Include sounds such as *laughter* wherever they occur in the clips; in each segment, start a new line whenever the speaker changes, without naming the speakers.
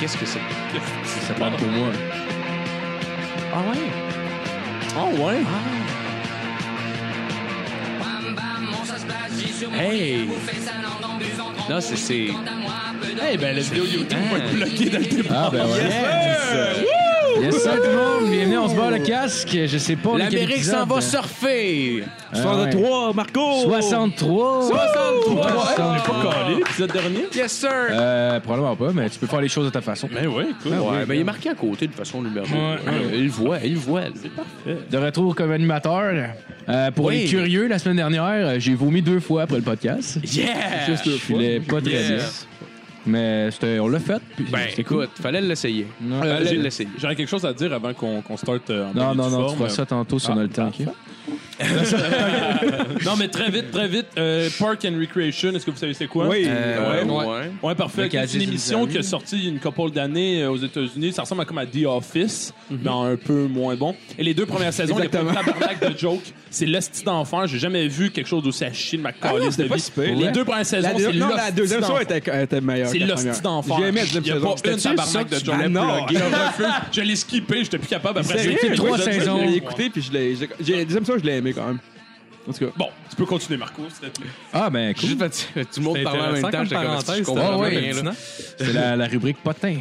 Qu'est-ce que c'est?
Ça parle pour moi.
Ah ouais? Ah,
Oh, ouais.
Hey! Non, c'est... c'est...
Eh ben, la vidéo YouTube va être
Hein.
bloquée dans le départ.
Ah, ben ouais. Yes, ça, tout le monde. Bienvenue, on se barre le casque. Je sais pas.
L'Amérique s'en va
sur
surfer!
Ah ouais.
63, Marco!
63.
63!
Ouais,
on n'est
pas
pas calé l'épisode dernier.
Yes, sir!
Euh, probablement pas, mais tu peux faire les choses de ta façon.
Ben oui, écoute.
Ah,
ouais,
oui,
mais il est marqué à côté de façon numéro.
Ouais.
Euh, Il le voit, il le voit. C'est parfait.
De retour comme animateur. euh, pour
Oui.
les curieux, la semaine dernière, euh, j'ai vomi deux fois après le podcast.
Yeah!
Je filais pas très
Yeah.
bien. Mais c'était- on l'a fait. Puis
Ben,
c'était cool.
écoute, fallait l'essayer.
Non.
Euh,
J'ai-
Fallait l'essayer.
J'aurais quelque chose à dire avant qu'on qu'on start euh, en
Non,
bonne et
non,
due
non, tu
forme.
feras ça tantôt
Ah,
si on a le temps. ok?
Non, mais très vite, très vite. euh, Park and Recreation, est-ce que vous savez c'est quoi?
Oui.
Euh,
ouais.
Ouais, parfait.
Le
C'est
casier
une
du
émission
Missouri.
qui a sorti il y a une couple d'années euh, aux États-Unis. Ça ressemble à comme à The Office,
Mhm.
mais en un peu moins bon. Et les deux premières saisons, il y a pas de tabarnak de jokes. C'est l'hostie d'enfer. J'ai jamais vu quelque chose d'aussi à chier de ma
Ah non,
calice de
c'était pas
vie.
si pire.
Les
Ouais.
deux premières saisons,
La
c'est
deux- Ah, non, la
l'hostie
deuxième saison
d'enfer.
était, était meilleure.
C'est
que la
l'hostie
première.
d'enfer.
J'ai aimé la deuxième
Il y a
saison.
pas
C'était
une
sûr
tabarnak
que
de
tu
jokes.
l'as- Non.
Je refuse. Je l'ai skippé, j'étais plus capable après
Sérieux?
cinq
trois
épisodes.
saisons.
Je l'ai écouté, puis je l'ai. j'ai- j'ai- La deuxième saison, je l'ai aimé quand même. En tout cas.
Bon, tu peux continuer, Marco. c'était tout.
Ah, ben, cool.
Juste parce que tout le monde
C'est
parlait en même
intéressant
temps,
comme
j'étais comme
parenthèse,
je comprends
c'était
pas
vraiment
bien, là.
C'est la, la rubrique potin.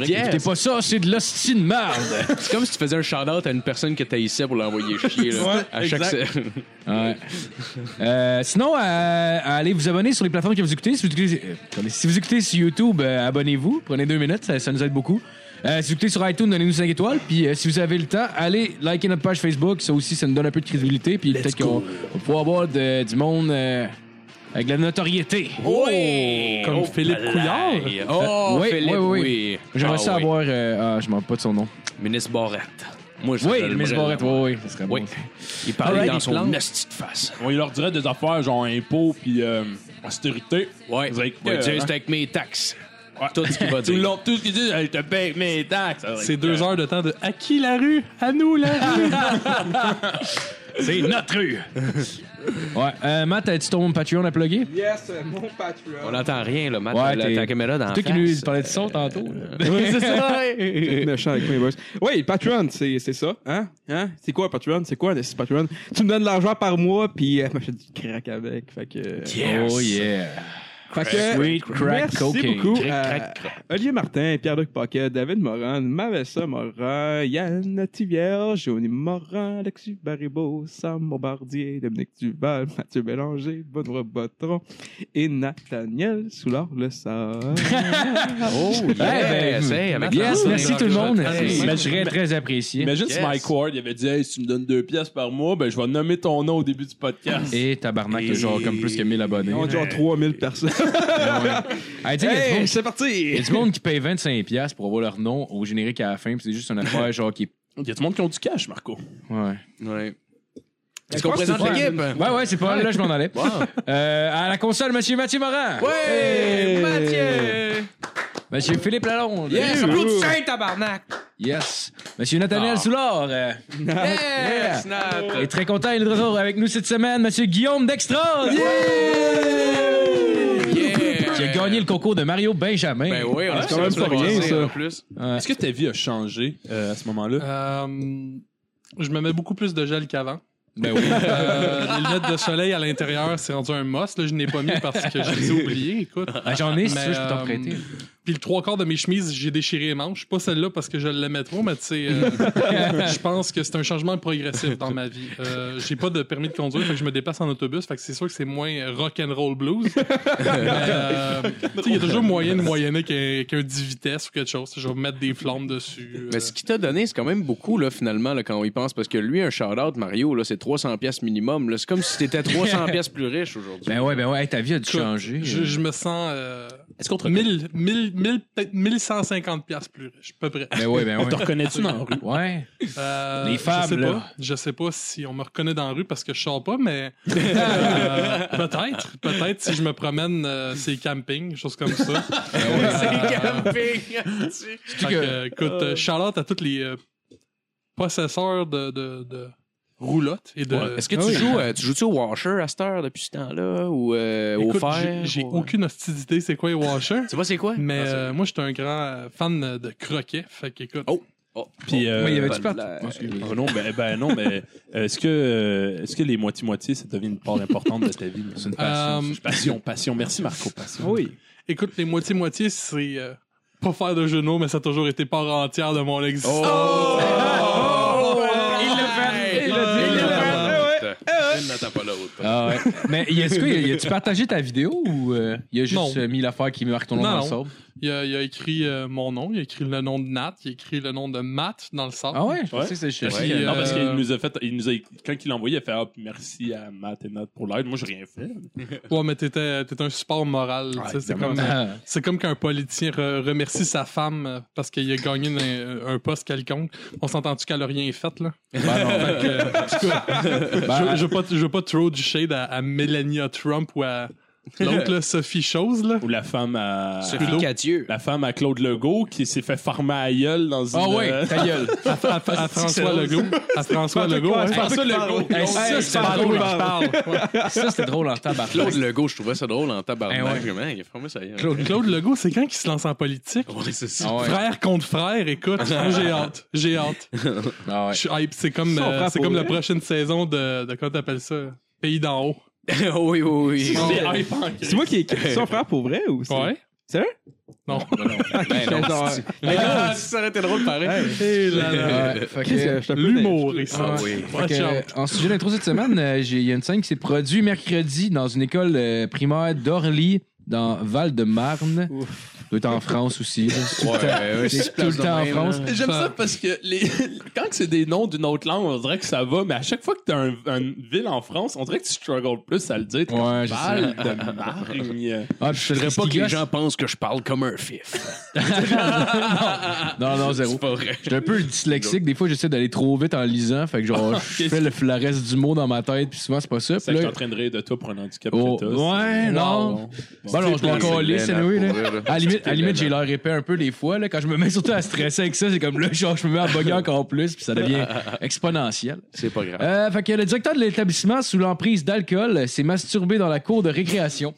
Yes.
Écoutez pas ça, c'est de l'hostie de merde.
*laughs* C'est comme si tu faisais un shout-out à une personne que t'haïssais pour l'envoyer chier, là.
Ouais,
à chaque
*laughs*
exact.
se-
Ouais. Euh, sinon, euh, allez vous abonner sur les plateformes que vous écoutez. Si vous écoutez, euh, attendez, si vous écoutez sur YouTube, euh, abonnez-vous. Prenez deux minutes, ça, ça nous aide beaucoup. Euh, si vous écoutez sur iTunes, donnez-nous 5 étoiles. Puis euh, si vous avez le temps, allez liker notre page Facebook. Ça aussi, ça nous donne un peu de crédibilité. Puis peut-être qu'on va pouvoir avoir de- du monde euh, avec de la notoriété.
Oh, Ouais!
Comme Philippe
Couillard? Oh,
oui,
Philippe,
oui, oui,
oui.
J'aimerais
Ah,
ça
oui.
avoir. euh, ah, je m'en pas de son nom.
Ministre Barrette. Moi, je
Oui,
l'appelle
le Miss Barrette. Oui, oui, ça serait
Oui.
bon.
Il parlait
Alright,
dans
les
son
plantes.
nasty de face.
On leur dirait des affaires genre impôts puis euh, austérité.
Ouais.
Vous avez-
Ouais,
euh,
tu sais, c'est avec mes taxes.
Ouais.
Tout ce qu'il va
*laughs* Tout le
dire.
long, tout ce qu'ils disent, elle te paye mes taxes.
C'est deux heures de temps de à qui la rue? À nous la rue!
C'est notre rue. ouais. Euh, Matt, as-tu ton Patreon à plugger?
Yes, mon
On
Patreon.
n'entend rien, là, Matt. euh,
Ouais,
la,
t'es-
ta caméra dans la
Toi qui
face.
nous parlais de son tantôt. là.
c'est ça!
Méchant avec mes boys. Oui, Patreon, c'est c'est ça. Hein? Hein? C'est quoi un Patreon? C'est quoi un esti de Patreon? Tu me donnes de l'argent par mois, puis euh, *laughs* je fais du crack avec. Fait que. euh,
Yes.
*laughs* Oh yeah.
Fait que,
Sweet crack
merci
cocaine.
beaucoup
Crac,
à
crac,
Olivier Martin, Pierre-Luc Paquet, David Morin, Mavessa Morin, Yann Tivière, Johnny Morin, Alexis Baribeau, Sam Bombardier, Dominique Duval, Mathieu Bélanger, Baudroy Botron et Nathaniel Soulard-Lessard.
Oh, yes.
ben,
hey, avec
Yes,
la-
merci tout le monde.
Hey.
C'est très, très apprécié.
Imagine si
Yes.
Mike Ward il avait dit Hey, si tu me donnes deux pièces par mois, ben je vais nommer ton nom au début du podcast.
Et tabarnak,
Et-
genre comme plus que 1000 abonnés.
On dit genre 3000 personnes.
Hey, tu sais, il y a du
hey,
monde-
c'est
il y
parti!
a du monde qui paye 25$ piastres pour avoir leur nom au générique à la fin, puis c'est juste une
*laughs*
affaire genre qui.
Il y a tout le monde qui ont du cash, Marco.
Ouais.
Ouais.
Je
Est-ce qu'on
pense que c'est
présente l'équipe?
Ouais, ouais, c'est pas mal, là, je m'en allais. Euh, à la console, monsieur Mathieu Morin.
Ouais! Mathieu!
Monsieur Philippe Lalonde.
Yes!
Ouh.
Yes. Monsieur Nathaniel
Ah.
Soulard. euh,
Yes! Nat!
est très content, il est de retour avec nous cette semaine, monsieur Guillaume Dextra.
Yeah!
Qui a gagné le concours de Mario Benjamin.
Ben oui, on a
quand même
ça,
pas
on a
rien,
ça.
ça.
En plus.
Ouais.
Est-ce que ta vie a changé euh, à ce moment-là?
Euh, je me mets beaucoup plus de gel qu'avant.
Ben oui.
Euh, les lunettes de soleil à l'intérieur, c'est rendu un must. Là, je n'ai pas mis parce que je les ai oubliées, écoute.
Ah, J'en ai, si
Mais,
tu veux, je peux t'en
euh,
prêter.
Puis le trois quarts de mes chemises, j'ai déchiré les manches. Pas celle-là parce que je l'aimais trop, mais tu sais, euh, je pense que c'est un changement progressif dans ma vie. Euh, j'ai pas de permis de conduire, fait que je me déplace en autobus, fait que c'est sûr que c'est moins rock and roll blues. Mais, euh, tu sais, il y a toujours moyen de moyenner qu'un qu'un 10 vitesses ou quelque chose. Je vais mettre des flammes dessus. euh.
Mais ce qu'il t'a donné, c'est quand même beaucoup, là, finalement, là, quand on y pense. Parce que lui, un shout-out, Mario, là, c'est 300 pièces minimum. là. C'est comme si t'étais *laughs* 300 pièces plus riche aujourd'hui.
Ben ouais, ben ouais, hey, ta vie a dû
Écoute,
changer.
Je, je me sens euh,
Est-ce qu'on te reconnaît?
1000, 1000, 1000, peut-être 1150 piastres plus riche, à peu près.
Ben ouais, ben
On te
ouais.
reconnaît-tu dans la rue?
Ouais.
Euh,
Les femmes,
je sais
là.
pas. Je sais pas si on me reconnaît dans la rue parce que je sors pas,
*laughs*
mais euh, peut-être, peut-être si je me promène, euh, c'est camping, choses comme
*laughs*
ça.
Ah
Euh,
c'est *laughs* camping!
Fait que, écoute, euh, shout-out à tous les euh, possesseurs de, de, de roulotte et de. Ah
Ouais. Est-ce que tu joues euh, tu joues-tu au washer à cette heure depuis ce temps-là ou euh, au
Écoute,
fer?
j'ai- J'ai
ou-
aucune hostilité, c'est quoi
*laughs*
les washers?
Tu vois, c'est quoi?
Mais
Ah, ça-
euh, moi, j'étais un grand euh, fan euh, de croquet. Fait qu'écoute,
Oh. Oh,
Puis,
oh,
euh,
mais
il y
avait-tu
pas de
peur?
la-
Ah non, ben, ben non, mais euh, est-ce que, euh, est-ce que les moitié-moitié, ça devient une part importante de ta vie? C'est une
passion, ça.
passion, passion. Merci, Marco. Passion.
Oui.
écoute, les moitiés-moitiés, c'est euh, pas faire de genoux, mais ça a toujours été part entière de mon existence.
Il l'a fait!
Il l'a dit.
Il l'a fait.
Ah *laughs* ouais.
Une n'attend pas l'autre.
Ah ouais. Mais y a- est-ce que tu partagé ta vidéo ou euh, il a juste
Non.
euh, mis l'affaire qui marque ton nom
Non,
dans le
non.
sable?
Il, a, il a écrit euh, mon nom, il a écrit le nom de Nat, il a écrit le nom de Matt dans le sable.
Ah ouais, je
Ouais.
pensais que c'était chez
Parce
Ouais.
qu'il-
Puis,
non,
euh,
parce qu'il nous a fait, il nous a, quand il l'a envoyé, il a fait ah, merci à Matt et Nat pour l'aide. Moi, j'ai rien fait.
Ouais, mais t'étais t'étais un support moral. tu sais, c'est
évidemment.
comme,
Ah.
c'est comme qu'un politicien re- remercie sa femme euh, parce qu'il a gagné un, un poste quelconque. On s'entend-tu qu'elle a rien fait, là?
Ben non.
Fait que, euh, en tout cas,
*laughs* Ben,
je, je veux pas, je veux pas throw du shade à, à Melania Trump ou à l'autre, là, Sophie Chose, là.
Ou la femme à.
Sophie Cadieux.
La femme à Claude Legault qui s'est fait farmer à la gueule dans une.
Ah ouais,
euh,
ta gueule.
À,
*laughs*
à- à François Legault. À François Legault. hein.
François Legault.
Hey,
Ça,
ça,
c'est
c'était
pas
drôle. hein.
drôle.
*laughs* Ça, c'était drôle en tabarnak.
Claude Legault, je trouvais ça drôle en tabarnak.
Eh ouais.
Vraiment, il a fermé ça hier.
Claude
Claude Legault, c'est quand qu'il se lance en politique?
*laughs* Ouais, c'est ça.
Ah ouais.
Frère contre frère, écoute, moi, j'ai hâte. J'ai hâte.
Ah ouais.
Je suis hype. C'est comme,
Ça, on
euh,
prend
c'est
pour
comme la
vrai.
prochaine saison de, de comment t'appelles ça? Pays d'en haut.
*laughs* oui, oui, oui.
C'est hype, hein,
C'est moi qui ai écrit son frère pour vrai ou c'est. hein. *laughs* Sérieux?
Non.
Ben non, c'est-
*laughs*
Ah, ça aurait été drôle pareil.
Hey,
Et là, là.
Ah ouais, fait que-
Chris, euh, je suis un peu
L'humour ici.
Ah oui.
Fait que, euh, en sujet d'intro cette semaine, euh, j'ai- il y a une scène qui s'est produite mercredi dans une école euh, primaire d'Orly, dans Val-de-Marne. Doit être en France aussi. là. C'est tout le temps-
ouais,
c'est
c'est
tout le temps en
même,
France.
J'aime
Enfin-
ça parce que les... *laughs* quand que c'est des noms d'une autre langue, on dirait que ça va, mais à chaque fois que t'as un, une ville en France, on dirait que tu struggles plus à le dire. T'es
Ouais, je sais.
Val de *laughs* Marne.
Ah, puis
Je
je voudrais
voudrais pas que les gens pensent que je parle comme un fif.
Non, non, zéro.
pas vrai.
J'étais un peu dyslexique. Des fois, j'essaie d'aller trop vite en lisant. Fait que
*laughs*
genre, je fais le, le reste du mot dans ma tête. Puis souvent, c'est pas ça.
C'est
Puis
que je
là-
t'entraînerai de toi pour un handicap.
Oh,
que t'as.
ouais, non.
Wow.
Bon, alors, je m'en calisse, anyway, là. À la limite, à la limite j'ai l'air épais un peu des fois. Là, quand je me mets surtout à stresser avec ça, c'est comme là, genre, je me mets à bugger encore plus, puis ça devient exponentiel.
C'est pas grave.
Euh, fait que le directeur de l'établissement, sous l'emprise d'alcool, euh, s'est masturbé dans la cour de récréation.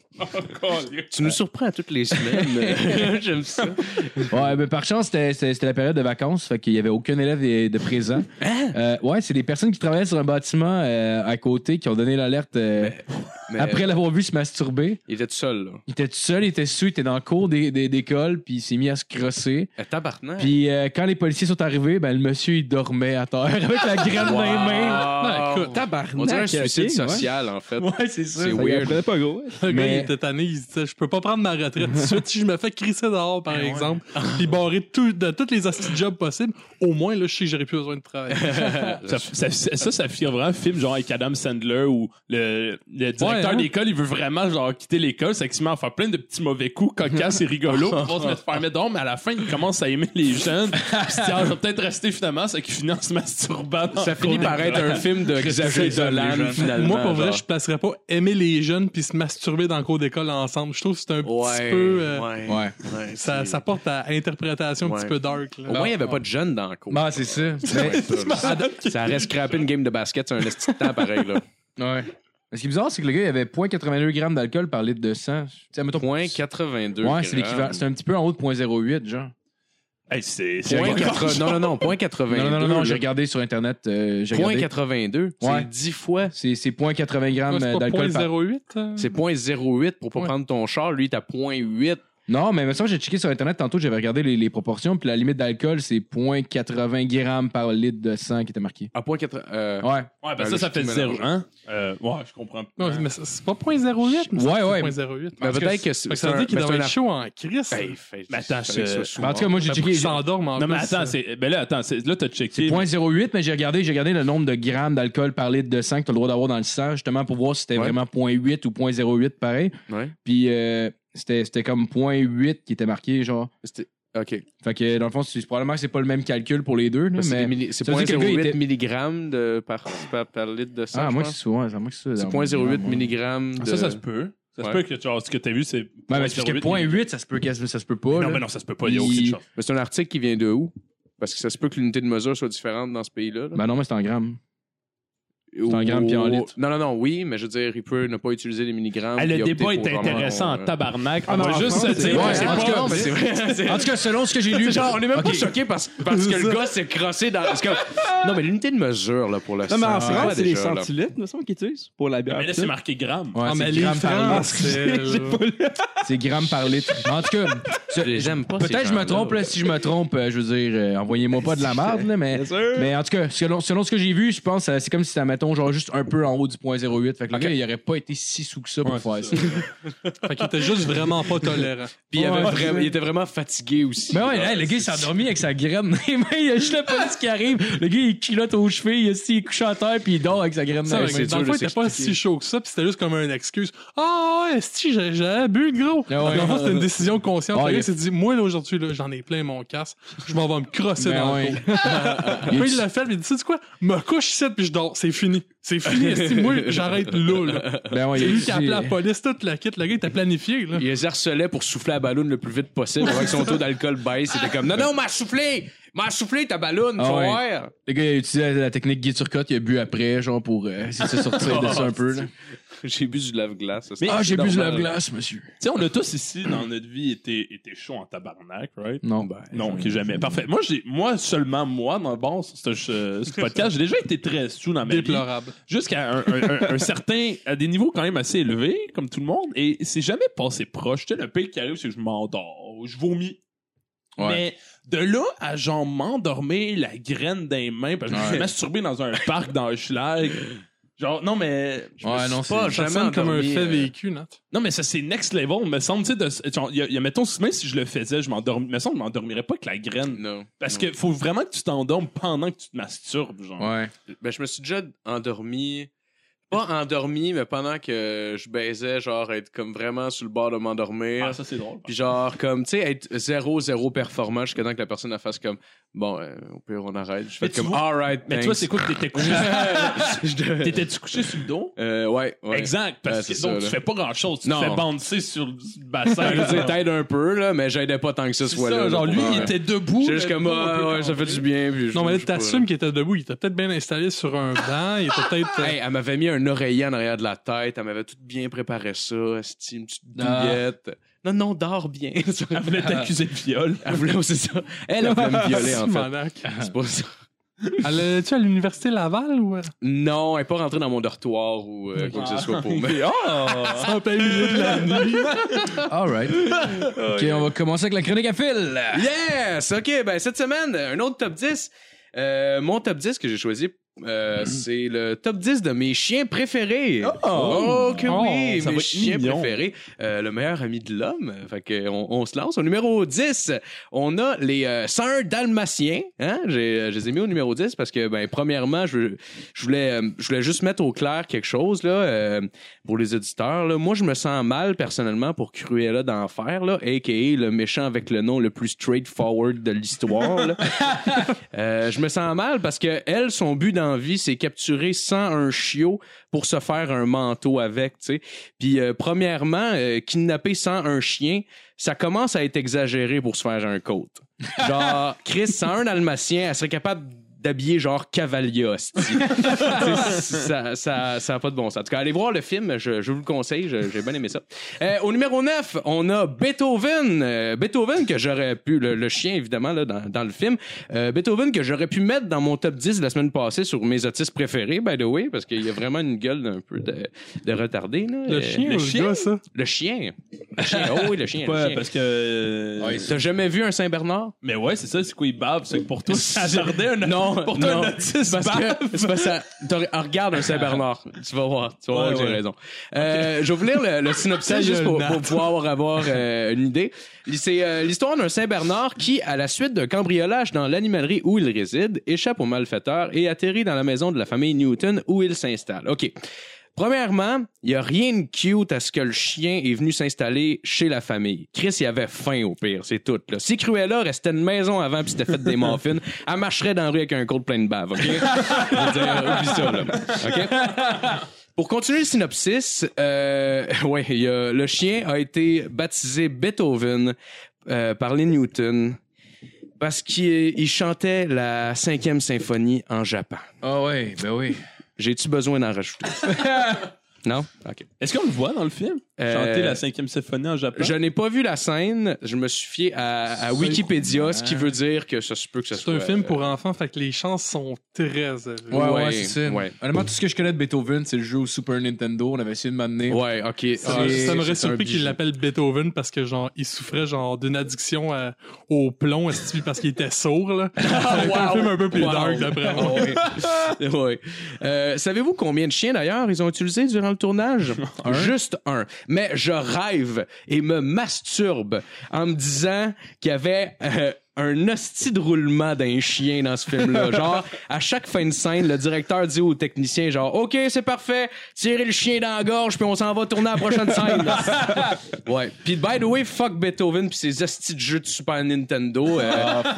Tu nous surprends toutes les
*laughs*
semaines. J'aime ça.
Ouais, mais par chance, c'était- c'était c'était la période de vacances, fait qu'il y avait aucun élève de, de
*laughs*
présent.
Hein?
Euh, ouais, c'est des personnes qui travaillaient sur un bâtiment euh, à côté qui ont donné l'alerte euh,
Mais
après l'avoir vu se masturber.
il était tout seul, là.
Il était tout seul, il était sous, il était dans le cours des- des- d'école, puis il s'est mis à se crosser.
Euh, Tabarnak.
Puis euh, quand les policiers sont arrivés, ben, le monsieur il dormait à terre *laughs* avec la graine dans les mains.
Ah, écoute,
Tabarnak.
on dirait un suicide
ok, ouais.
social, en fait.
euh, Ouais, c'est
C'est
ça.
Fait que je
weird.
connais pas gros.
Le gars,
Mais-
il était tanné, il se disait Je peux pas prendre ma retraite tout de suite. Si je me fais crisser dehors,
Ben
par exemple, puis barrer tout, de toutes les hosties de jobs possibles, au moins, là, je sais que j'aurais plus besoin de travail.
Ça, ça, ça, ça fait vraiment un film genre avec Adam Sandler où le, le directeur
Ouais, hein?
d'école, il veut vraiment genre quitter l'école, c'est qu'il se met à faire plein de petits mauvais coups, cocasses et rigolos pour pouvoir se mettre- faire mettre dehors, mais à la fin, il commence à aimer les jeunes. Puis il se dit, ah, je vais peut-être rester finalement, c'est qu'il finit en se masturbant. dans la
Ça finit
cour
par être
d'école. *laughs*
un film de Xavier Dolan, finalement.
Moi, pour vrai,
genre.
je placerais pas aimer les jeunes puis se masturber dans le cours d'école ensemble. Je trouve que c'est un petit
Ouais,
peu. euh,
ouais,
Ouais.
ouais,
ça,
c'est-
ça porte à interprétation un
Ouais.
petit peu dark. là.
Au moins, il n'y avait pas de jeunes dans le *laughs* cours.
Bah, c'est ça. Mais-
Ça reste scraper une game de basket sur un esti de temps pareil, là.
ouais. Ce qui est bizarre, c'est que le gars, il avait 0.82 grammes d'alcool par litre de sang. Tu sais, mettons,
Point 82.
Ouais, c'est l'équivalent. C'est un petit peu en haut de 0.08, genre.
Hey, c'est c'est
Point
encore-
quatre- Non, non, non, point 82.
Non, non, non, non, j'ai
là.
regardé sur Internet. euh, j'ai
Point
regardé.
82,
Ouais.
c'est 10 fois.
C'est c'est 0.80
Ouais,
grammes
c'est
euh,
pas
d'alcool par...
0.08. euh?
C'est point 08 pour pas
Ouais.
prendre ton char. Lui, t'as point 8.
Non, mais maintenant, j'ai checké sur Internet tantôt, j'avais regardé les, les proportions, puis la limite d'alcool, c'est 0.80 grammes par litre de sang qui était marqué.
Ah, point 80. euh,
Ouais.
Ouais, ben
Ben,
ça,
le
ça fait
film
zéro,
mélange.
hein? Euh, ouais, je comprends.
Non, mais c'est c'est pas 0.08. mais
Ouais,
c'est
ouais.
0.08.
Mais
Parce
peut-être que
c'est-
c'est-
fait
c'est
ça veut
un-
dire qu'il
mais
doit
c'est un
être
ar-
chaud en crise.
hey, fait-
Mais attends,
fallait que
je-
ça soit
Mais Bah, en tout cas, moi, j'ai
J'ai qu'il
checké.
s'endorme en
Non, mais
plus,
attends,
euh.
c'est. Ben là, attends, c'est- là, t'as checké.
0.08, mais j'ai regardé, j'ai regardé le nombre de grammes d'alcool par litre de sang que tu as le droit d'avoir dans le sang, justement pour voir si c'était
Ouais.
vraiment 0.8 ou 0.08 pareil.
Ouais.
Puis euh, c'était c'était comme 0.8 qui était marqué, genre.
C'était- OK.
Fait que dans le fond, c'est probablement que c'est pas le même calcul pour les deux, là,
Parce que C'est
mais.
des milli- c'est
Ça veut dire que le gars,
0.08
il était-
mg de... par... par- par litre de sang.
Ah,
je
moi,
pense.
c'est souvent, c'est moi que c'est
c'est 0.08 mg de.
Ah, Ça, ça se peut. Ça se
Ouais.
peut que genre, ce que t'as vu, c'est.
Ouais, mais c'est parce que 0.8, ça se peut, quasiment- ça se peut pas.
Non,
là.
mais non, ça se peut pas. Il y a
Il-
aucune chance.
Mais c'est un article qui
Bah
vient de où? Parce que ça se peut que l'unité de mesure soit différente dans ce pays-là. là.
Ben non, mais c'est en grammes.
C'est
un gramme puis un litre.
Non, non, non, oui, mais je veux dire, il peut ne pas utiliser les milligrammes.
Ah,
puis
le
opter
débat est
pour vraiment,
intéressant en
euh,
tabarnak.
Ah,
on
non,
va
en
juste se
France, c'est-
dire.
Ouais,
c'est
en tout
pas-
cas, ben, c'est vrai. *laughs* c'est-
En tout cas, selon ce que j'ai lu.
Genre, on est même
Ok.
pas choqué parce, parce
*laughs*
que le gars s'est crossé dans. parce que- non, mais l'unité de mesure, là, pour le
Non, mais en
sang,
France,
là,
c'est les
déjà, là.
centilitres, me semble, qu'ils utilisent pour la bière.
Ah, Mais là, c'est marqué gramme.
Ouais,
Ah,
c'est
mais les
gramme par litre.
Francs,
*laughs*
c'est-
C'est gramme par litre. En tout cas, ce-
Je les aime pas, ces
peut-être je me
gens-là.
trompe. Là, si je me trompe, euh, je veux dire, euh, envoyez-moi pas de la merde, là, mais.
Bien sûr.
Mais en tout cas, selon, selon ce que j'ai vu, je pense que c'est comme si ça mettons genre juste un peu en haut du point 08. Fait que le gars, il aurait pas été si sous que ça pour faire ça.
Fait qu'il était juste vraiment pas tolérant.
Puis il, avait
Ouais.
vraiment- il était vraiment fatigué aussi.
Mais ouais, hey, le gars, il s'est endormi avec sa graine dans les mains. Il y a juste la police qui arrive. Le gars, il culotte aux chevilles, il est assis, il est couché à terre, puis il dort avec sa graine dans
Ça,
les
mais
c'est
dans
dur
le fond,
de
il était pas si chaud que ça, puis c'était juste comme une excuse. Ah, ouais, si, j'ai- j'avais bu, gros.
Ah ouais.
Dans le fond, c'était une décision consciente.
Ah,
le
il
gars
est-
s'est dit, moi, là, aujourd'hui, là, j'en ai plein mon casque. Je m'en vais me crosser
Ben
dans
ouais. *laughs*
le pot. Puis il l'a fait, puis il dit, tu sais quoi, me couche ici, puis je dors. C'est fini. C'est fini. esti, moi, j'arrête là, là.
Ben ouais,
C'est lui
il
qui a appelé la police, toute la kit. Le gars, il était planifié, là.
Il les harcelait pour souffler la ballonne le plus vite possible avant que son taux d'alcool baisse. C'était comme Non, non, m'a soufflé! M'a soufflé ta ballonne,
Ah
faut
ouais.
voir!
Le gars, il a utilisé la technique Guy Turcotte, il a bu après, genre pour euh, essayer de se sortir de *laughs* ça un peu. là.
J'ai bu du lave-glace. ça, c'est
Ah, j'ai bu du
normal.
lave-glace, monsieur.
Tu sais, on a tous ici, dans notre vie, été, été chaud en tabarnak, right?
Non, ben.
Non, qui jamais. Parfait. Moi, j'ai, moi, seulement moi, dans le bon, ce, ce- ce podcast, j'ai déjà été très sous dans ma vie.
Déplorable.
Jusqu'à un, un- un- un certain, à des niveaux quand même assez élevés, comme tout le monde, et c'est jamais passé proche. Tu sais, le pire qui arrive, c'est que je m'endors, je vomis.
Ouais.
Mais de là à genre m'endormir la graine des mains, parce que je me suis masturbé dans un parc dans le schlag. Genre, non, mais. je me
Ouais,
suis
non,
pas
c'est-
jamais
Ça sonne comme un
endormi,
fait
euh,
vécu, Nat.
non, mais ça, c'est next level, me semble. Tu sais, de- genre, y a- y a, mettons, même si je le faisais, je m'endormais. Me semble, je m'endormirais pas avec la graine.
Non.
Parce
Non.
que faut vraiment que tu t'endormes pendant que tu te masturbes, genre.
Ouais.
Ben, je me suis déjà endormi. Pas endormi, mais pendant que je baisais, genre, être comme vraiment sur le bord de m'endormir.
Ah, ça, c'est drôle.
Puis genre, comme, tu sais, être zéro, zéro performant jusqu'à temps que la personne la fasse comme, bon, euh, au pire, on arrête. Je fais
Mais tu
comme,
vois-
alright,
Mais tu vois, c'est quoi que
*laughs*
t'étais couché? *laughs* T'étais-tu couché sur le dos?
Euh, ouais, ouais.
Exact,
Ouais,
parce
c'est
que donc,
ça,
tu
là.
fais pas grand-chose. Tu te
Non.
fais bouncer sur le bassin.
Ben, je veux dire, t'aides un peu, là, mais j'aidais pas tant que ce
C'est
soit
ça,
là.
genre,
là,
lui,
pour
il
vrai.
était debout.
J'étais juste
le
comme,
dos un
ah,
peu
ouais, ça fait du bien. Puis je-
Non, mais là,
je sais pas,
t'assumes qu'il était debout. Il était peut-être bien installé sur un banc. Il était peut-être.
*laughs*
euh,
Hey, elle m'avait mis un oreiller en arrière de la tête. Elle m'avait tout bien préparé ça. esti, une petite
Ah.
douillette. Non, non, dors bien. *laughs*
Elle voulait t'accuser de viol.
elle voulait, c'est ça. Elle, elle voulait
*laughs*
me violer, en fait.
Simonac.
C'est pas ça.
Elle allait-tu à l'université Laval ou. euh?
Non, elle est pas rentrée dans mon dortoir ou euh, quoi que ce soit pour moi.
*laughs* Ah!
En plein milieu de la nuit.
*laughs*
Alright.
Oh,
ok, on va commencer avec la chronique à fil.
Yes! OK, ben cette semaine, un autre top 10. Euh, mon top 10 que j'ai choisi,
Mm-hmm.
euh, c'est le top 10 de mes chiens préférés.
Oh!
que
Oh,
oui!
ça va
mes
être
chiens
mignon.
préférés. Euh, le meilleur ami de l'homme. Fait que on, on se lance. Au numéro 10, on a les euh, sœurs dalmatiens. Hein? J'ai- euh, Je les ai mis au numéro 10 parce que, ben, premièrement, je, je, voulais, euh, je voulais juste mettre au clair quelque chose là, euh, pour les auditeurs. Là. Moi, je me sens mal personnellement pour Cruella d'Enfer, là, a.k.a. le méchant avec le nom le plus straightforward de l'histoire. là. Euh, je me sens mal parce que elle, son but dans la vie, c'est capturer sans un chiot pour se faire un manteau avec, tu sais. Puis euh, premièrement, euh, kidnapper sans un chien, ça commence à être exagéré pour se faire un coat. Genre, Chris, sans un dalmatien, elle serait capable d'habiller genre cavalier hostie. *laughs* Tu sais, ça ça ça a pas de bon sens. En tout cas, allez voir le film, je, je vous le conseille, je- j'ai bien aimé ça. Euh, au numéro 9, on a Beethoven, Euh, Beethoven que j'aurais pu le, le chien évidemment là dans, dans le film. Euh, Beethoven que j'aurais pu mettre dans mon top 10 la semaine passée sur mes artistes préférés by the way parce qu'il y a vraiment une gueule d'un peu de, de retardé là.
Le
Euh,
chien,
le
ou
chien,
le gars, ça.
le chien. Le chien. Oh oui, le chien. le
Ouais,
chien.
parce que.
Ouais, T'as jamais vu un Saint-Bernard?
Mais ouais, c'est ça, c'est quoi, il bave. C'est que pour toi, ça jardait *laughs* un
Non,
Pour toi,
non.
un autiste
Parce
bave.
que, c'est parce que t'aurais- ah, regarde un Saint-Bernard. Tu vas voir. Tu vas voir
Ouais,
que j'ai
ouais.
raison. Euh, Je vais vous lire le,
*laughs*
le synopsis juste pour, pour pouvoir avoir euh, une idée. C'est euh, l'histoire d'un Saint-Bernard qui, à la suite d'un cambriolage dans l'animalerie où il réside, échappe aux malfaiteurs et atterrit dans la maison de la famille Newton où il s'installe. OK. Premièrement, il n'y a rien de cute à ce que le chien est venu s'installer chez la famille. Chris, il avait faim au pire, c'est tout. Là. Si Cruella restait une maison avant puis s'était faite des muffins, elle marcherait dans la rue avec un code plein de bave, OK? Je veux dire, oublie ça, là. OK? Pour continuer le synopsis, euh, *laughs* ouais, il y a- le chien a été baptisé Beethoven euh, par les Newton parce qu'il il chantait la cinquième symphonie en Japon.
Ah ouais, ben oui.
J'ai-tu besoin d'en rajouter? non? OK.
Est-ce qu'on le voit dans le film? Chanter
Euh,
la cinquième symphonie en japonais?
Je n'ai pas vu la scène. Je me suis fié à, à Wikipédia, ce qui veut dire que ça se peut que ce
C'est
soit... euh,
un film pour enfants, fait que les chances sont très élevées.
Ouais,
Ouais, ouais,
ouais,
c'est ça.
ouais.
Honnêtement, tout ce que je connais de Beethoven, c'est le jeu au Super Nintendo. On avait essayé de m'amener.
Ouais, OK.
Ah,
Ah,
ça
c'est un
m'aurait surpris
bijou.
qu'il l'appelle Beethoven parce que genre il souffrait genre d'une addiction à- au plomb esti, parce qu'il était sourd là. C'est un film un peu plus
Wow.
dark d'après moi.
Ouais. Ah *laughs* Ouais. Euh, Savez-vous combien de chiens d'ailleurs ils ont utilisé durant le tournage Juste *laughs* un. Mais je rêve et me masturbe en me disant qu'il y avait euh, un hostie de roulement d'un chien dans ce *laughs* film-là. Genre, à chaque fin de scène, le directeur dit au technicien genre, OK, c'est parfait, tirez le chien dans la gorge, puis on s'en va tourner à la prochaine scène. ouais. Puis by the way, fuck Beethoven puis ses hosties de jeux de Super Nintendo. Euh,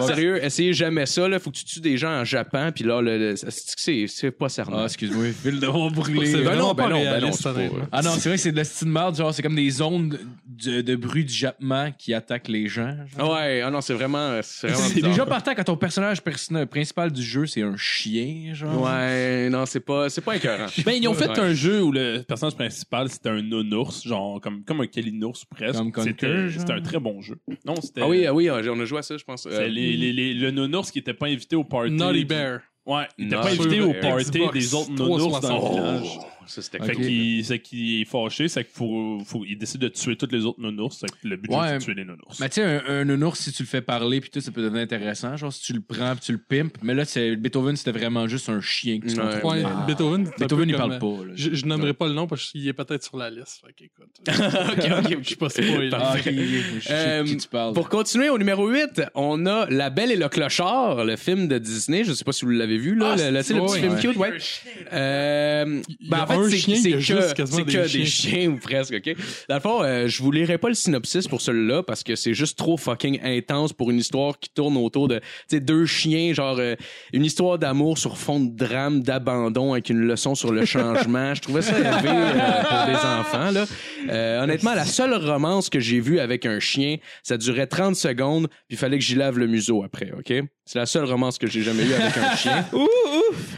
sérieux, essayez jamais ça. Là. Faut que tu tues des gens en Japon, puis là, le, le- c'est- c'est c'est pas
Ah,
sérieux.
excuse-moi, ville de vent brûlée.
C'est
ben non,
vraiment
ben
pas
non, ben non,
réaliste
c'est pas-
honnêtement.
Ah non, c'est vrai que c'est de la style merde, genre c'est comme des ondes de, de bruit du jappement qui attaquent les gens. genre.
ouais, ah non, c'est vraiment, c'est vraiment
C'est
bizarre.
déjà partant quand ton personnage perso- principal du jeu c'est un chien, genre.
Ouais, non, c'est pas, c'est pas écœurant.
Ben, ils ont fait
Ouais.
un jeu où le personnage principal, c'était un nounours, genre comme, comme un Kalinours presque.
Comme Conker,
C'était
genre.
c'était un très bon jeu. Non, c'était.
Ah oui, ah oui, on a joué à ça, je pense.
c'était
Euh,
les- les- les- le nounours qui était pas invité au party.
Naughty
du-
Bear.
Ouais, il était
Non.
pas invité
Sur
au party
Xbox
des autres nounours dans le
Oh!
360.
village.
ça, c'était
Ok.
Fait qu'il c'est qu'il est fâché, c'est qu'il faut, faut- il décide de tuer tous les autres nounours. c'est que le but
Ouais.
c'est de tuer les nounours.
Mais tu sais, un, un nounours, si tu le fais parler, puis tout, ça peut devenir intéressant. Genre, si tu le prends, puis tu le pimpes. Mais là, c'est Beethoven, c'était vraiment juste un chien. Que tu
Ouais.
contrôles.
Ouais,
Ah.
Beethoven. c'est un
Beethoven,
peu
il
comme, euh,
parle pas. là.
Je, je nommerai pas le nom parce qu'il est peut-être sur la liste. Fait qu'écoute.
*laughs* ok, ok.
Je suis pas Euh, spoil. *laughs*
Ah, ok, ok, je sais de qui tu parles.
Pour continuer au numéro 8, on a La Belle et le Clochard, le film de Disney. Je sais pas si vous l'avez vu, là.
Ah,
le, le- tu sais, le
oui.
petit film
Ouais.
cute, ouais. Euh,
Il y
ben,
a
en fait,
un
c'est
chien,
c'est
il y a
que,
juste quasiment
c'est que
des
des
chiens.
chiens ou presque, OK? Dans le fond, euh, je vous lirai pas le synopsis pour celui-là parce que c'est juste trop fucking intense pour une histoire qui tourne autour de, tu sais, deux chiens, genre euh, une histoire d'amour sur fond de drame, d'abandon avec une leçon sur le changement. Je trouvais
*laughs*
ça élevé euh, pour des enfants, là. Euh, honnêtement, la seule romance que j'ai vue avec un chien, ça durait 30 secondes, puis il fallait que j'y lave le museau après, OK? C'est la seule romance que j'ai jamais eue avec un chien.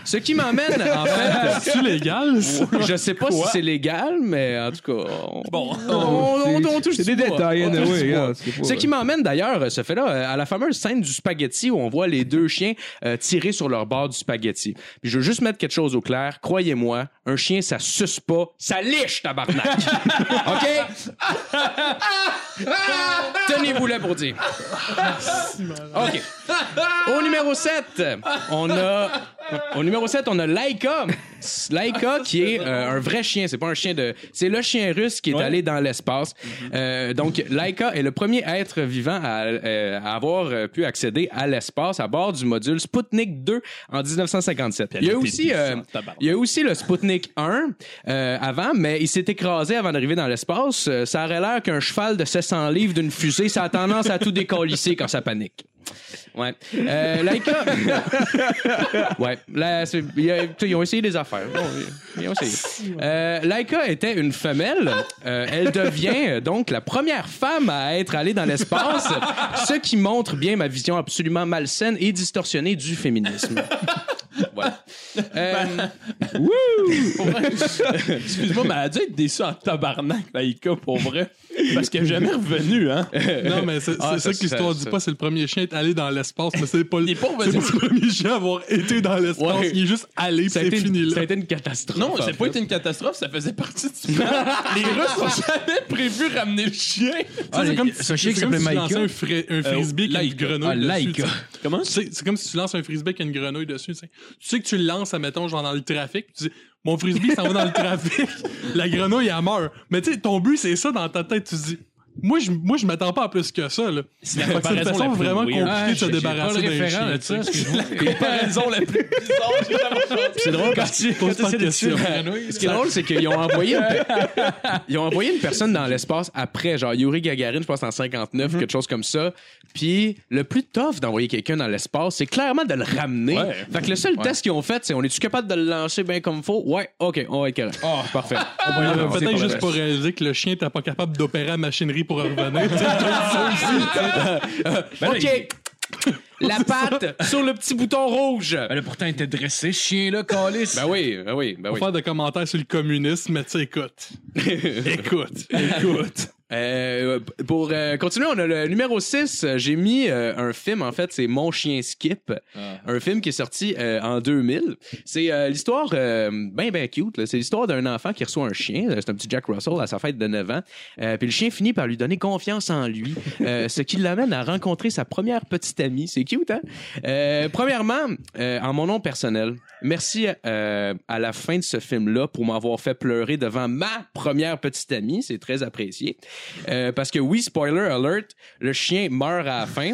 Ce qui m'emmène, en
*laughs*
fait... euh,
C'est légal. ça?
Je sais pas si c'est légal, mais en tout cas, on,
Bon.
on, Oh, on- on touche
C'est des
du bois.
détails,
On touche du
anyway,
bois.
regarde, c'est pas-
hein. Ce qui m'emmène d'ailleurs, euh, ce fait-là, euh, à la fameuse scène du spaghetti où on voit les deux chiens euh, tirer sur leur bord du spaghetti. Puis je veux juste mettre quelque chose au clair. Croyez-moi, un chien, ça suce pas, ça liche, tabarnak. *laughs* OK? *laughs* Tenez-vous là pour
*laughs*
dire. OK. Au numéro 7, on a au numéro 7, on a Laika. Laika qui est euh, un vrai chien, c'est pas un chien de c'est le chien russe qui est
Ouais.
allé dans l'espace. Euh, donc Laika est le premier être vivant à, euh, à avoir euh, pu accéder à l'espace à bord du module Sputnik 2 en 1957.
Puis elle
Il y a
était
aussi euh,
puissante, tabarnak.
il y a aussi le Sputnik 1 euh, avant, mais il s'est écrasé avant d'arriver dans l'espace. Euh, ça aurait l'air qu'un cheval de 700 livres d'une fusée, ça a tendance à tout décollisser quand ça panique. Ouais. Euh, Laika. ouais. Là, c'est- il y a- tu sais, ils ont essayé des affaires. Bon, ils- ils ont essayé. Euh, Laika était une femelle. Euh, elle devient euh, donc la première femme à être allée dans l'espace, ce qui montre bien ma vision absolument malsaine et distorsionnée du féminisme. Voilà. Euh,
Excuse-moi, mais elle a dû être déçue en tabarnak, Laïka, pour vrai. Parce qu'elle est jamais revenue, hein.
Non, mais c'est
Ah,
c'est
ça,
ça que l'histoire
ça,
dit
ça.
pas. C'est le premier chien à être allé dans l'espace, mais c'est pas le
Il est pas
c'est
revenu.
pas le premier chien à avoir été dans l'espace.
Ouais.
Il est juste allé, puis
ça, a
c'est
été
fini
une,
là.
ça a été une catastrophe.
Non,
en
c'est
fait.
pas été une catastrophe, ça faisait partie du plan. Les Russes ont jamais prévu ramener le chien.
Ah,
C'est
les-
comme
ce
si-
chien qui
c'est comme
s'appelait
si tu
Maïka.
lançais un, fri-
Euh,
un frisbee avec une grenouille
Ah,
dessus,
Laika.
tu sais.
Comment?
Tu sais, C'est comme si tu lances un frisbee avec une grenouille dessus. Tu sais, Tu sais que tu le lances, admettons, genre dans le trafic. puis Tu dis, mon frisbee s'en
*laughs*
va dans le trafic. La grenouille, elle meurt. Mais tu sais, ton but, c'est ça dans ta tête. Tu dis, moi, je, moi, je m'attends pas à plus que ça. là.
C'est la *coughs*
Fait que C'est une
comparaison
façon
la plus
vraiment
weird.
compliquée
Ah,
de
j'ai-
se
j'ai
débarrasser
pas le
d'un
référent
chien.
de
tu sais.
ça, excuse-moi.
comparaison la plus bizarre que j'ai jamais
C'est drôle parce que.
Pose pas de questions.
Ce qui est drôle, c'est qu'ils ont envoyé une... *laughs* pe- ils ont envoyé une personne dans l'espace après, genre Yuri Gagarin, je pense en 59, quelque chose comme ça. Puis le plus tough d'envoyer quelqu'un dans l'espace, c'est clairement de le ramener.
Ouais.
Fait que le seul test qu'ils ont fait, c'est on est-tu capable de le lancer bien comme faut Ouais, ok, on va être correct. parfait. On va y
Ah,
aller.
Peut-être juste pour réaliser que le chien t'es pas capable
Ben
d'opérer la machinerie pour revenir. tu sais.
ok. *laughs* la patte sur le petit bouton rouge.
Ben là, pourtant, il était dressé, ce chien-là,
*laughs*
calice.
Ben oui, ben oui, ben
Pas
oui.
faire de commentaires sur le communisme, mais tu sais, écoute. *laughs* écoute. Écoute.
Euh, pour euh, continuer, on a le numéro 6. J'ai mis euh, un film, en fait, c'est Mon chien Skip.
Ah.
Un film qui est sorti euh, en 2000. C'est euh, l'histoire, euh, ben, ben cute, là. c'est l'histoire d'un enfant qui reçoit un chien. Euh, C'est un petit Jack Russell à sa fête de 9 ans. Euh, Puis le chien finit par lui donner confiance en lui, euh, *laughs* ce qui l'amène à rencontrer sa première petite amie. C'est cute, hein? Euh, premièrement, euh, en mon nom personnel, merci euh, à la fin de ce film-là pour m'avoir fait pleurer devant ma première petite amie. C'est très apprécié. Euh, parce que oui, spoiler alert, le chien meurt à la *laughs* fin,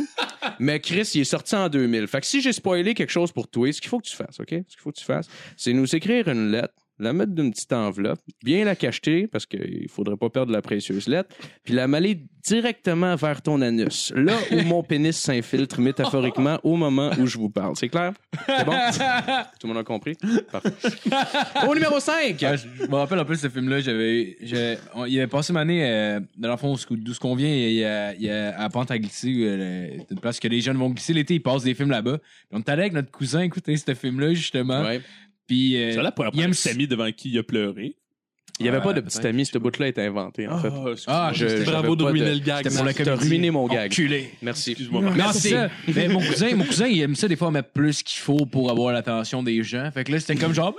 mais Chris, il est sorti en 2000. Fait que si j'ai spoilé quelque chose pour toi, ce qu'il faut que tu fasses, OK? Ce qu'il faut que tu fasses, c'est nous écrire une lettre, la mettre d'une petite enveloppe, bien la cacheter, parce qu'il faudrait pas perdre la précieuse lettre, puis la maler directement vers ton anus, là *laughs* où mon pénis s'infiltre métaphoriquement au moment où je vous parle. C'est clair? C'est *laughs* bon? Tout le monde a compris? Parfait. Au numéro
Ben,
5!
Ah, je je me rappelle un peu ce film-là. J'avais, j'avais- on- il avait passé une année, euh, dans le fond, où- d'où ce qu'on vient, il y a, il y a- à Pente à glisser, euh, c'est une place que les jeunes vont glisser l'été, ils passent des films là-bas. Puis on est allé avec notre cousin écouter ce film-là, justement.
Ouais.
Puis, euh,
C'est la première
il aime
petite amie devant qui il a pleuré.
Il n'y avait
Ouais,
pas de petit ami, ce bout-là est inventé, en fait.
Ah, je-
Je- j'avais
Bravo de
pas
ruiner le gag.
C'était pour la
Max.
T'as
comédie.
ruiné mon gag.
Enculé.
Merci.
Excuse-moi. Marc.
Non, c'est ça. Mais mon cousin, mon cousin, il aime ça des fois mettre plus qu'il faut pour avoir l'attention des gens. Fait que là, c'était comme genre.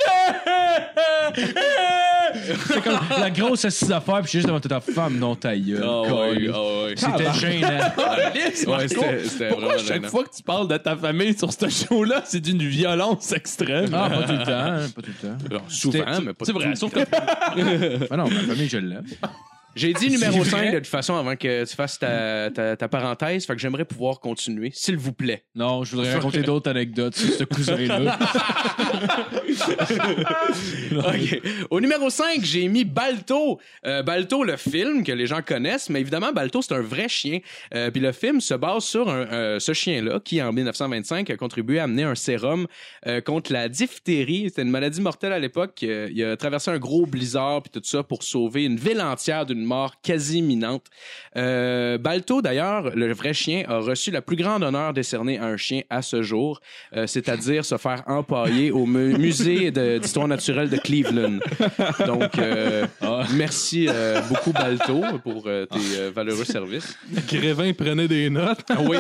c'était comme la grosse assise d'affaires, puis je suis juste devant toute ta femme, non ta gueule.
Ah
Colin. C'était gênant.
Oh, Ouais, c'était- c'était
Pourquoi
vraiment
chaque
gênant.
fois que tu parles de ta famille sur ce show-là, c'est d'une
*laughs*
violence extrême?
Ah, pas tout le temps, hein, pas tout le temps.
Alors, souvent, mais pas
c'est
tout
vrai,
le
sauf
temps.
que
Ah non, ma famille, je l'aime.
J'ai dit numéro
C'est
5
vrai?
de toute façon avant que tu fasses ta, ta, ta parenthèse, fait que j'aimerais pouvoir continuer, s'il vous plaît.
Non, je voudrais raconter d'autres anecdotes sur ce
*laughs*
cousin-là.
OK. Au numéro 5, j'ai mis Balto. Euh, Balto, le film que les gens connaissent, mais évidemment, Balto, c'est un vrai chien. Euh, Puis le film se base sur un, euh, ce chien-là qui, en 1925, a contribué à amener un sérum euh, contre la diphtérie. C'était une maladie mortelle à l'époque. Euh, il a traversé un gros blizzard puis tout ça pour sauver une ville entière d'une mort quasi imminente. Euh, Balto, d'ailleurs, le vrai chien, a reçu la plus grande honneur décernée à un chien à ce jour, euh, c'est-à-dire se faire empailler au mu- *laughs* musée de- d'histoire naturelle de Cleveland. Donc, euh, merci euh, beaucoup, Balto, pour euh, tes euh, valeureux services.
Grévin prenait des notes.
Oui.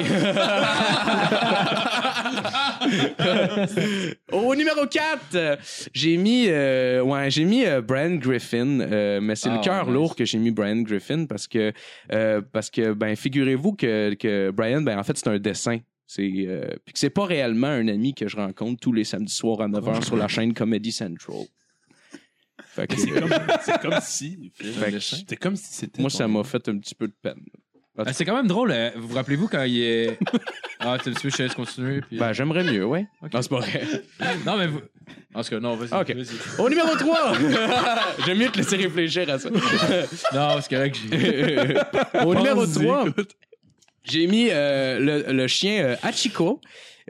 Au numéro 4, j'ai mis, euh, ouais, j'ai mis euh, Brian Griffin, euh, mais c'est
Ah,
le cœur
nice.
lourd que j'ai mis Brian Griffin parce que, euh, parce que ben, figurez-vous que, que Brian, ben, en fait, c'est un dessin. C'est, euh, puis que c'est pas réellement un ami que je rencontre tous les samedis soirs à 9h sur la chaîne Comedy Central. Fait que, euh,
c'est comme si.
Fait que-
C'était comme si c'était.
moi, ça m'a fait un petit peu de peine.
Ah, C'est quand même drôle. euh, Vous vous rappelez-vous quand il est. Ah, tu le suis, je te laisse continuer. Puis...
Ben, j'aimerais mieux, ouais. Non, c'est pas vrai.
Non, mais vous. En tout cas, non, vas-y.
Ok.
vas-y.
Au numéro 3! *laughs* J'aime mieux te laisser réfléchir à ça.
Non, c'est correct. j'ai-
Au numéro
Pense-y,
3, j'ai mis euh, le, le chien euh, Hachiko.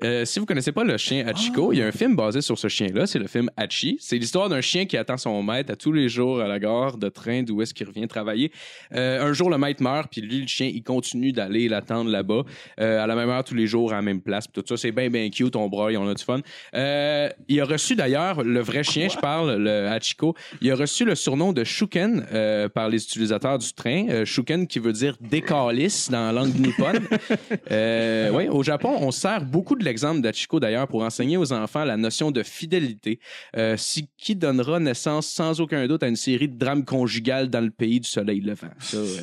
Euh, si vous connaissez pas le chien Hachiko, il y a un film basé sur ce chien-là, c'est le film Hachi. C'est l'histoire d'un chien qui attend son maître à tous les jours à la gare de train d'où est-ce qu'il revient travailler. Euh, un jour, le maître meurt, puis lui, le chien, il continue d'aller l'attendre là-bas, euh, à la même heure tous les jours, à la même place. puis Tout ça, c'est bien, bien cute, on broille, on a du fun. Euh, il a reçu d'ailleurs, le vrai chien, je parle, le Hachiko, il a reçu le surnom de Shuken euh, par les utilisateurs du train. Euh, Shuken qui veut dire décalice dans la langue nippone. Euh, oui, au Japon, on sert beaucoup de l'exemple d'Hachiko d'ailleurs pour enseigner aux enfants la notion de fidélité, euh, ce qui donnera naissance sans aucun doute à une série de drames conjugales dans le pays du soleil levant. Ça, euh,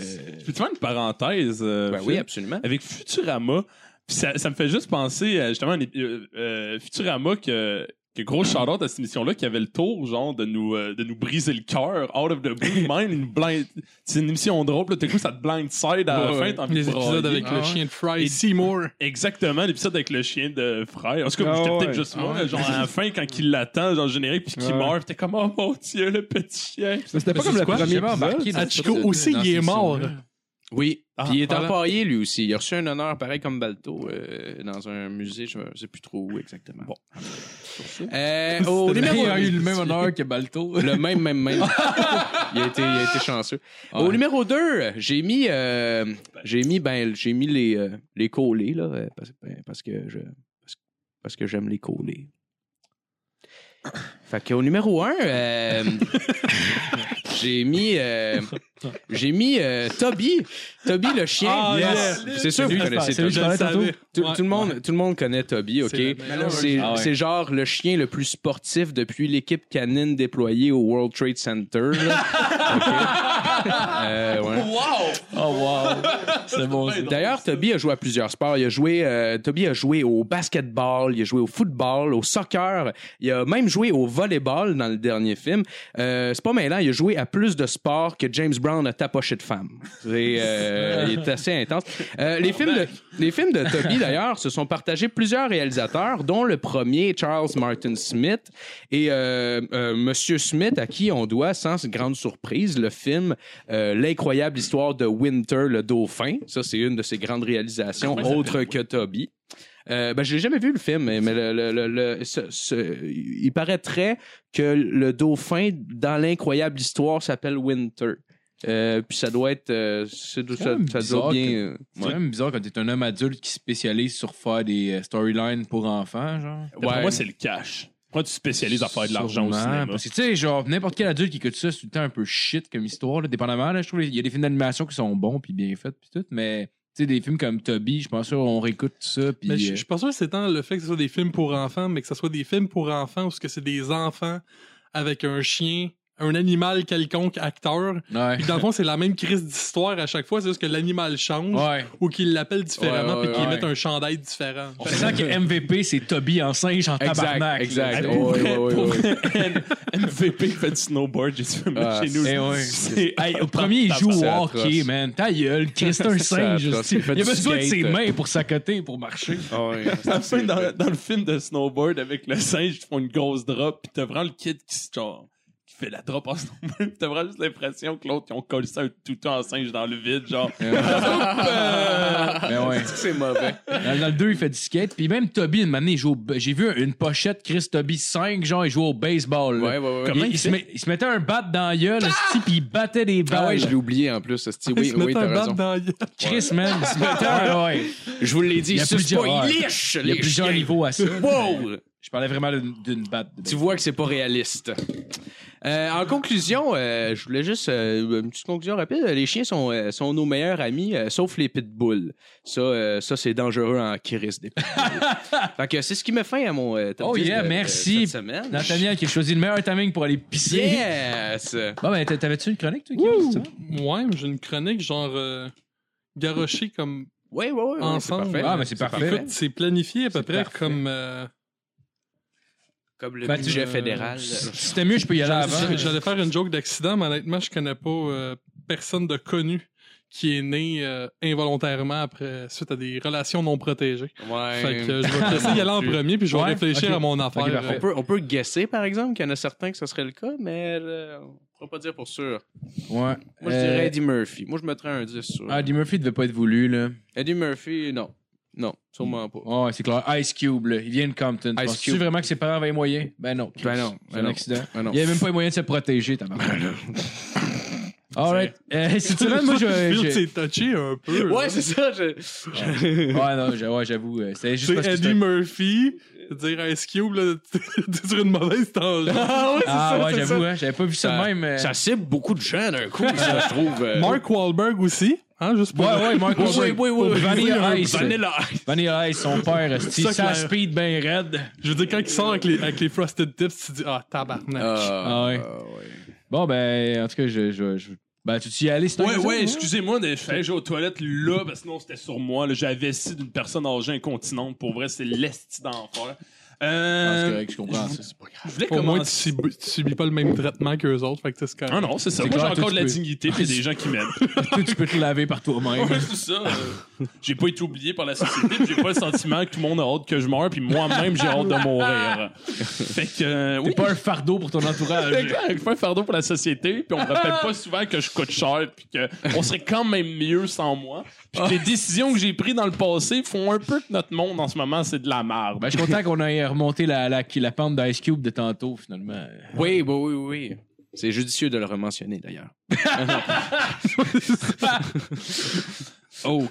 Peux-tu faire une parenthèse? euh,
ben
Phil?
oui, absolument.
Avec Futurama, puis ça, ça me fait juste penser à justement un épi- euh, euh, Futurama que. Que gros shout-out à cette émission-là qui avait le tour, genre, de nous, euh, de nous briser le cœur, out of the blue, même une blind. C'est une émission drôle, là, tout à coup, ça te blindside à la
Ouais,
fin,
ouais.
t'as envie de
Les épisodes
brailler.
avec
Ah
le
ouais.
chien
Et-
de Fry. Seymour.
Exactement, l'épisode avec le chien de frère. En tout cas,
Ah
c'était
ouais.
peut-être juste moi,
Ah ouais.
genre à la fin, quand il l'attend, genre le générique, puis qu'il
Ouais.
meurt, t'es comme, oh mon dieu, le petit chien.
Mais C'était pas
Mais
comme
c'est
le
quoi?
premier
J'ai pas
épisode.
embarqué dans
Hachiko
cette-
aussi,
dans
il est
cette
mort.
histoire-là.
Oui,
Ah,
puis il est
voilà.
empaillé lui aussi. Il a reçu un honneur pareil comme Balto euh, dans un musée, je ne sais plus trop où exactement. Bon. Euh, au
Il
numéro
a eu le même honneur que Balto.
*laughs* Le même, même, même. il, a été, il a été chanceux. Au numéro 2, j'ai mis, euh, j'ai mis, ben, j'ai mis les, euh, les collés, là, euh, parce, ben, parce que je, parce, parce que j'aime les collés. Fait qu'au numéro 1, j'ai mis, euh, j'ai mis euh, Toby, Toby le chien.
Ah,
Yes.
yes.
C'est sûr que vous connaissez
celui
Toby.
que je parlais tantôt.
Tout,
Ouais.
tout le monde, tout le monde connaît Toby, OK?
C'est le meilleur.
C'est
Ah ouais.
c'est genre le chien le plus sportif depuis l'équipe canine déployée au World Trade Center. là. OK? Euh, ouais.
Oh, *laughs* wow. C'est bon. ça.
D'ailleurs, Toby a joué à plusieurs sports. Il a joué, euh, Toby a joué au basketball, il a joué au football, au soccer. Il a même joué au volleyball dans le dernier film. Euh, c'est pas mêlant, il a joué à plus de sports que James Brown a tapoché de femmes. C'est,
*laughs*
euh, il est assez intense. Euh, les, films de, les films de Toby, d'ailleurs, se sont partagés plusieurs réalisateurs, dont le premier, Charles Martin Smith, et euh, euh, Monsieur Smith, à qui on doit, sans grande surprise, le film euh, L'incroyable histoire de Winter le dauphin. Ça, c'est une de ses grandes réalisations, autre que Toby. Euh, ben, je l'ai jamais vu le film, mais mais le, le- le- le- ce- ce- il paraîtrait que le dauphin dans l'incroyable histoire s'appelle Winter. Euh, puis ça doit être, euh, c'est-
C'est
ça,
quand même
ça doit
bizarre
bien.
que-
euh,
C'est quand même bizarre quand t'es un homme adulte qui spécialise sur faire des euh, storylines pour enfants, genre.
D'après
ouais.
moi, c'est le cash. Pourquoi tu spécialises à faire de l'argent au
Sûrement,
cinéma?
Parce que, tu sais, genre, n'importe quel adulte qui écoute ça, c'est tout le temps un peu shit comme histoire, là, dépendamment. Là, je trouve il y a des films d'animation qui sont bons puis bien faits puis tout, mais, tu sais, des films comme Toby, je pense qu'on réécoute tout ça puis.
Mais je
euh,
je suis pas sûr que c'est tant le fait que ce soit des films pour enfants, mais que ce soit des films pour enfants ou ce que c'est des enfants avec un chien, un animal quelconque acteur.
*laughs* Ouais.
Puis dans le fond, c'est la même crise d'histoire à chaque fois, c'est juste que l'animal change
Ouais.
ou qu'il l'appelle différemment
Ouais, ouais,
puis qu'il
ouais.
mette un chandail différent.
On sent que MVP, c'est Toby en singe en tabarnak.
exact.
là.
Ouais, ouais, ouais, ouais.
MVP fait du snowboard, j'ai fait
Ah,
chez nous.
Eh ouais.
C'est-
Hey, au premier, il joue au
C'est
hockey,
atroce.
man. Ta gueule, Chris, c'est un
C'est
singe.
atroce.
hostie.
Il fait
Il a
du
besoin de ses
skate.
mains pour s'accoter, pour marcher.
Ah
*laughs*
ouais,
À la fin,
c'est-
dans, dans le film de snowboard avec le singe, ils font une grosse drop, puis t'as vraiment le kid qui se genre qui fait la drop en snowboard, *laughs* pis t'as vraiment juste l'impression que l'autre, ils ont collé ça un tout en singe dans le vide, genre.
Mais Ben ouais.
c'est mauvais.
Dans, dans le 2, il fait du skate. Puis même Toby, une manée, il joue au ba- J'ai vu une pochette Chris Toby 5, genre, il jouait au baseball. là.
Ouais, ouais, ouais.
Il, il se met- il se mettait un bat dans la gueule, hostie, puis il battait des balles.
Ah ouais, je l'ai oublié en plus, hostie. Oui,
Il se
oui,
met un
t'as
bat
raison.
dans la gueule.
*laughs* Chris, man, il se mettait un. Ouais.
Je vous l'ai dit,
Il y a
il suce
plusieurs-
pas,
ouais.
il liche.
Il y a
les
plusieurs
chiens.
niveaux à ça.
Wow!
Je parlais vraiment d'une d'une batte. de
Tu vois que c'est pas réaliste. Euh, en conclusion, euh, je voulais juste euh, une petite conclusion rapide. Les chiens sont, euh, sont nos meilleurs amis, euh, sauf les pitbulls. Ça, euh, ça c'est dangereux en crise des pitbulls.
*laughs*
fait que c'est ce qui me fait à mon euh, top
Oh
10
yeah,
de- de
merci.
cette semaine.
Nathaniel qui a choisi le meilleur timing pour aller pisser.
Yes!
Bon, ben, t'a- t'avais-tu une chronique, toi, Kim? c'est ça?
Ouais, mais j'ai une chronique genre euh, garochée comme.
Oui, oui, oui.
Ensemble.
Ben,
Ah, mais c'est parfait.
Écoute, c'est planifié à peu
C'est
près
parfait.
comme. euh,
Comme le
Fait-
budget
euh,
fédéral.
Si c'était mieux, je peux y aller avant.
J'allais- J'allais faire une joke d'accident, mais honnêtement, je connais pas euh, personne de connu qui est né euh, involontairement après suite à des relations non protégées.
Ouais.
Fait que euh, je vais te laisser y
*laughs*
aller en premier, puis je vais
Ouais,
réfléchir
ok.
à mon affaire.
Ok,
On
*laughs*
parfait.
euh,
peut, on peut guesser, par exemple, qu'il y en a certains que ce serait le cas, mais euh, on ne pourra pas dire pour sûr. Moi,
Ouais.
je
Euh,
dirais Eddie Murphy. Moi, je mettrais un 10 sur.
Ah, Eddie Murphy devait pas être voulu, là.
Eddie Murphy, non. Non, sûrement pas.
Ouais, ouais, c'est clair. Ice Cube, là. Il vient de Compton.
Ice
Penses-tu
Cube.
vraiment que ses parents avaient les moyens? Ben non. Chris.
Ben non,
C'est
ben
un
non.
accident.
Ben non.
Il n'y avait même pas les moyens de se protéger, t'as *laughs* Alright. Euh, si tu veux, moi, je.
Phil,
je-
t'es touché un peu. là.
Ouais, c'est ça. je-
Ouais, non, je- ouais, j'avoue. euh, C'était juste
C'est
parce que.
Eddie
c'était-
Murphy, dire Ice Cube, là, t'es sur une mauvaise tangente. Ah ouais,
Ah, ouais, j'avoue, hein. J'avais pas vu ça,
Ça-
de même. euh.
Ça cible beaucoup de gens d'un coup, ça, je trouve. euh.
Mark Wahlberg aussi, hein, juste
Ouais,
pour...
ouais, Mark
Oui,
Wahlberg.
oui, oui, oui, oui.
Vanilla Ice.
Vanilla Ice.
Vanilla Ice, son père, esti,
Ça,
ça
clair.
speed bien raide.
Je veux dire, quand il sort avec les, avec les Frosted Tips, tu dis « Ah, tabarnak!
Euh,
Ah ouais.
ah ouais.
Bon, ben, en tout cas, je. je, je- Ben, tu tu y allais, c'est hein?
Ouais, ouais, excusez-moi, mais je suis allé aux toilettes là, parce que sinon c'était sur moi. là. J'avais assis d'une personne âgée incontinente. Pour vrai, c'est l'esti d'enfer.
C'est
Euh,
correct, je comprends ça.
je voulais
Au moins, tu,
commencer.
subis- tu subis pas le même traitement qu'eux autres, fait que tu sais, c'est correct.
Ah non, c'est ça.
C'est
Moi, j'ai
clair, toi,
encore de
tu
la
peux.
dignité, puis il y a des gens qui m'aiment.
Toi, tu peux te laver par toi-même.
Ouais, c'est ça. euh, j'ai pas été oublié par la société, puis j'ai pas le sentiment que tout le monde a hâte que je meure, puis moi-même j'ai hâte de mourir. Fait que euh,
T'es
oui,
pas un fardeau pour ton entourage.
c'est clair, je fais un fardeau pour la société, puis on me rappelle pas souvent que je coûte cher, puis que on serait quand même mieux sans moi. Puis que les décisions que j'ai prises dans le passé font un peu que notre monde en ce moment c'est de la merde.
Ben, je suis content qu'on ait remonter la, la, la pente d'Ice Cube de tantôt, finalement.
Oui, oui, oui, oui. C'est judicieux de le rementionner d'ailleurs.
OK.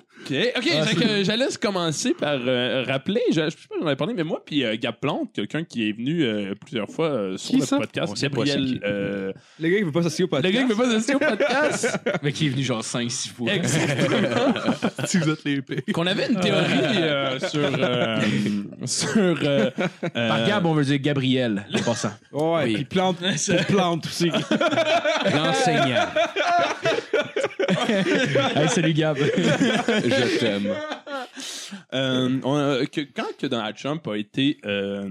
OK, fait que je laisse commencer par euh, rappeler, je, je sais pas si j'en avais parlé, mais moi, puis euh, Gab Plante, quelqu'un qui est venu euh, plusieurs fois euh, sur
Qui
le
ça?
podcast,
On sait pas c'est
Gabriel.
qui.
euh,
Le gars, il veut pas s'assier au
le
podcast.
gars qui veut pas assister au podcast.
*laughs* Mais qui est venu genre 5-6 fois.
*laughs*
si vous êtes les pires.
Qu'on avait une théorie *laughs* euh, sur. euh, sur. euh,
Par
euh,
Gab, on veut dire Gabriel, en passant.
Ouais,
Oui.
puis plante, pour
*laughs*
plante
*laughs*
aussi.
L'enseignant,
hey, salut Gab.
je t'aime.
Euh, on a- que- quand que Donald Trump a été euh,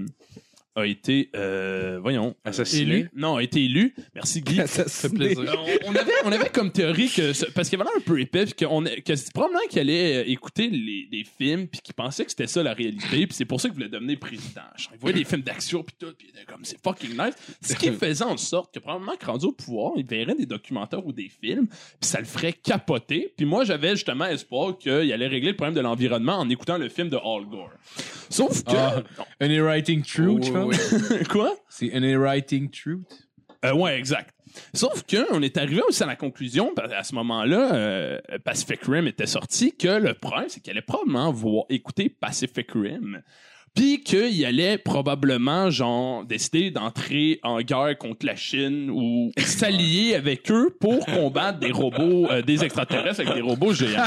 a été euh, voyons
Assassiné.
élu. non a été élu merci
*laughs*
Guy
Ça se fait
plaisir.
Euh, on, on avait, on avait comme théorie que ce- parce qu'il y avait l'air un peu épais puis qu'on que c'est probablement qu'il allait euh, écouter les, les films puis qu'il pensait que c'était ça la réalité puis c'est pour ça qu'il voulait devenir président Genre, il voyait des films d'action puis tout puis il était comme c'est fucking nice ce qui faisait en sorte que probablement que rendu au pouvoir il verrait des documentaires ou des films puis ça le ferait capoter puis moi j'avais justement espoir qu'il allait régler le problème de l'environnement en écoutant le film de Al Gore sauf que
Ah. An writing truth, je pense.
*laughs* quoi
C'est an writing truth.
euh, ouais, exact. Sauf qu'on est arrivé aussi à la conclusion, parce- à ce moment-là, euh, Pacific Rim était sorti, que le problème, c'est qu'elle allait probablement voir, écouter Pacific Rim, puis qu'il allait probablement, genre, décider d'entrer en guerre contre la Chine ou s'allier avec eux pour combattre des robots, euh, des extraterrestres avec des robots géants.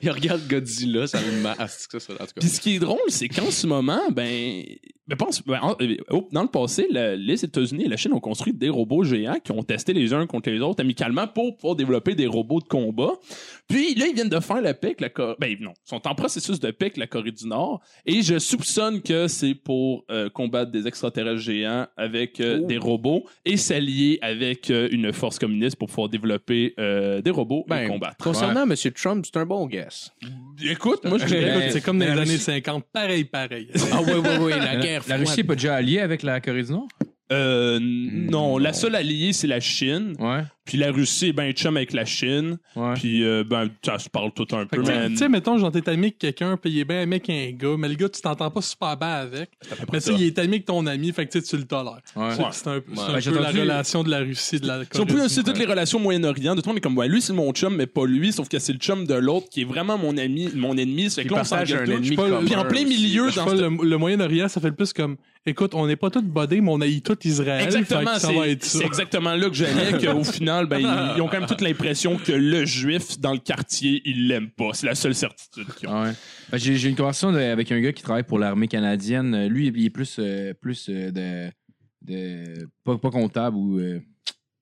Il regarde Godzilla, ça me masque, ça, ça, en tout cas.
Puis ce qui est drôle, c'est qu'en ce moment, ben, ben, pense, ben, en- euh, oh, dans le passé, le- les États-Unis et la Chine ont construit des robots géants qui ont testé les uns contre les autres amicalement pour pouvoir développer des robots de combat. Puis là, ils viennent de faire la paix avec la Corée. Ben non, ils sont en processus de paix avec la Corée du Nord. Et je soupçonne que c'est pour euh, combattre des extraterrestres géants avec euh,
Oh.
des robots et s'allier avec euh, une force communiste pour pouvoir développer euh, des robots et
Ben,
combattre.
Concernant M. Trump, c'est un bon guess.
Écoute, *laughs* moi je dirais-
Écoute, C'est comme dans
La
les
Russie-
années 50, pareil, pareil.
Ah oui, oui, oui, la guerre
La
froide.
Russie n'est pas déjà alliée avec la Corée du Nord?
Euh,
Hmm.
n- non, la seule alliée, c'est la Chine.
Ouais.
Puis la Russie est ben chum avec la Chine.
Ouais.
Puis, euh, ben, ça se parle tout un peu,
Tu sais-
man.
tu sais, mettons, genre, t'es ami avec quelqu'un, puis il est bien ami avec un gars, mais le gars, tu t'entends pas super bien avec. Mais tu sais,
ça.
il est ami avec ton ami, fait que tu sais, tu le tolères.
Ouais.
C'est- C'est un, c'est un
Ouais, j'ai
peu la
entendu-
relation de la Russie, de la
Surtout,
Corée.
c'est toutes les relations au Moyen-Orient. De tout le monde est comme, ouais, lui, c'est mon chum, mais pas lui. Sauf que c'est le chum de l'autre qui est vraiment mon ami, mon ennemi. C'est
Qui
qu'on
partage
s'engueule
un
tout.
ennemi
Je suis pas-
commun
Puis en plein
aussi.
milieu,
Je sais
dans
pas,
cette-
le, le Moyen-Orient, ça fait le plus comme écoute, on n'est pas tous bodés, mais on haït tout Israël. fait
Exactement,
que ça va
c'est
être ça.
c'est exactement là que j'allais, qu'au final, ben, ils, ils ont quand même toute l'impression que le juif dans le quartier, il l'aime pas. C'est la seule certitude qu'ils ont.
Ouais. Ben, J'ai j'ai une conversation de- avec un gars qui travaille pour l'armée canadienne. Euh, Lui, il est plus, euh, plus euh, de, de- pas, pas comptable ou. euh,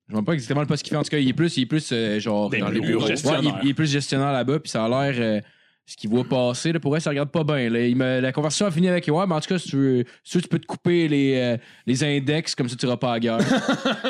je ne sais pas exactement le poste qu'il fait. En tout cas, il est plus, il est plus euh, genre.
Des
Ben,
dans les
bureaux,
bureaux.
gestionnaire.
Ouais, il, il est plus gestionnaire là-bas, puis ça a l'air. euh, ce qu'il voit passer, là, pour elle, ça regarde pas bien. là. Il me- La conversation a fini avec Ouais, mais en tout cas, si tu veux, si tu veux, tu peux te couper les, euh, les index, comme ça tu iras pas à
*laughs*
la guerre.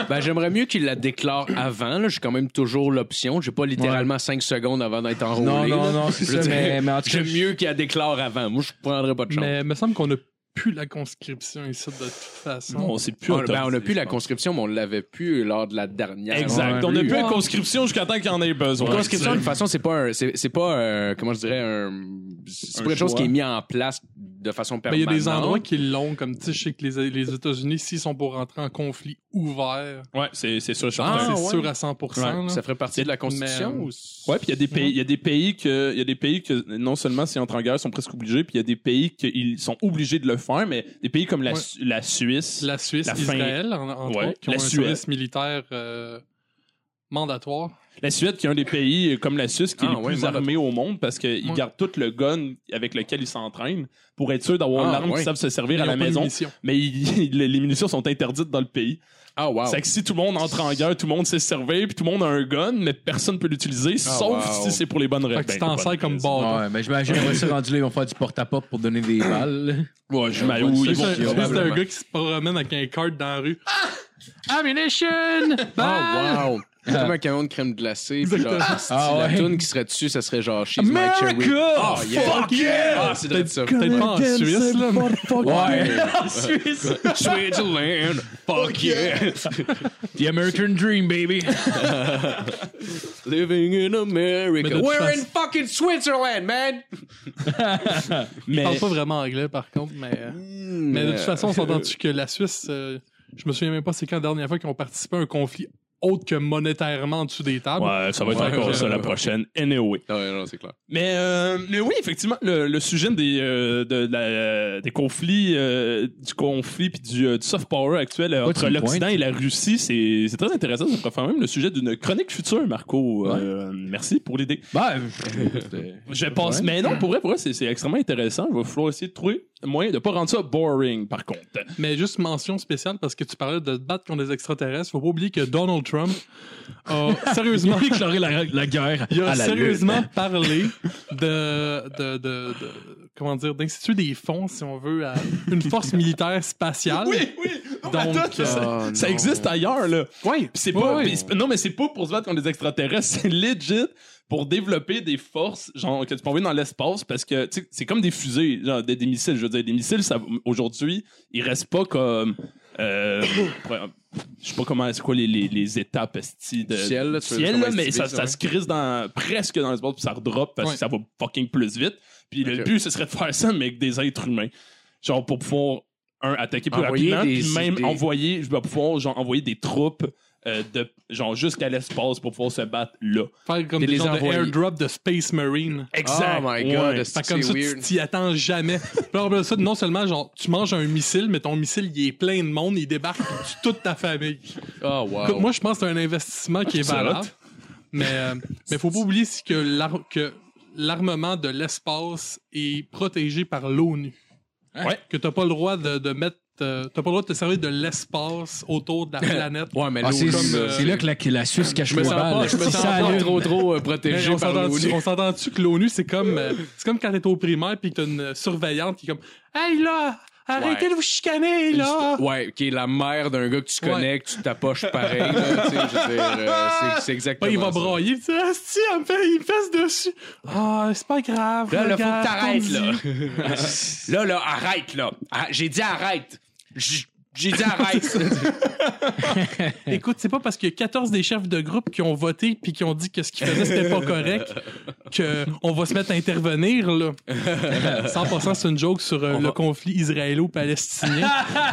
Ben, j'aimerais mieux qu'il la déclare avant. là. J'ai quand même toujours l'option. J'ai pas littéralement 5 secondes avant d'être enrôlé.
non, non,
là.
non, c'est
Je veux
ça.
dire,
Mais, mais en tout cas,
J'aime mieux qu'il la déclare avant. Moi, je prendrais pas de chance.
Mais il me semble qu'on n'a plus la conscription ici de toute façon.
Non, c'est plus
On, ben,
autorisé,
on a plus
je
la
pense.
conscription, mais on l'avait plus lors de la dernière.
Ouais.
Exact. On a plus la
Ouais.
conscription jusqu'à temps qu'il y en ait besoin.
La conscription, de toute façon, c'est pas un, c'est, c'est pas un- comment je dirais, un, c'est
Un
pas quelque chose
choix.
qui est mis en place de façon
Mais Ben, il y
permanente.
a des endroits qui l'ont, comme tu sais, je sais que les, les États-Unis, s'ils sont pour rentrer en conflit ouvert,
Ouais, c'est c'est ça, je
Ah,
pense.
c'est
ouais.
sûr à 100%. là.
ça ferait partie de la constitution.
Mais, euh,
ou-
Ouais, puis il y a des pays, il y a des pays que, il y a des pays que non seulement s'ils entrent en guerre, ils sont presque obligés, puis il y a des pays qu'ils sont obligés de le faire, mais des pays comme la,
Ouais.
Su- la Suisse.
La Suisse,
La fin-
Israël, en, entre
Ouais.
autres, qui ont
La
un
Suède.
service militaire euh, mandatoire.
La Suède, qui est un des pays euh, comme la Suisse qui est
Ah,
le
ouais,
plus
voilà.
armé au monde parce qu'ils
Ouais.
gardent tout le gun avec lequel ils s'entraînent pour être sûr d'avoir
Ah,
l'arme
ouais.
qu'ils savent se servir à
Ils
la
ont pas de
maison.
munitions.
Mais ils- *laughs* les les munitions sont interdites dans le pays.
euh,
Ah, wow.
C'est que si tout le monde entre en guerre, tout le monde sait se servir, puis tout le monde a un gun, mais personne peut l'utiliser, sauf
wow.
si c'est pour les bonnes raisons.
Fait que tu t'en
Ah, Ben,
sers
bonnes
comme
raisons.
bord.
ouais, ben, j'imagine qu'on va se rendre là, ils vont faire du porte-à-porte pour donner des balles.
Ouais, je
Ouais,
m'avoue,
c'est
ils
C'est
vont-
un-
qui ont-
c'est un gars qui se promène avec un cart dans la rue.
Ammunition!
Ah, wow. *laughs* C'est comme un camion de crème glacée. puis genre,
Exactement.
si
Ah,
La
ouais.
toune qui serait dessus, ça serait genre She's
America!
My Cherry. Oh, yeah!
Fuck yeah!
Ah, c'est de ça.
Peut-être pas en Suisse, là. mais-
Ouais, en Suisse.
Switzerland! Fuck yeah!
The American Dream, baby.
Living in
Mais
America.
de toute
We're in
façon-
fucking Switzerland, man!
Je
Mais
parle pas vraiment anglais, par contre, mais. euh, Mais de toute façon,
euh,
on s'entend-tu que la Suisse, euh, je me souviens même pas c'est quand la dernière fois qu'ils ont participé à un conflit autre que monétairement en dessous des tables.
ouais, ça va être
Ouais.
encore ça la prochaine. Anyway.
Ouais, non, c'est clair.
Mais, euh, mais oui, effectivement, le, le sujet des, euh, de la- des conflits, euh, du conflit puis du, euh, du soft power actuel euh,
Ouais, tu
entre
me
l'Occident et la Russie, c'est c'est très intéressant. Ça pourrait faire même le sujet d'une chronique future, Marco. Euh, merci pour l'idée.
Bah,
Je pense,
Ouais.
mais non, pour vrai, pour vrai, c'est c'est extrêmement intéressant. Il va falloir essayer de trouver un moyen de pas rendre ça boring, par contre.
Mais juste mention spéciale parce que tu parlais de te battre contre des extraterrestres. Faut pas oublier que Donald Trump a sérieusement,
déclarer la, la guerre
il a
à la
sérieusement parlé de, de, de, de- comment dire, d'instituer des fonds, si on veut, à une force militaire spatiale.
oui.
Donc,
Donc,
euh,
ça,
Oh,
ça
non.
existe ailleurs, là.
Oui.
Puis c'est pas,
Ouais, ouais.
puis c'est- non, mais c'est pas pour se battre contre des extraterrestres, *laughs* c'est legit pour développer des forces genre que tu peux envoyer dans l'espace parce que tu sais, c'est comme des fusées, genre des, des missiles. Je veux dire, des missiles, ça, aujourd'hui, ils restent pas comme. euh, *coughs* je sais pas comment, c'est quoi les, les, les étapes esti, de,
Du ciel, là, tu veux-
ciel, là,
comment
mais
estimer
ça,
ça,
ça
ouais.
se crise dans, presque dans l'espace puis ça redrop parce
Ouais.
que ça va fucking plus vite. Puis le
Ok.
but, ce serait de faire ça, mais avec des êtres humains. Genre pour pouvoir, un, attaquer plus
Envoyer
rapidement,
des
puis même
idées.
envoyer, je vais pouvoir genre, envoyer des troupes euh, de, genre jusqu'à l'espace pour pouvoir se battre là.
Faire comme
Des
des
les
genres de
envoyer.
airdrop de Space Marine.
Exact.
Oh my god,
Ouais.
est-ce
Fait
que
que comme
c'est
ça, tu
weird.
t'y attends jamais. Puis après ça, non seulement, genre, tu manges un missile, mais ton missile, il est plein de monde, il débarque sur toute ta famille.
Oh,
Écoute,
wow.
Moi, je pense que c'est un investissement qui est
C'est
valable.
hot.
Mais euh, mais faut pas oublier c'est que l'ar- que l'armement de l'espace est protégé par l'ONU.
Ouais.
Que t'as pas le droit de, de mettre. euh, T'as pas le droit de te servir de l'espace
*laughs*
autour de la planète.
Ouais, mais
Ah,
l'eau,
c'est
comme,
euh,
c'est là que la, que la Suisse cache
Je me
le
sens
bal.
pas, je me
Si
sens
ça
pas
allume.
trop trop euh,
Mais
protégé
on
par
s'entend-tu
l'ONU.
on s'entend-tu que l'ONU, c'est comme, euh, c'est comme quand t'es au primaire puis que t'as une euh, surveillante qui est comme Hey là, arrêtez
Ouais. euh,
de vous chicaner là!
Ouais, qui est la mère d'un gars que tu connais, que tu t'approches pareil. là, tu sais, je veux dire, euh, c'est- c'est exactement.
Ben, il va
ça.
brailler, il dit Ah, si, elle me fait, il me fesse dessus. Ah, c'est pas grave.
Là, là, faut que
regarde,
t'arrêtes,
tourne-y.
là. *laughs* là, là, arrête, là. Ah, J'ai dit arrête. J- J'ai dit *laughs* arrête.
Écoute, c'est pas parce qu'il y a 14 des chefs de groupe qui ont voté puis qui ont dit que ce qu'ils faisaient c'était
*laughs*
pas correct que on va se mettre à intervenir là. 100% c'est une joke sur euh, le conflit
*laughs*
israélo-palestinien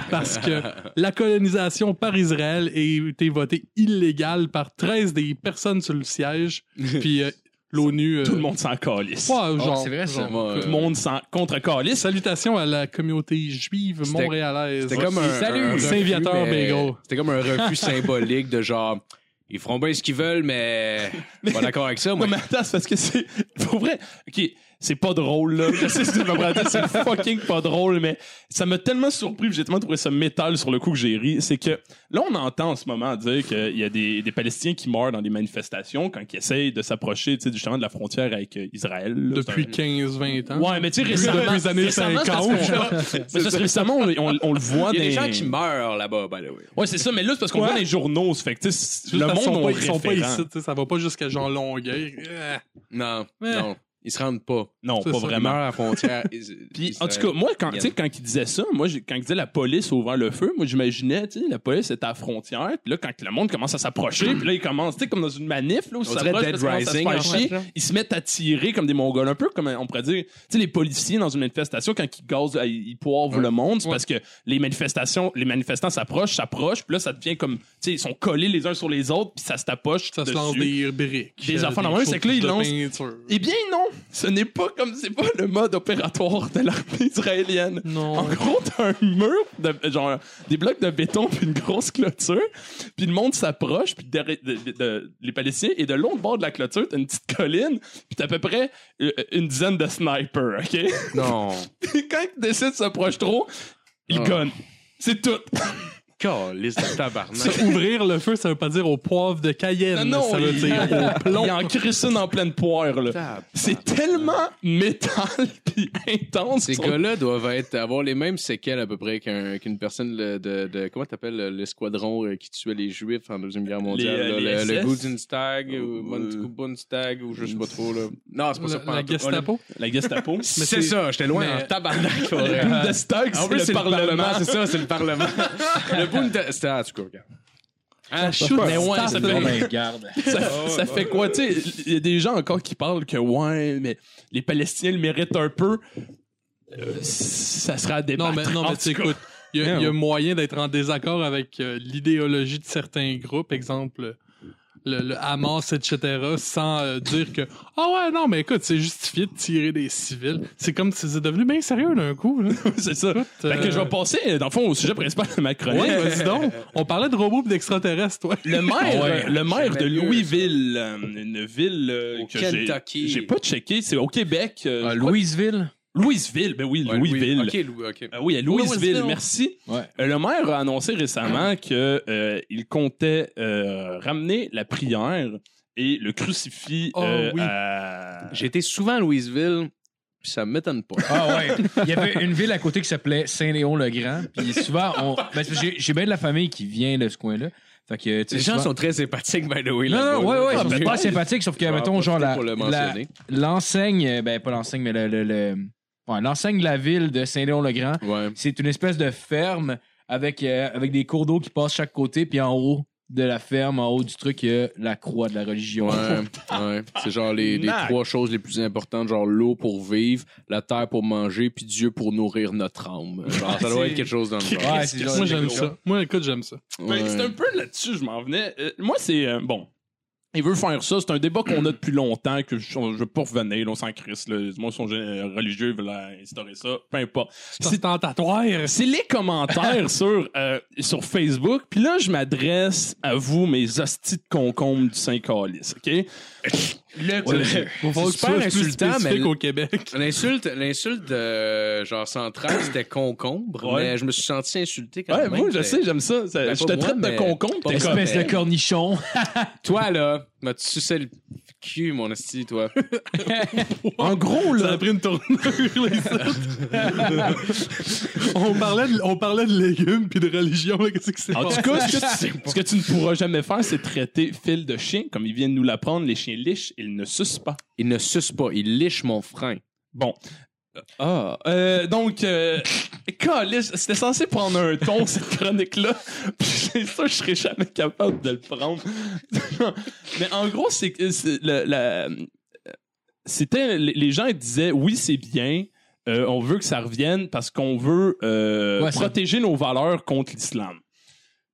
parce que la colonisation par Israël a été votée illégale par 13 des personnes sur
*laughs*
le siège puis euh, l'ONU euh,
Tout le monde s'en calisse.
ouais, genre,
Ah, c'est vrai, ça.
genre.
Moi, euh,
Tout le monde s'en contre-calisse. *laughs*
Salutations à la communauté juive
C'était-
montréalaise.
C'était comme un.
Salut,
un refus,
Saint-Viateur,
mais-
Bingo.
C'était comme un refus symbolique de genre. Ils feront bien ce qu'ils veulent, *laughs* mais. Pas d'accord avec ça, moi.
Non, mais attends, c'est parce que c'est. Pour vrai, ok, c'est pas drôle, là. Je sais que c'est pas vrai, c'est fucking pas drôle, mais ça m'a tellement surpris, puis j'ai tellement trouvé ça métal sur le coup que j'ai ri. C'est que là, on entend en ce moment dire qu'il y a des, des Palestiniens qui meurent dans des manifestations quand ils essayent de s'approcher, tu sais, justement de la frontière avec euh, Israël. là.
depuis
C'est
15-20
un-
Hein?
ans.
Ouais, mais tu sais, récemment.
depuis les années
récemment, c'est parce
50.
qu'on- mais ça, c'est récemment, on, on- on le voit
Il y a des
dans-
gens qui meurent là-bas, by the way.
Ouais, c'est ça, mais là, c'est parce qu'on
Quoi?
voit dans les journaux. ça Fait que, tu sais,
Juste
le
parce
monde,
qu'ils sont
on
pas- ils sont pas
référent.
ici, tu sais, ça va pas jusqu'à Jean Longueuil. Euh,
Non,
Ouais.
non. Ils se rendent pas.
Non,
C'est
pas
ça.
Ils
vraiment.
meurent à la
*laughs*
frontière.
Puis, en tout cas, moi, quand, tu sais, quand il disait ça, moi, j'ai- quand il disait la police a ouvert le feu, moi, j'imaginais, tu sais, la police était à la frontière, puis là, quand le monde commence à s'approcher, puis là, ils commencent, tu sais, comme dans une manif, là, où ils
On dirait
s'approchent,
Dead
parce qu'ils commencent à se faire
Rising, en
chier,
fait, là.
ils se mettent à tirer comme des mongols, un peu comme, on pourrait dire, tu sais, les policiers dans une manifestation, quand ils gazent, euh, ils poivrent
Ouais.
le monde, c'est
Ouais.
parce que les manifestations, les manifestants s'approchent, s'approchent, puis là, ça devient comme, tu sais, ils sont collés les uns sur les autres, puis ça se tapoche
Ça se
dessus.
lance des briques.
Des
euh,
affaires normales, c'est que là, ils
choses de peinture.
Eh bien, non! Ce n'est pas comme, c'est pas le mode opératoire de l'armée israélienne. En
Non.
gros, t'as un mur, de, genre des blocs de béton, puis une grosse clôture, puis le monde s'approche, puis derrière- de- de- de- les Palestiniens, et de l'autre bord de la clôture, t'as une petite colline, puis t'as à peu près euh, une dizaine de snipers, OK? *laughs*
Non.
Puis quand ils décident de s'approcher trop, ils
Ah.
gonnent. C'est tout.
Calice de tabarnak.
Ça, ouvrir le feu, ça veut pas dire au poivre de Cayenne. ça veut
il-
dire au plomb.
Il en crisse une en pleine poire, là.
Tabarnak.
C'est tellement métal *laughs* pis intense.
Ces
Son-
gars-là doivent être, avoir les mêmes séquelles à peu près qu'un- qu'une personne le- de, de- Comment t'appelles euh, l'escadron euh, qui tuait les Juifs en Deuxième Guerre mondiale?
euh,
là,
les
le, le
SS?
Gutenstag
Euh,
ou Mon- Bundestag ou je sais pas trop. Là. Non, c'est pas ça.
La,
pas
la
en tout.
Gestapo.
La Gestapo.
On est- C'est ça, j'étais loin.
Mais-
en Tabarnak.
*laughs*
pour
Le
vrai.
Bundestag,
En
c'est
plus,
le Parlement.
c'est ça, c'est le
*laughs*
Parlement. le Bundestag, en tout cas, regarde.
Ah, shoot, mais ouais, ça fait-
garde.
ça, ça fait quoi, tu sais? Il y a des gens encore qui parlent que, ouais, mais les Palestiniens le méritent un peu. Euh, ça sera à
Non,
débattre.
mais, non,
En
mais
tout cas,
t'écoutes. Il y, a-
Non.
il y a moyen d'être en désaccord avec euh, l'idéologie de certains groupes, exemple le, le Hamas, etc., sans euh, dire que Ah ouais, non, mais écoute, c'est justifié de tirer des civils. C'est comme si c'est devenu bien sérieux d'un coup. là.
c'est ça. Fait que
Euh,
je vais passer, dans le fond, au sujet principal de ma chronique.
Ouais, vas-y donc. On parlait de robots pis d'extraterrestres, toi.
Le maire,
Ouais,
le maire
j'aimais
de
mieux,
Louisville, euh, une ville euh,
Au
que j'ai-
Kentucky.
j'ai pas checké, c'est au Québec. euh,
Ah,
je crois-
Louisville.
Louisville, ben oui,
Ouais,
Louisville.
Louis- Ok, Louis, ok.
Ah oui, à Louisville,
Louisville.
merci.
Ouais.
Euh, Le maire a annoncé récemment que euh, il comptait euh, ramener la prière et le crucifix
Oh,
euh,
oui.
à-
J'ai été souvent à Louisville, puis ça m'étonne pas.
Ah ouais. Il y avait une ville à côté qui s'appelait Saint-Léon-le-Grand. Puis souvent,
*laughs*
on... ben, c'est parce que j'ai- j'ai bien de la famille qui vient de ce coin-là. Fait que, tu sais,
Les gens
souvent-
sont très sympathiques, by the way. là-bas,
Non, non, ouais,
là.
ouais,
Ah,
ils sont
ben,
super sympathiques, sauf que,
vais en
mettons, genre, la-
profiter pour le
la-
mentionner.
l'enseigne, euh, ben, pas l'enseigne, mais le, le- le- ouais, l'enseigne de la ville de Saint-Léon-le-Grand,
Ouais.
c'est une espèce de ferme avec, euh, avec des cours d'eau qui passent chaque côté, puis en haut de la ferme, en haut du truc, il y a la croix de la religion.
Ouais, ouais. C'est genre les, les
Tabarnak.
trois choses les plus importantes, genre l'eau pour vivre, la terre pour manger, puis Dieu pour nourrir notre âme. Genre, ça doit être quelque chose dans le genre.
Ouais, Ben, c'est genre-
Moi, j'aime ça. Moi, écoute, j'aime ça.
Ben, C'est un peu là-dessus, je m'en venais. Euh, moi, c'est. euh, bon. Il veut faire ça. C'est un débat qu'on a depuis longtemps, que je ne veux pas revenir. là, on s'en crisse. là. Les gens sont euh, religieux, ils veulent euh, instaurer ça. Peu importe.
C'est tentatoire.
C'est les commentaires *laughs* sur, euh, sur Facebook. Puis là, je m'adresse à vous, mes hosties de concombres du Saint-Calice. OK? Le,
Faut
C'est
que
super
tu sois plus
insultant, mais-
spécifique au Québec.
L'insulte, l'insulte euh, genre centrale, c'était concombre,
Ouais.
mais je me suis senti insulté quand
Ouais,
même.
moi, je
mais-
sais, j'aime ça. Ça-
Ben,
je te
pas moi,
traite de
mais-
concombre.
pas
t'es
moi.
comme-
Espèce de cornichon.
Toi, là, m'as-tu sucé le cul, mon esti, toi?
En gros,
Ça a
là.
pris une tournure, les autres. on, parlait de, on parlait de légumes puis de religion. là, Qu'est-ce que c'est?
En tout cas, ce que, tu, ce que tu ne pourras jamais faire, c'est traiter Phil de chien. Comme ils viennent nous l'apprendre, les chiens liches, ils ne sucent pas.
Il ne suce pas, il liche mon frein.
Bon. Ah, euh, donc, euh, câlisse, c'était censé prendre un ton, cette chronique-là. *laughs* Puis C'est sûr, je serais jamais capable de le prendre. *laughs* Mais en gros, c'est que c'est la- la- euh, c'était les- les gens ils disaient oui, c'est bien. euh, on veut que ça revienne parce qu'on veut euh,
Ouais, ça-
protéger nos valeurs contre l'islam.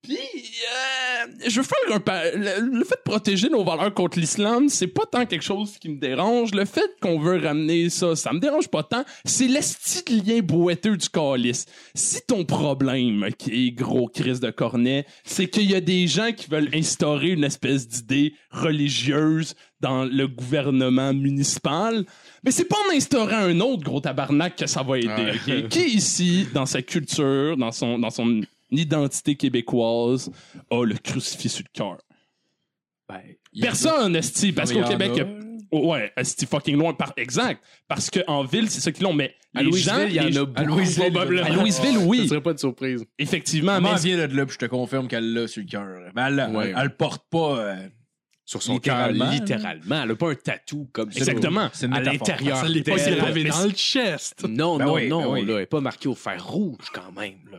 Puis, euh, je veux faire un pa- le, le fait de protéger nos valeurs contre l'islam, c'est pas tant quelque chose qui me dérange. Le fait qu'on veut ramener ça, ça me dérange pas tant. C'est l'esti de lien boiteux du calice. Si ton problème, qui est gros crise de cornet, c'est qu'il y a des gens qui veulent instaurer une espèce d'idée religieuse dans le gouvernement municipal, mais c'est pas en instaurant un autre gros tabarnak que ça va aider.
Ouais.
ok? Qui ici, dans sa culture, dans son, dans son identité québécoise, a le crucifix sur le cœur? Personne, Esti, parce
Non, mais
qu'au
il y en
Québec,
a.
il y a- Oh, ouais, Esti fucking loin, par... exact. Parce qu'en ville, c'est ça qu'ils l'ont, mais
À
les
Louisville,
gens,
il y en
les-
a beaucoup.
À Louisville,
probablement.
à Louisville,
Ça
oui,
serait pas de surprise.
effectivement, mais
Maman vient de là, puis je te confirme qu'elle l'a sur le cœur. Ben, elle, l'a.
Ouais.
elle, le porte pas. euh,
Sur son
Littéralement.
cœur, littéralement. Elle a pas un tatou comme ça.
exactement.
C'est une
À
métaphore.
l'intérieur.
Ça l'est pas
d'elle.
gravé
Mais
dans le chest.
Non,
Ben
non,
oui,
non,
ben oui.
là, elle est pas marquée au fer rouge quand même, là.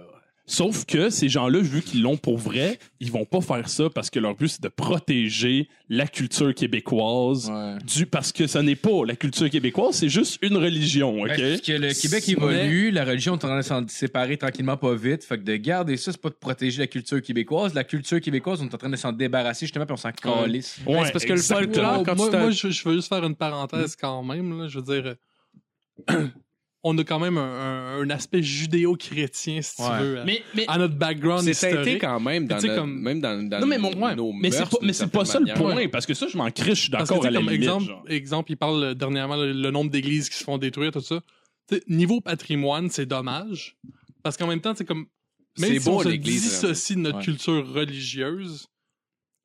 Sauf que ces gens-là, vu qu'ils l'ont pour vrai, ils vont pas faire ça parce que leur but, c'est de protéger la culture québécoise.
Ouais.
Du, parce que ça n'est pas la culture québécoise, c'est juste une religion, OK?
Parce que le Québec
C'est-
évolue, la religion est en train de s'en séparer tranquillement pas vite. Fait que de garder ça, c'est pas de protéger la culture québécoise. La culture québécoise, on est en train de s'en débarrasser justement, puis on s'en calisse.
Ouais,
c'est parce que le
exactement.
folklore-
Moi,
quand tu
moi,
t'as-
moi, je, je veux juste faire une parenthèse quand même. là. Je veux dire, *clears throat* euh, on a quand même un, un- un aspect judéo-chrétien, si
Ouais.
tu veux, à,
Mais, mais,
à notre background
C'est teinté
historique.
quand même dans,
Tu sais,
notre-
comme-
même dans, dans
non, mais mon,
nos
ouais, mais c'est
mœurs,
pas, mais
d'une
c'est pas ça
certaine
le
manière.
point, parce que ça, je m'en criche, je suis
Parce que, tu
d'accord
sais,
à la
comme
limite,
exemple,
genre.
exemple, il parle euh, dernièrement le, le nombre d'églises qui se font détruire, tout ça. Tu sais, niveau patrimoine, c'est dommage. Parce qu'en même temps, c'est comme Même
C'est
si
beau
on se
l'église.
dissocie de notre
Ouais.
culture religieuse,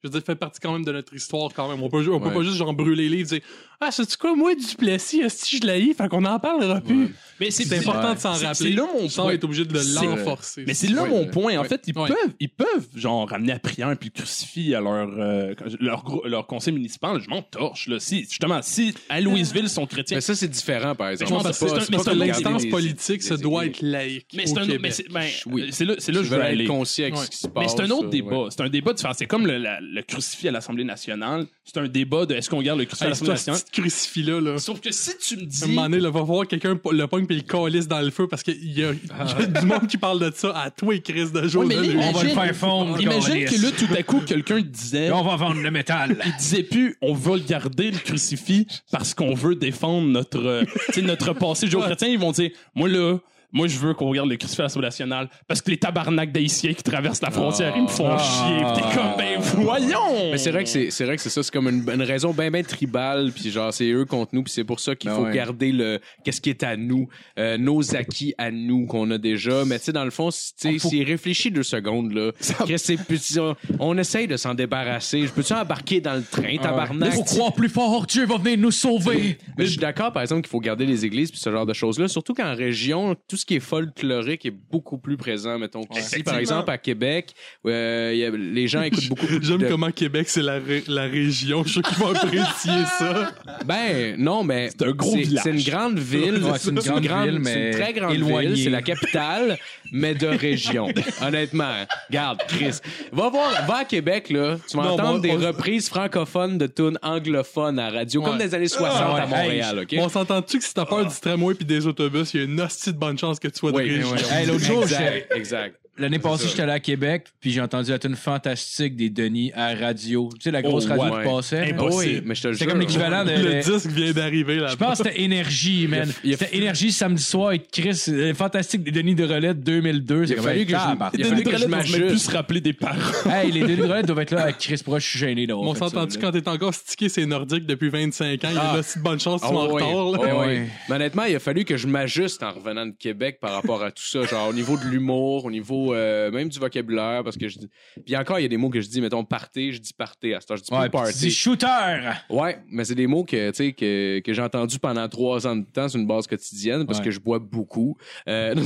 je veux dire, fait partie quand même de notre histoire quand même. On peut, on peut
Ouais.
pas juste genre brûler les livres et dire Ah, c'est-tu quoi, moi, Duplessis, si je l'ai, fait qu'on en parlera plus.
Mais
C'est important de s'en
C'est-
rappeler.
c'est là mon
sans
point.
être obligé de
C'est-
l'enforcer.
Mais c'est là
Ouais,
mon
ouais.
point. En
Ouais.
fait, ils
Ouais.
peuvent, ils peuvent, genre, ramener à prière puis le crucifier à leur, euh, leur, gro- leur conseil municipal. Je m'en torche, là. Si, justement, si à Louisville, ils sont chrétiens.
Mais ça, c'est différent, par exemple.
je pense
Parce que
c'est
c'est
pas-
un-
c'est
mais
pas
c'est
comme
une
garder
instance
des-
politique, ça
des
doit
églises.
être laïque.
Mais
au
c'est un autre.
Québec.
Mais c'est ben,
Oui.
euh, c'est là, c'est là
Ils
que je veux
veulent
aller.
être conscient avec
Ouais.
ce qui se passe.
Mais c'est un autre
euh,
débat.
ouais.
C'est un débat différent. C'est comme le, la- le crucifix à l'Assemblée nationale. C'est un débat de est-ce qu'on garde le crucifix à
Hey, c'est
l'Assemblée
toi, ce
nationale.
petit crucifix-là, là.
Sauf que si tu me
À un moment
dis.
donné, là, va voir quelqu'un po- le pogne puis il calisse dans le feu parce qu'il y a, il y a
Ah.
du monde qui parle de ça à toi et Chris de jour.
Ouais, mais
de
là,
nuit.
imagine-
On va le faire fondre.
Imagine
câlisse.
que là, tout à coup, quelqu'un disait.
Et on va vendre le *laughs* métal.
Il disait plus, on va le garder, le crucifix, parce qu'on veut défendre notre, euh, tu sais, notre passé judéo-chrétien. Ils vont dire, moi là, moi je veux qu'on regarde le crucifix à l'Assemblée nationale, parce que les tabarnaks d'Haïtiens qui traversent la frontière, ils me font
Ah.
chier. Puis T'es comme,
Ah.
ben voyons!
Mais c'est vrai que c'est c'est vrai que c'est ça, c'est comme une, une raison bien ben tribale, puis genre c'est eux contre nous, puis c'est pour ça qu'il
Ben
faut
ouais.
garder le qu'est-ce qui est à nous, euh, nos acquis à nous qu'on a déjà. Mais tu sais dans le fond, si- tu sais s'il réfléchit deux secondes là, qu'est-ce que c'est puis on, on essaye de s'en débarrasser. Je peux-tu embarquer dans le
Ah
train, tabarnak
croire plus fort, Dieu va venir nous sauver.
Mais je suis d'accord, par exemple, qu'il faut garder les églises puis ce genre de choses-là. Surtout qu'en région, tout ce qui est folklorique est beaucoup plus présent, mettons. Ici, par
Effectivement.
exemple, à Québec, euh, il y a- les gens écoutent beaucoup plus
J'aime
de
comment Québec, c'est la, ré- la région. Je suis qu'ils vont apprécier ça.
Ben non, mais
C'est un gros village.
C'est une grande ville.
Ouais, c'est une grande ville,
c'est une
mais
très grande
éloignée.
ville. C'est la capitale, mais de région. Honnêtement, garde Chris. Va voir, va à Québec là. Tu vas
Non,
entendre
moi,
des
on-
reprises francophones de tunes anglophones à radio, comme
Ouais.
des années 60 à
ouais,
Montréal. Ok. Ah.
On s'entend-tu que si t'as peur du tramway puis des autobus, il y a une hostie de bonne chance que tu sois de
Oui,
région.
oui.
Hey, l'autre jour, j'ai-
exact, exact.
l'année passée, j'étais allé à Québec, puis j'ai entendu la tune fantastique des Denis à radio. Tu sais, la grosse
Oh,
radio
ouais.
qui passait. là.
Impossible.
Oui, Bah, mais je te le
C'était
jure,
Ah comme l'équivalent de.
Le disque vient d'arriver là
Je pense que c'était Énergie, man.
il a-
C'était Énergie samedi soir avec Chris. euh, Fantastique des Denis de Relette 2002. C'est
Il a
comme,
fallu
hey,
que je-
tabarnak.
*laughs* il a fallu que je
Ils vont même plus
m'ajuste.
se rappeler des paroles.
Hey, les Denis de Relette doivent être là avec Chris Proche. Je suis gêné d'avoir
On
fait ça,
s'entend-tu
là.
quand t'es encore stické, c'est nordique depuis 25 ans, il y a une hostie de bonne chance que tu sois en
Ah ouais,
retard. là.
ouais,
Ouais.
ouais. Mais honnêtement, il a fallu que je m'ajuste en revenant de Québec par rapport à tout ça, genre au niveau de l'humour, au niveau euh, même du vocabulaire, parce que je dis... Puis encore, il y a des mots que je dis, mettons, partez, je dis partez à ce temps, je dis
Ouais,
pas
puis tu dis
party.
shooter!
Ouais, mais c'est des mots que, tu sais, que, que j'ai entendus pendant trois ans de temps sur une base quotidienne, parce
Ouais.
que je bois beaucoup. Euh, *laughs*
non,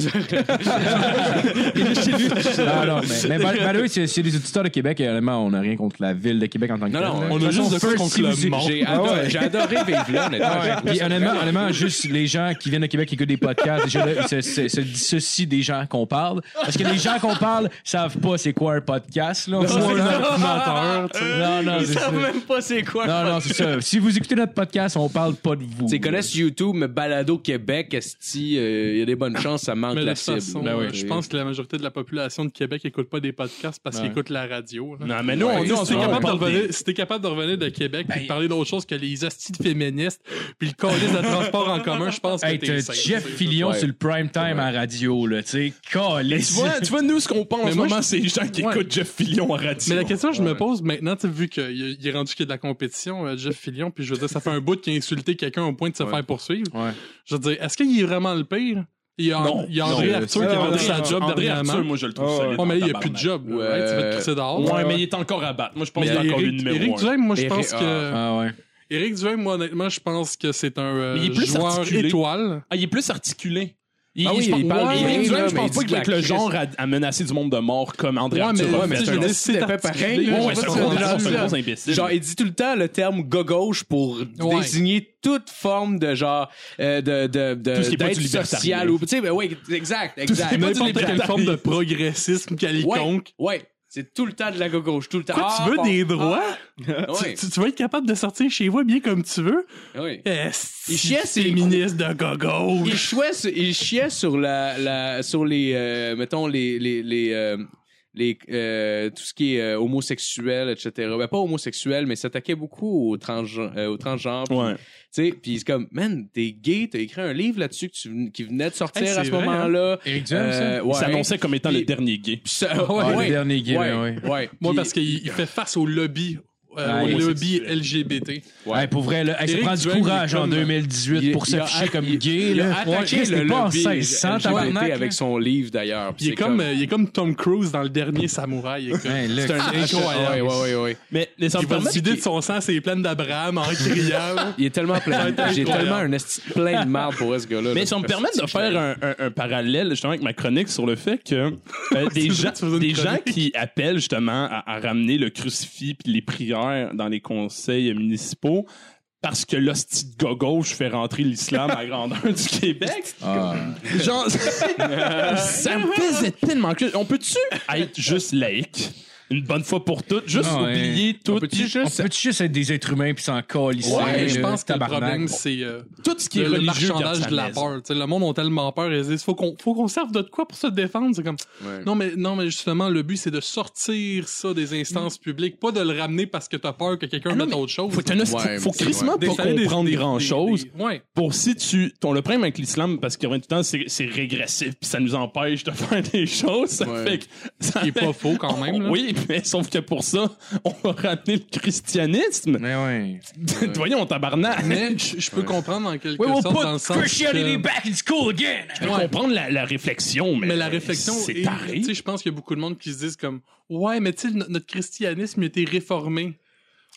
non, mais, mais mal- malheureux, s'il s'il y a des auditeurs de Québec, et honnêtement, on n'a rien contre la ville de Québec en tant que
Non,
telle,
non,
là.
on
De toute
a
façon,
juste de quoi
first,
contre
si
le
vous-
monde.
j'ai
Ah
adoré,
ouais.
j'ai adoré vivre là, honnêtement.
Puis honnêtement, honnêtement, juste les gens qui viennent de Québec qui écoutent des podcasts, déjà là, ils se, se, se dissocient des gens qu'on parle. Parce que les gens qu'on parle savent pas c'est quoi un podcast, là. On
C'est
voit,
un
là.
ordinateur, tu sais.
Non, non, c'est ça.
même pas c'est quoi.
Non, non, c'est ça. Si vous écoutez notre podcast, on parle pas de vous.
Tu connaissent YouTube, mais Balado Québec, esti, euh, il y a des bonnes chances, ça manque
Mais de
la
toute
cible.
façon,
Ben oui.
euh, je pense que la majorité de la population de Québec n'écoute pas des podcasts
Ben.
parce qu'ils écoutent la radio. là.
Non, mais nous, on
Si
dit, on
t'es
est
capable, de
capable
revenir- si t'es capable de revenir de Québec et de parler d'autre chose que les hosties de féministes puis le colis de transport en commun, je pense que
Hey,
t'es
t'as
safe,
Jeff
tu sais.
Fillion
Ouais.
sur le prime time à radio, là, tu sais.
Tu
Calisse.
vois, tu vois, nous, ce qu'on pense en
Mais
ce
moi,
moment, c'est les gens qui
Ouais.
écoutent Jeff Fillion en radio.
Mais la question que je me pose maintenant, tu sais, vu qu'il y a- il est rendu qu'il y a de la compétition, euh, Jeff Fillion, puis je veux dire, ça fait un bout qu'il a insulté quelqu'un au point de se faire poursuivre.
Ouais.
Je veux dire, est-ce qu'il est vraiment le pire? Il y a,
Non.
il y a André
Non,
Arthur
c'est-
qui a perdu
André-
sa job
André Arthur,
dernièrement.
moi, je le trouve
Oh,
solide.
Oh, mais là, il
n'y
n'y a plus de job. là,
Ouais.
right? Tu vas te crisser dehors.
Ouais,
Ouais.
mais il est encore à battre. Moi, je pense
Mais
qu'il est encore le
Éric, Éric
numéro un.
Duhaime, moi, je
Éric-
pense que...
Ah ouais.
Éric Duhem, moi, honnêtement, je pense que c'est un euh,
Mais il est plus
joueur
articulé.
étoile.
Ah, il est plus articulé. Il,
Ah oui,
je pense-
il parle
ouais,
bien,
Éric Duhaime,
là,
je
mais il
pense pas
dit
qu'il va
que
être
la
le
crise-
genre à, à menacer du monde de mort comme André
Ouais,
Arthur.
mais-
a
ouais, mais
fait.
c'est un
Ouais,
esti
esti d'épais
d'articulé,
pareil, là.
je
ouais,
sais
c'est
pas
un
si on
gros-
est rendu
c'est un
là.
gros imbécile.
Genre, il dit tout le temps le terme gauche pour
Ouais.
désigner toute forme de genre euh, de, de, de
Tout ce qui est pas
d'aide
du libertarien.
sociale ou tu sais, ben oui, exact, exact.
qui est pas du
N'importe
N'importe quelle
quel-
forme de progressisme
Ouais,
quelconque.
ouais, c'est tout le temps de la gauche, tout le temps.
Quoi,
Ah,
tu veux
bon.
des droits?
Ah,
Tu-
ouais,
Tu, tu vas être capable de sortir chez vous bien comme tu veux?
ouais.
Il
Il chiait ses
ministre de gogo.
Il chiait, sur- il chiait sur la, la sur les euh, mettons les les les, euh, les, euh, tout ce qui est euh, homosexuel etc ben pas homosexuel mais s'attaquait beaucoup aux transgen- euh, aux transgenres puis,
Ouais.
tu sais puis c'est comme man t'es gay t'as écrit un livre là-dessus que tu ven- qui venait de sortir
Hey, c'est
à ce
vrai,
moment-là
Eric Duhem,
Euh, ouais.
Il s'annonçait comme étant le
Puis-
dernier gay.
Puis ça- *laughs* ouais,
Ah, le
ouais,
dernier gay,
ouais,
ouais,
ouais.
Moi,
Puis-
parce qu'il il fait face au lobby euh, au
Ouais,
lobby LGBT.
Ouais, pour vrai, là, hey, ça
Éric
prend du
Duhaime,
courage
il est
en
comme-
2018
il-
pour
il
s'afficher
a-
comme
il-
gay.
il a
là. Ouais,
attaqué
Chris,
le
t'es pas en
lobby
1600,
LGBT
tabarnak,
avec
là.
son livre d'ailleurs. puis
Il est,
c'est
comme, euh, il est comme Tom Cruise dans le dernier Samouraï. il est comme-
Ouais, Ben, là,
C'est un
Ah, je- ouais,
incroyable.
ouais, ouais, ouais.
Mais, mais ça me
Il va
permet.
se vider de son sang, c'est plein d'Abraham en criant.
Il est tellement plein.
Ouais,
J'ai
incroyable.
tellement un esti de plein de marde pour ce gars-là.
*laughs* Mais
là.
ça me permet de faire un, un- un parallèle justement avec ma chronique sur le fait que
*laughs*
euh, des, gens,
tu faisais une
des gens
chronique.
qui appellent justement à, à ramener le crucifix puis les prières dans les conseils municipaux parce que l'hostie de gauche fait rentrer l'islam à la grandeur du Québec.
Ah.
Genre, ça me faisait tellement que. On peut-tu être juste laïque une bonne fois pour toutes, juste
Ah ouais.
oublier tout,
On peut-tu
On
juste.
peut-tu juste être des êtres humains puis s'en calisser?
Ouais, je
là,
pense que le
tabarnak?
problème, c'est euh,
tout ce qui est
le, le
religieux garde
marchandage
sa
de la
maison.
peur. Tu sais, le monde ont tellement peur, ils se disent faut qu'on faut qu'on serve de quoi pour se défendre. C'est comme
Ouais.
non mais non mais justement le but c'est de sortir ça des instances publiques, pas de le ramener parce que t'as peur que quelqu'un
Ah non,
mette
mais
autre chose.
Faut, que t'en aies- faut-
Ouais,
faut
c'est
crissement pas
D'installer des-
comprendre
des-
grand
des-
chose.
des- Ouais.
pour si tu ton le problème avec l'islam parce que tout le temps c'est c'est régressif puis ça nous empêche de *laughs* faire des choses ça
Ouais.
fait que ça
Qui est
fait-
pas faux quand même. *laughs* là.
oui mais sauf que pour ça on va ramener le christianisme
Mais ouais.
*laughs* voyons tabarnak
Mais je je peux comprendre en quelque
We will
sorte dans le
put
sens.
Christianity
que-
back in school again!
je peux comprendre la, la réflexion mais,
Mais la réflexion,
c'est
est-
taré
tu sais, je pense qu'il y a beaucoup de monde qui se disent comme ouais, mais tu sais, no- notre christianisme il a été réformé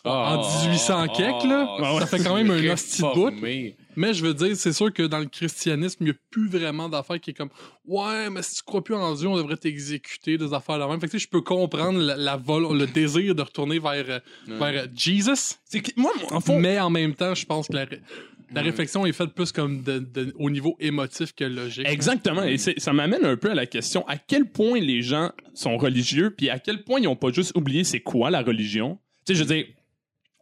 en
Ah.
1800 quelque là. ça fait quand même un hostie de bout.
Réformé.
Mais je veux dire, c'est sûr que dans le christianisme, il n'y a plus vraiment d'affaires qui est comme ouais, mais si tu crois plus en Dieu, on devrait t'exécuter des affaires là même. Fait que tu sais, je peux comprendre la, la vol- le désir de retourner vers euh, vers euh, Jesus.
c'est que moi en fond
Mais en même temps, je pense que la, ré- la réflexion est faite plus comme de- de- au niveau émotif que logique.
Exactement. Et c'est- ça m'amène un peu à la question à quel point les gens sont religieux, puis à quel point ils n'ont pas juste oublié c'est quoi la religion. Tu sais, je veux dire,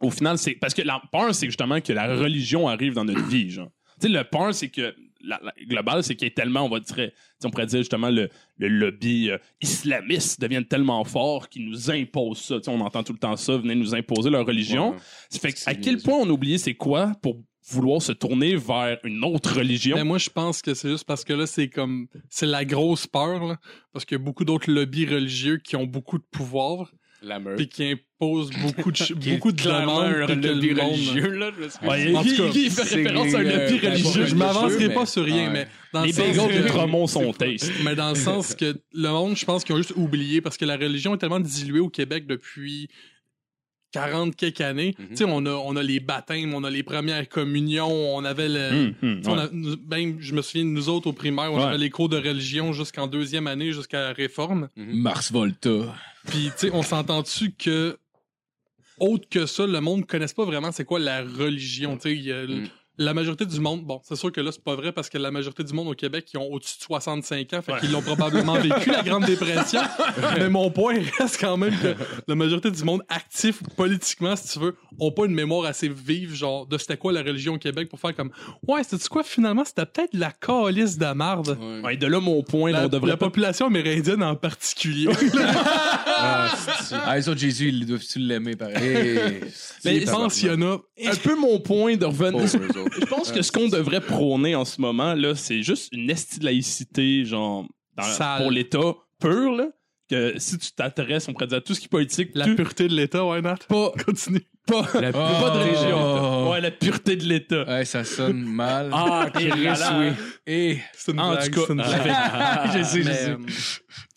au final, c'est. Parce que la peur, c'est justement que la religion arrive dans notre vie, genre. Tu sais, le peur, c'est que. La, la- global, c'est qu'il y ait tellement, on va dire, tu sais, on pourrait dire justement le, le lobby euh, islamiste devienne tellement fort qu'il nous impose ça. Tu sais, on entend tout le temps ça, venez nous imposer leur religion.
Ouais.
Ça fait que
C'est
à quel
niaiseux.
point on a oublié c'est quoi pour vouloir se tourner vers une autre religion.
Mais moi, je pense que c'est juste parce que là, c'est comme. C'est la grosse peur, là. Parce qu'il y a beaucoup d'autres lobbies religieux qui ont beaucoup de pouvoir,
La meuf.
puis qui imposent beaucoup
*laughs*
de, ch- beaucoup de demandes. puis que le monde-
là.
Ouais,
En tout cas,
il, il fait
c'est
référence à un
le-
lobby
le-
religieux.
Je
religieux,
m'avancerai
ben, mais-
pas sur rien,
Ouais.
mais. Dans
Les
le sens
bagels
que-
d'Outremont sont taste.
mais dans le sens que le monde, je pense qu'ils ont juste oublié parce que la religion est tellement diluée au Québec depuis 40 quelques années.
Mhm.
Tu sais, on a, on a les baptêmes, on a les premières communions, on avait le, Tu sais, on a- nous- ben, je me souviens, de nous autres, au primaire, on
Hmm. Ouais.
avait les cours de religion jusqu'en deuxième année, jusqu'à la réforme.
Mars Volta.
Puis, tu sais, on s'entend-tu que, autre que ça, le monde ne connaisse pas vraiment c'est quoi la religion. Tu sais, il y a l-
Mm.
la majorité du monde, bon, c'est sûr que là, c'est pas vrai parce que la majorité du monde au Québec, ils ont au-dessus de 65 ans, fait qu'ils l'ont probablement vécu, la Grande
*laughs*
Dépression. Mais mon point reste quand même que la majorité du monde actif politiquement, si tu veux, ont pas une mémoire assez vive, genre, de c'était quoi la religion au Québec pour faire comme, ouais, c'était quoi finalement, c'était peut-être la calice de marde.
Ouais, de là mon point, là,
La,
on devrait
la
pas.
population amérindienne
*laughs*
en particulier.
Ah, les autres, Jésus, ils doivent-tu l'aimer, pareil?
Eh,
*laughs*
Mais je pense qu'il y en a
Un peu mon point de revenir.
Oh.
Pauvres, eux autres.
Je pense que ce qu'on devrait prôner en ce moment, là, c'est juste une esti de laïcité, genre, dans-
Sale.
pour l'État pur, là, que si tu t'intéresses, on pourrait dire à tout ce qui est politique,
la
tu-
pureté de l'État, ouais, Nat?
pas,
*laughs* Continue.
pas,
La
Oh.
pas de
Oh.
religion. Ouais, la pureté de l'État.
Ouais, ça sonne mal.
Ah, Chris, oui.
Et...
C'est une
En
blague,
tout cas,
c'est une blague.
Ah.
*laughs* je sais, je
Mais,
sais.
euh,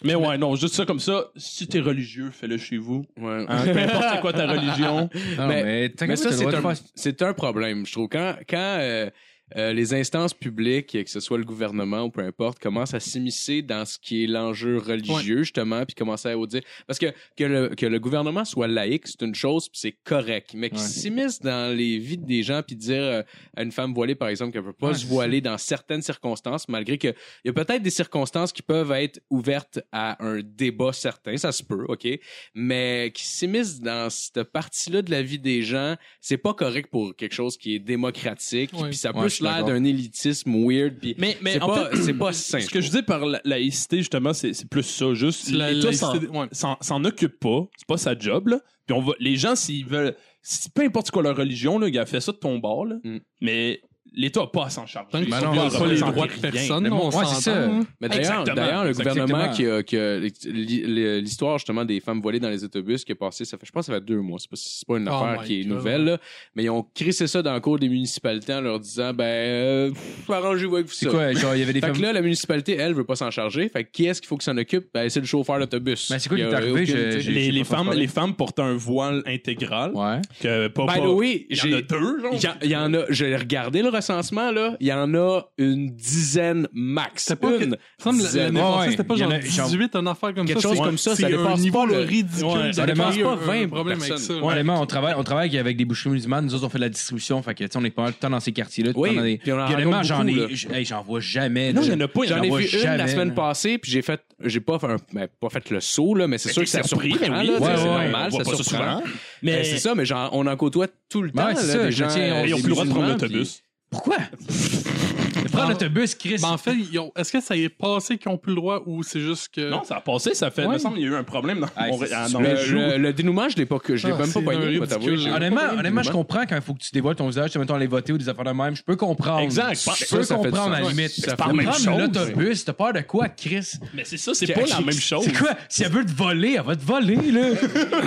Mais ouais, non, juste ça comme ça. Si t'es religieux, fais-le chez vous.
Ouais.
Hein, peu importe c'est
*laughs*
quoi ta religion.
Non,
mais-
mais, tant
Mais
qu'à
ça,
moi, t'as
c'est
le droit de
un,
faire-
c'est un problème, je trouve. Quand, quand euh, euh, les instances publiques, que ce soit le gouvernement ou peu importe, commencent à s'immiscer dans ce qui est l'enjeu religieux, justement, puis commencent à dire... Parce que que le, que le gouvernement soit laïque, c'est une chose, puis c'est correct. Mais qu'ils
Ouais.
s'immiscent dans les vies des gens, puis dire euh, à une femme voilée, par exemple, qu'elle peut pas
Ouais,
se
c'est
voiler dans certaines circonstances, malgré que il y a peut-être des circonstances qui peuvent être ouvertes à un débat certain, ça se peut, OK? Mais qui s'immiscent dans cette partie-là de la vie des gens, c'est pas correct pour quelque chose qui est démocratique,
Ouais.
puis ça
Ouais,
peut
je
se
suis
l'air
d'accord.
d'un élitisme weird, puis
Mais, mais
c'est
en
pas,
fait,
c'est pas sain.
*clears throat* ce que je dis par la- laïcité, justement, c'est c'est plus ça. Juste,
C'est la
l'État
laïcité
s'en-
des- ouais.
s'en s'en occupe pas. C'est pas sa job, là. Puis on va, les gens, s'ils veulent, si- peu importe quoi leur religion, là, il a fait ça de ton bord, là.
Mm.
Mais l'État n'a pas à s'en charger.
Tant qu'ils
Ben
ne
non,
violent
ça
pas les
représente
droits de
rien.
personne,
Le
on
monde- Ouais, c'est
s'entend.
ça.
hein.
Mais d'ailleurs,
Exactement.
d'ailleurs, le
C'est
gouvernement
exactement.
qui a, qui a- li- li- l'histoire justement des femmes voilées dans les autobus qui est passée, ça fait, je pense, que ça fait deux mois. C'est pas, c'est pas une
Ah,
Oh
affaire
my
qui est
God.
nouvelle, là. mais ils ont crissé ça dans le cours des municipalités en leur disant, ben, euh, pff, arrangez-vous avec
C'est
ça.
quoi, genre, il y avait des
Fait que
femmes.
là, la municipalité, elle, veut pas s'en charger. Fait que qui est-ce qu'il faut qu'il s'en occupe? Ben, c'est le chauffeur d'autobus.
Ben, c'est quoi
Il y
qui
a
est arrivé?
aucune-
Je-
tu sais,
j'ai-
je sais
Les, les
pas trop
femmes,
parler.
les femmes portent un voile intégral.
Ouais.
Que, pas,
By
pas-
the way,
il y en a
j'ai.
deux, genre.
Il y, en- il y en a, j'ai regardé le recensement, là. Il y en a une dizaine max.
C'est pas
une.
Il me semble que l'année
Ouais,
passée,
ouais.
c'était pas
Il y en
genre
a- genre-
18, une affaire comme
Quelque
ça.
chose
c'est-
comme ça, ça
c'est
dépasse
un
pas
niveau
le-
ridicule.
Ouais, ça
d'avoir
dépasse
eu
pas
un
20
problème avec
personnes.
ça.
Ouais, honnêtement, on travaille, on travaille avec des boucheries musulmanes. Nous autres, on fait de la distribution. Fait que, tu sais, on est pas mal tout le temps dans ces quartiers-là. tout le
Oui,
temps dans des-
puis on en
Puis honnêtement,
rencontre
j'en ai,
beaucoup, là.
j- hey, j'en vois jamais.
Non,
là.
il y en a pas, il y en
J'en
J'en
ai
vois
vu une la
jamais,
semaine
là.
passée, puis j'ai fait, j'ai pas fait, un- ben, pas fait le saut là, mais c'est
Mais
sûr
t'es
que ça
surpris,
surprend.
mais oui.
là, tu sais,
Ouais,
c'est
ouais,
normal,
on
ça
voit pas ça
surprend.
souvent.
Mais c'est ça, mais genre, on en côtoie tout le
Ben
temps.
ouais, c'est
là,
ça,
des
je
gens,
tiens, on-
euh,
Ils ont plus le droit de prendre
musulmans,
l'autobus.
Pourquoi? Ah. Prends l'autobus, Chris.
Ben, en fait, ils ont- est-ce que ça y est passé qu'ils ont plus le droit ou c'est juste que.
Non, ça a passé, ça fait. Il
Ouais.
me semble qu'il y a eu un problème dans,
Ah,
on-
c'est-
ah,
c'est-
dans
puis-
le
Le,
jour.
le- le dénouement, je l'ai pas, que je l'ai
Ah,
même pas
c'est
pogné,
un
je vais t'avouer.
ridicule.
J'ai-
honnêtement,
pas
honnêtement,
de
je comprends quand il faut que tu dévoiles ton visage, tu mets ton les voter ou des affaires de même. Je peux comprendre.
Exact.
Je
Ça,
peux
ça fait du
comprendre à
sens.
la limite.
C'est
Tu
pas la même
prends
chose.
l'autobus, t'as peur de quoi, Chris?
Mais c'est ça, c'est pas la même chose.
C'est quoi? Si elle veut te voler, elle va te voler,
*laughs*
là.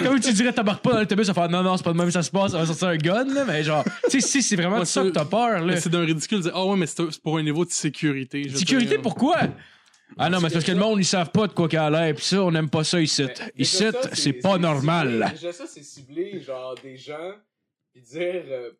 Comme tu dirais, t'embarques pas dans l'autobus, elle va faire non, non, c'est pas de même, ça se passe, elle va sortir un gun, là. Mais genre, tu sais, si c'est vraiment
Ouais,
de ça
c'est-
que t'as peur, là.
Mais c'est d'un ridicule de dire, ah ouais, mais c'est c'est pour un niveau de sécurité. je veux
Sécurité,
dire.
pourquoi? Ah non, mais c'est parce que le monde, ils savent pas de quoi qu'elle a l'air, pis ça, on aime pas ça ici. Ici, c'est pas normal.
Déjà ça, c'est cibler genre des gens puis dire, euh,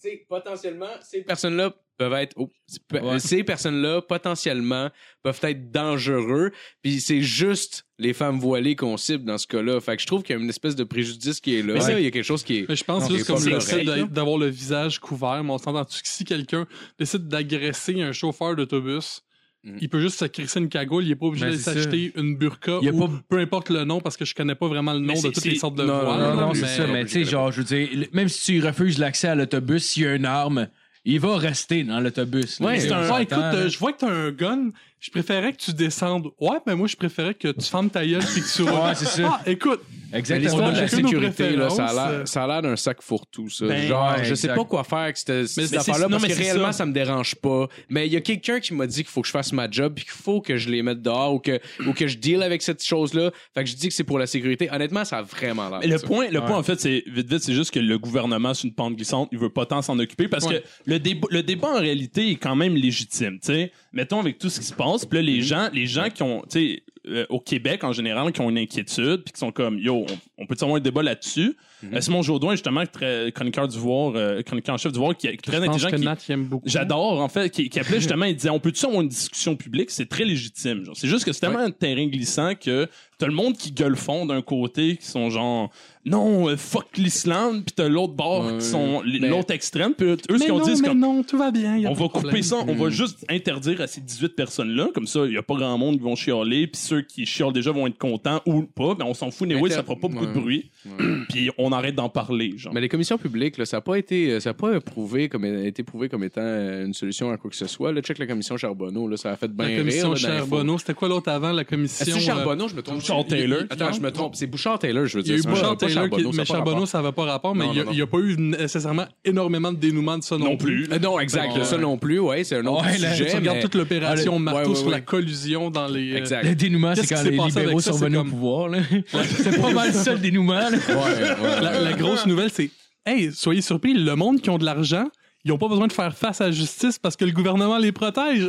tu sais, potentiellement ces personnes-là peuvent être, oh, c'est pe-
Ouais.
ces personnes-là potentiellement peuvent être dangereux. Puis c'est juste les femmes voilées qu'on cible dans ce cas-là. Fait que je trouve qu'il y a une espèce de préjudice qui est là.
Mais
Il
c'est-
y a quelque chose qui est.
Mais je pense
Non,
juste
c'est
comme
pas
le
correct,
fait
là.
d'a- d'avoir le visage couvert, mais on s'entend-tu que si quelqu'un décide d'agresser un chauffeur d'autobus,
Mm.
il peut juste se crisser une cagoule, il est pas obligé
Ben,
de
c'est
s'acheter une burqa
Il y a
ou
pas-
peu importe le nom parce que je connais pas vraiment le nom
c'est-
de toutes
c'est-
les sortes de
non,
voiles.
Non,
là,
non,
mais-
c'est ça, mais tu sais, genre, je veux dire, le- même si tu refuses l'accès à l'autobus, s'il y a une arme, il va rester dans l'autobus. là.
Ouais,
Mais c'est
c'est
un-
On
Ouais, écoute,
s'entend,
euh,
là.
je vois que t'as un gun. Je préférais que tu descendes. Ouais, mais moi, je préférais que tu fermes ta gueule puis
*laughs*
que tu roules.
Ouais, c'est ça.
Ah, écoute,
Mais
Exactement.
l'histoire de la
chacun nos
sécurité, là, ça a l'air-
préférences.
ça a l'air d'un sac fourre-tout, ça.
Ben,
Genre,
ouais,
je sais
exact.
pas quoi faire avec cette, cette
c'est-
affaire-là,
non,
parce
mais
que
c'est
réellement,
ça.
ça. me dérange pas. Mais il y a quelqu'un qui m'a dit qu'il faut que je fasse ma job, puis qu'il faut que je les mette dehors, ou que, ou que je deal avec cette chose-là. Fait que je dis que c'est pour la sécurité. Honnêtement, ça a vraiment l'air.
Mais le
de ça.
point, le point en fait, c'est vite vite, c'est juste que le gouvernement sur une pente glissante, il veut pas tant s'en occuper parce
Ouais.
que le débat, le débat en réalité est quand même légitime. Tu sais, mettons avec tout ce qui se passe, puis là
Mhm.
les gens, les gens qui ont, tu sais, euh, au Québec en général, qui ont une inquiétude, puis qui sont comme, yo, on, on peut avoir un débat là-dessus.
Mhm.
Euh, Simon Jaudoin justement, très, chroniqueur du voir, euh, chroniqueur en chef du voir, qui est très
je pense
intelligent,
que
qui,
Nat il aime beaucoup.
J'adore, en fait, qui, qui appelait justement, il disait, on peut-tu avoir une discussion publique? C'est très légitime. genre. C'est juste que c'est tellement un terrain glissant que t'as le monde qui gueule fond d'un côté, qui sont genre, non, euh, fuck l'islam, puis t'as l'autre bord,
Ouais,
qui sont l-
mais-
l'autre extrême, puis eux, eux, ce
Mais
qu'ils ont
non,
dit, c'est
mais
comme,
non, tout va bien. y a
on
pas de
va
problème.
couper ça, on
Hmm.
va juste interdire à ces 18 personnes-là, comme ça, il y a pas grand monde qui vont chialer, puis ceux qui chialent déjà vont être contents ou pas, mais on s'en fout, mais oui,
Inter-
ça fera pas beaucoup de
Ouais.
bruit, *clears throat* puis on arrête d'en parler, genre.
Mais les commissions publiques, là, ça n'a pas été, euh, ça a pas prouvé comme, été prouvé comme étant euh, une solution à quoi que ce soit. Là, check la commission Charbonneau, là, ça a fait bien
La
rire.
commission
là, dans les
Charbonneau, c'était quoi l'autre avant? La
Est-ce
commission.
que
euh,
Charbonneau, je me trompe.
Bouchard Taylor.
Attends, je me trompe. C'est Bouchard Taylor, je veux
Il y
dire.
a eu
C'est
Bouchard
pas
Taylor, qui-
ça
mais
a pas
Charbonneau,
rapport.
ça n'avait pas rapport, mais
Non,
il y a-
non, non.
il n'y a, pas eu nécessairement énormément de dénouement de ça non,
Non plus.
Euh, Non, exact.
Bon,
ça
euh,
non plus, ouais, c'est un autre
Ouais, là,
sujet.
Tu regardes
mais-
toute l'opération
Allez,
marteau
ouais, ouais,
sur
ouais.
la collusion dans les. euh,
Exact.
Le dénouement, c'est
Qu'est-ce
quand
qui s'est
les
passé avec
libéraux
ça?
sont
C'est
venus
comme-
au pouvoir. là. *laughs* C'est pas mal ça, le dénouement. là.
Ouais, ouais, *laughs*
La, la grosse nouvelle, c'est Hey, soyez surpris, le monde qui ont de l'argent, ils n'ont pas besoin de faire face à la justice parce que le gouvernement les protège.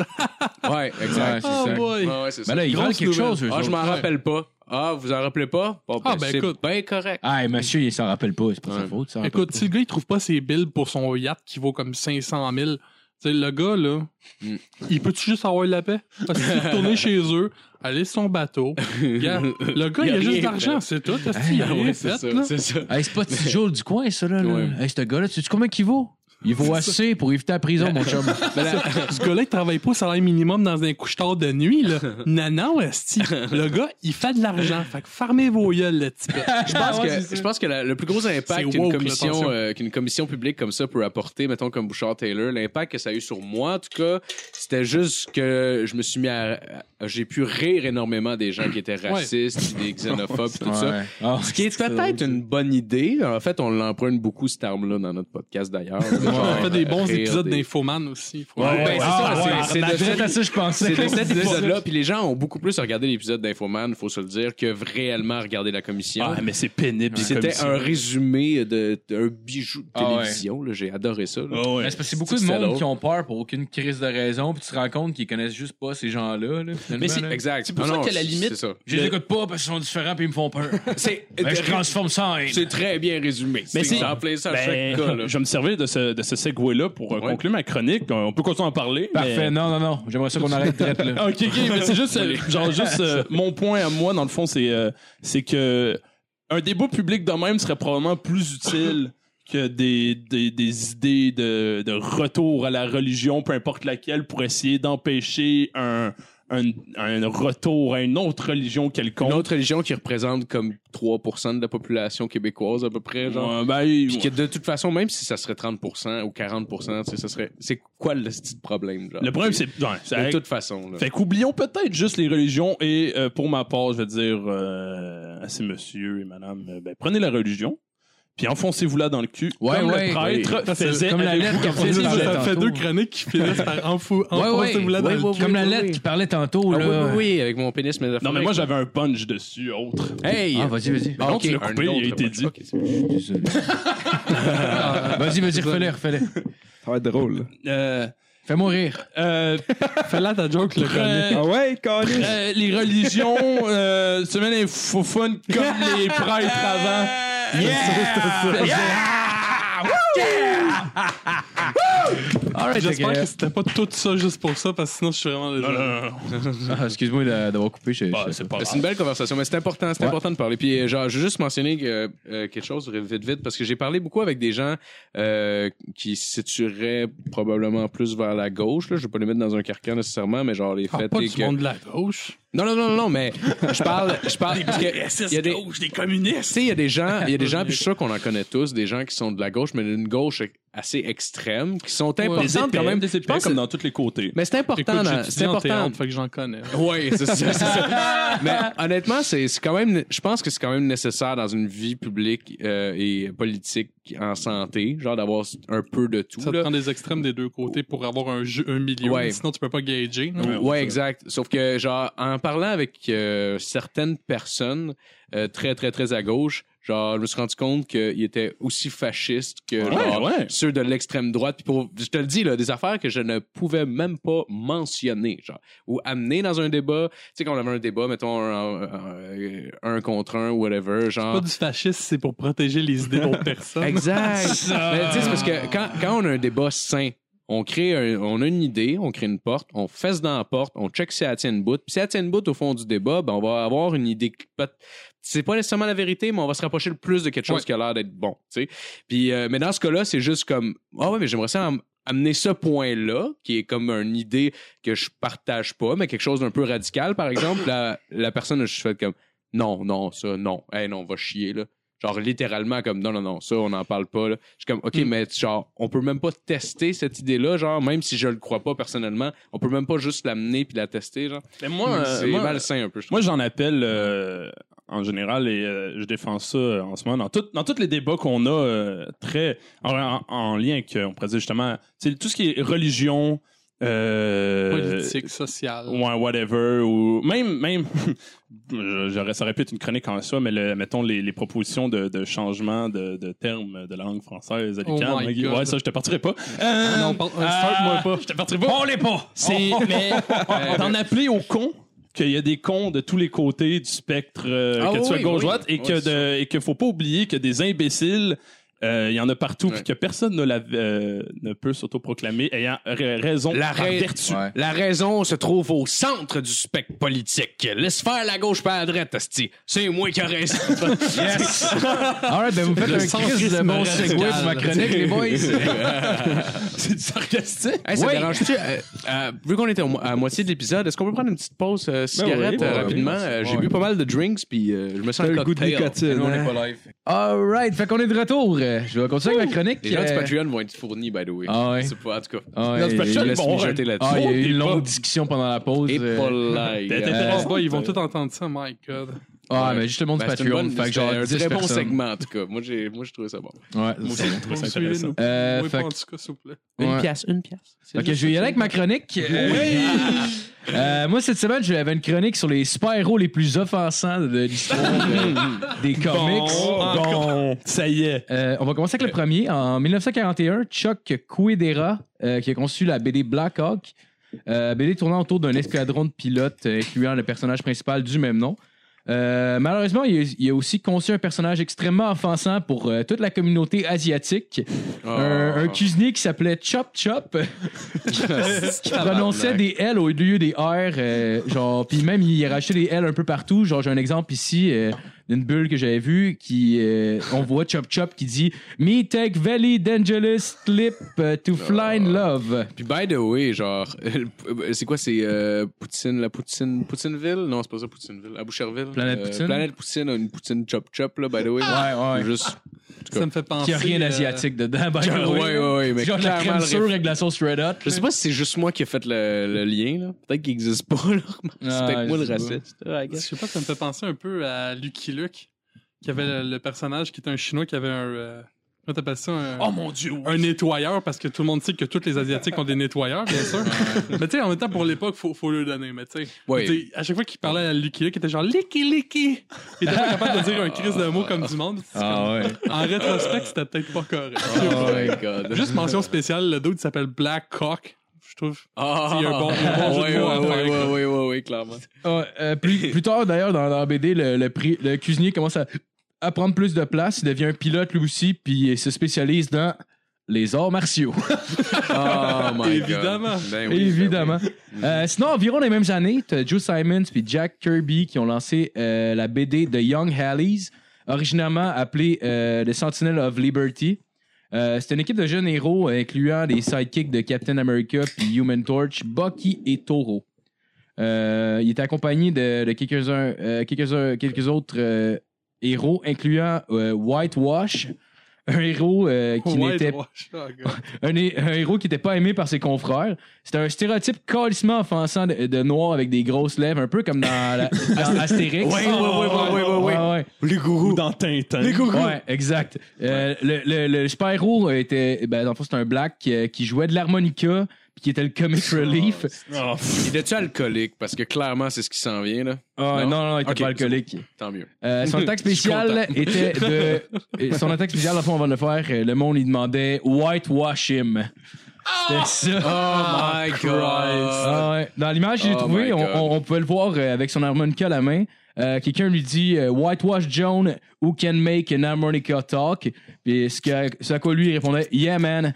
ouais, exact.
Ouais,
Oh
ça.
Ouais,
boy!
ouais, c'est ça.
Ben là, ils
Grosse
veulent quelque
nouvelle.
chose, eux
Ah, je
autres.
m'en
Ouais.
rappelle pas. Ah, vous en rappelez pas? Bon,
Ah, ben,
c'est
écoute.
bien
*laughs*
correct.
Ah, hey, monsieur, il s'en rappelle pas, c'est pas
Ouais.
sa faute. ça, rappelle
Écoute,
pas.
si le gars, il trouve pas ses billes pour son yacht qui vaut comme 500 000, tu sais, le gars, là,
Mm.
il peut-tu juste avoir la paix? Parce qu'il peut retourner chez eux, aller sur son bateau. Regarde, le gars, il a,
rien
juste de
fait.
l'argent, c'est tout. Est-ce qu'il a
Ah, ouais,
rien
c'est
fait,
ça,
là?
c'est ça.
Hey, c'est pas petit Joel du coin, ça, là. là.
Ouais.
Hey, ce gars-là, tu sais combien qu'il vaut? Il vaut assez pour éviter la prison,
*laughs*
mon chum.
Mais la-
*laughs* Ce gars-là, il travaille pas au salaire minimum dans un couche-tard de nuit, là. Nana, esti. Le gars, il fait de l'argent. Fait que farmez vos gueules, le type.
Je
Ah,
pense que, je pense que la- le plus gros
C'est
impact
woke,
qu'une
là, attention.
commission, euh, qu'une commission publique comme ça peut apporter, mettons comme Bouchard Taylor, l'impact que ça a eu sur moi, en tout cas, c'était juste que je me suis mis à, à- j'ai pu rire énormément des gens qui étaient racistes, des xénophobes, tout ça. Oh,
Ouais. Ah,
Ce qui est
c'est
peut-être une bonne idée. En fait, on l'emprunte beaucoup, cette arme-là, dans notre podcast d'ailleurs. genre,
On a fait des bons
rire
épisodes
des-
d'Infoman aussi. Faut-
Ouais,
Ben,
ouais,
c'est
ah,
ça,
ouais,
c'est-
arnaque.
c'est direct à ça, je pensais.
C'est de cet épisode-là, puis les gens ont beaucoup plus regardé l'épisode d'Infoman, faut se le dire, que réellement regardé la commission.
Ah, mais c'est pénible.
Puis c'était un résumé de d'un bijou de
Ah ouais.
télévision. là. J'ai adoré ça. là.
Oh. Ah
Mais c'est parce que c'est beaucoup
C'est
de monde
drôle.
qui ont peur pour aucune crise de raison, puis tu te rends compte qu'ils connaissent juste pas ces gens-là. là, finalement,
Mais c'est
là.
exact.
C'est pour
Non,
ça
non,
qu'à la
c'est-
limite-
c'est ça.
Je les écoute pas parce qu'ils sont différents puis ils me
*laughs*
font peur.
C'est
Ben, je transforme ça en haine.
c'est très bien résumé.
Mais
C'est
c'est-
en plein ça à
Ben,
chaque cas. là.
je vais me servir de ce, de ce segway-là pour euh,
Ouais.
conclure ma chronique. On peut continuer à en parler.
Parfait, non, non, non. J'aimerais ça qu'on arrête
*laughs*
direct là.
Ah, Ok, ok, mais c'est juste, euh, genre, juste euh, mon point à moi, dans le fond, c'est euh, c'est que un débat public de même serait probablement plus utile que des, des, des idées de, de retour à la religion, peu importe laquelle, pour essayer d'empêcher un, un, un retour à une autre religion quelconque.
Une autre religion qui représente comme 3% de la population québécoise à peu près. Genre.
Ouais, ben, il-
Puis que de toute façon, même si ça serait 30% ou 40%, tu sais, ça serait. C'est quoi le petit problème? Genre?
le problème, c'est. ouais, c'est-
De toute façon. Là.
Fait qu'oublions peut-être juste les religions et euh, pour ma part, je vais dire euh, à ces messieurs et madame, euh, ben, prenez la religion. Puis enfoncez-vous là dans le cul.
Ouais,
comme
ouais.
le prêtre
Oui.
faisait
Comme la
avec
lettre
vous
qu'elle
quand vous
faisait
étiez
dans
jeune.
Ça fait
tantôt.
deux chroniques qui finissent par enfou. vous là dans le cul.
Comme la lettre qui parlait tantôt,
Ah, oui,
là.
oui, oui, avec mon pénis métaphorique.
Non, mais moi, j'avais un punch dessus, autre.
Hey!
Ah, vas-y, vas-y.
non, tu l'as
un
coupé, il a
autre,
été
ouais.
dit.
Ok, c'est bon.
Vas-y, vas-y, refais-le, refais-le.
ah.
Ça va être drôle.
Euh,
Fais-moi rire.
euh,
Fais-la ta joke, le
prenez-
Ah ouais, Carlis?
euh, les religions, *laughs* euh, semaine infophone comme *laughs* les prêtres avant.
J'espère que c'était pas tout ça juste pour ça, parce que sinon, je suis vraiment
Non,
désolé.
non, non.
Ah, excuse-moi d'a- d'avoir coupé. je-
Bah,
je-
c'est pas
C'est une
grave.
belle conversation, mais c'est important, c'est
Ouais.
important de parler. Puis, euh, genre, je veux juste mentionner euh, euh, quelque chose vite, vite, parce que j'ai parlé beaucoup avec des gens euh, qui se situeraient probablement plus vers la gauche. Là. Je vais pas les mettre dans un carcan nécessairement, mais genre les
Parle
fêtes
pas
et
du
que...
monde de la gauche.
Non, non, non, non, non, mais je parle, je parle parce que il y a des,
des communistes.
tu sais, il y a des gens, il y a des gens, puis je suis sûr qu'on en connaît tous, des gens qui sont de la gauche, mais d'une gauche assez extrême, qui sont
Des
importantes
épais,
quand même.
des
Je
épais
pense
comme
que-
dans tous les côtés.
Mais c'est important,
Écoute,
dans-
j'étudie
c'est
en
important.
théâtre, fait que j'en connais.
Oui, c'est ça, c'est
*laughs*
ça. Mais honnêtement, c'est c'est quand même, je pense que c'est quand même nécessaire dans une vie publique euh, et politique en santé, genre d'avoir un peu de tout.
Ça te
là.
prend des extrêmes des deux côtés pour avoir un, jeu, un milieu.
Ouais.
Sinon, tu peux pas gager. non?
Ouais, exact. Sauf que, genre, en parlant avec euh, certaines personnes euh, très, très, très à gauche, genre, je me suis rendu compte qu'ils étaient aussi fascistes que genre,
Ouais, ouais.
ceux de l'extrême droite. Puis pour, je te le dis, là, des affaires que je ne pouvais même pas mentionner, genre, ou amener dans un débat. Tu sais, quand on avait un débat, mettons, un, un- un contre un, whatever,
Pas
genre.
du fascisme, c'est pour protéger les idées d'autres personnes. *laughs*
Exact. Mais tu sais, c'est parce que quand, quand on a un débat sain, on crée un- on a une idée, on crée une porte, on fesse dans la porte, on check si elle tient une bout. Puis si elle tient une bout au fond du débat, ben on va avoir une idée. qui peut- C'est pas nécessairement la vérité, mais on va se rapprocher le plus de quelque chose qui a l'air d'être bon. tu sais. Puis, euh, mais dans ce cas-là, c'est juste comme Ah ouais, mais j'aimerais ça am- amener ce point-là, qui est comme une idée que je partage pas, mais quelque chose d'un peu radical, par exemple. la, la personne, je fais comme Non, non, ça, non. Hey, non, va chier, là. Genre littéralement comme non non non ça on n'en parle pas là. Je suis comme OK mais genre on peut même pas tester cette idée là genre même si je le crois pas personnellement, on peut même pas juste l'amener puis la tester genre. Hmm,
Mais moi, euh,
c'est
moi,
malsain un peu je trouve.
Moi, j'en appelle euh, en général et euh, je défends ça euh, en ce moment dans, tout- dans tous les débats qu'on a euh, très en, en- en lien avec, euh, on pourrait dire justement, tu sais, tout ce qui est religion, euh,
Politique, sociale.
Ouais, whatever. Ou même, même *laughs* je- j'aurais- ça aurait pu être une chronique en soi, mais le- mettons les, les propositions de, de changement de, de termes de la langue française à
Oh
l'UQAM.
my
ouais,
God.
ça, je te partirai pas.
Ah
Euh,
non, parle-
euh,
start-moi
pas. Je te partirai pas. On l'est pas. C'est,
Oh,
mais d'en appeler au con qu'il y a des cons de tous les côtés du spectre, euh,
Ah
que tu
oui,
sois
oui,
gauche-droite,
oui.
et
Ouais,
que
c'est
de, et que faut pas oublier que des imbéciles, euh, il y en a partout, puis que personne ne, la- euh, ne peut s'autoproclamer ayant ra- raison
La,
par
rai-
vertu.
Ouais. la raison se trouve au centre du spectre politique. Laisse faire la gauche pas la droite, asti. C'est moi qui ai raison.
Yes! Alright, ben vous me faites un crise de bon segway pour ma chronique, les
*laughs*
boys.
C'est du sarcastique.
Hey, ça
Oui.
dérange-tu? euh, euh, vu qu'on était au mo- à moitié de l'épisode, est-ce qu'on peut prendre une petite pause euh, cigarette
oui,
euh,
oui,
rapidement?
oui.
Euh, J'ai
Ouais.
bu pas mal de drinks, puis euh, je me sens
T'as
un
le goût de
cocktail.
nicotine. hein?
live. Alright, fait qu'on est de retour. Euh, Je vais continuer avec ma chronique.
Les gens du
Euh,
Patreon vont être fournis, by the way.
Ah ouais.
C'est pas, en tout cas.
Ah, ouais,
Dans ce
il-
Patreon,
il laisse
bon,
mijoter
ouais.
là-dessus.
Ah,
Ah, il y a eu
des
une
pas-
longue discussion pendant la pause.
Et
euh,
polite.
T'es- t'es-
Je
Euh,
pense pas, ils vont tout entendre ça, my god.
Ah,
Ouais.
mais juste le monde
Ben,
du
c'est une
Patreon.
bonne-
Fait que
c'est
genre
un
10
très bon
personnes.
segment, en tout cas. Moi, j'ai, moi, je trouvais ça bon.
Ouais, c'est ça.
trouve ça intéressant.
Euh,
oui,
fait
pas
que-
en tout cas, s'il vous plaît.
Ouais.
pièce, une pièce.
Ok, je vais y aller avec ma chronique. Euh, euh, moi, cette semaine, j'avais une chronique sur les super-héros les plus offensants de l'histoire euh, des comics.
Bon, ça y est.
Euh, on va commencer avec le premier. En 1941, Chuck Cuedera, euh, qui a conçu la BD Black Hawk, euh, BD tournant autour d'un escadron de pilotes, euh, incluant le personnage principal du même nom. Euh, malheureusement, il a, il a aussi conçu un personnage extrêmement offensant pour euh, toute la communauté asiatique. Un,
Oh. Ah.
un cuisinier qui s'appelait Chop Chop, *laughs* qui prononçait des L au lieu des R, euh, genre, puis même il rachetait des L un peu partout. Genre, j'ai un exemple ici euh, d'une bulle que j'avais vue qui, euh, on voit Chop Chop qui dit Me take very dangerous clip to fly
Oh.
in love.
Puis, by the way, genre, *laughs* c'est quoi, c'est euh, Poutine, la Poutine, Poutineville? Non, c'est pas ça, Poutineville. À Boucherville.
Planète
Euh,
Poutine? Ah,
Planète Poutine a une Poutine Chop Chop, là, by the way.
Ouais, ouais.
Juste. Cool.
Ça me fait penser.
Qui a rien
euh,
d'asiatique dedans. by
*laughs*
the
Ouais,
way.
ouais, ouais, mais
Ah, Genre de la
clairement,
crème
le
sûre
réf-
avec de la sauce red hot.
Je sais pas si c'est juste moi qui ai fait le, le lien, là. Peut-être qu'il existe pas, là. *laughs* C'est
Ah,
peut-être moi
je
le
sais pas.
raciste. là, I
Je
guess.
sais pas, ça me fait penser un peu à Lucky Luke, qui avait le, le personnage qui était un chinois qui avait un. euh, Comment t'appelles ça un...
Oh mon dieu.
un nettoyeur parce que tout le monde sait que tous les Asiatiques ont des nettoyeurs, bien sûr. mais tu sais, en même temps, pour l'époque, faut, faut le donner. Mais tu sais,
Ouais.
tu sais, à chaque fois qu'il parlait à Lucky Luke, il était genre Licky Licky. Il était pas capable de dire un crise de mot comme du monde. C'est
Ah
comme-
Ah, ouais. Ah,
En rétrospect, c'était peut-être pas correct.
Oh my
*laughs*
god.
Juste mention spéciale, le dude s'appelle Black Cock. Je trouve.
Ah,
Il y a un bon- il y a un bon jeu de
ouais,
mots à
ouais,
faire,
ouais,
quoi.
ouais, ouais, ouais, ouais, clairement.
Ah, euh, plus, plus tard, d'ailleurs, dans la BD, le, le pri- le cuisinier commence à, à prendre plus de place. Il devient un pilote lui aussi, puis il se spécialise dans les arts martiaux,
Oh my
Évidemment.
god. Ben oui, ben oui.
évidemment. Euh, sinon, environ les mêmes années, t'as Joe Simons puis Jack Kirby qui ont lancé euh, la BD de Young Hallies, originalement appelée euh, The Sentinel of Liberty. Euh, C'est une équipe de jeunes héros euh, incluant des sidekicks de Captain America puis Human Torch, Bucky et Toro. Euh, il était accompagné de, de quelques-uns, euh, quelques-uns- quelques autres euh, héros, incluant euh, Whitewash, un héros euh, qui
White
n'était
Wash, oh God.
un, hé- un héros qui n'était pas aimé par ses confrères. C'était un stéréotype calissement offensant de, de noir avec des grosses lèvres, un peu comme dans *laughs* la- dans Astérix.
Ouais, ouais, ouais, ouais, ouais, ouais, ouais.
ouais.
Les
Ou
gourous.
dans Tintin.
Les gourous.
Ouais, exact. Euh, le, le, le super-héros était, ben, dans le fond, c'était un black qui, qui jouait de l'harmonica, puis qui était le comic relief.
Oh, pff.
Il est-tu alcoolique? Parce que clairement, c'est ce qui s'en vient, là.
Ah, non.
Non?
non, non, il était
Ok,
pas alcoolique.
Tant mieux. *laughs*
Euh, son attaque spéciale était de. euh, Son attaque spéciale, dans le fond, avant de le faire, euh, le monde lui demandait Whitewash him. C'était ça.
Oh my god.
Ah ouais. Dans l'image que j'ai
Oh
trouvée,
my
on,
God.
on- on peut le voir euh, avec son harmonica à la main. Euh, Quelqu'un lui dit euh, Whitewash Joan, who can make an harmonica talk? Puis ce, que- ce à quoi lui il répondait Yeah, man,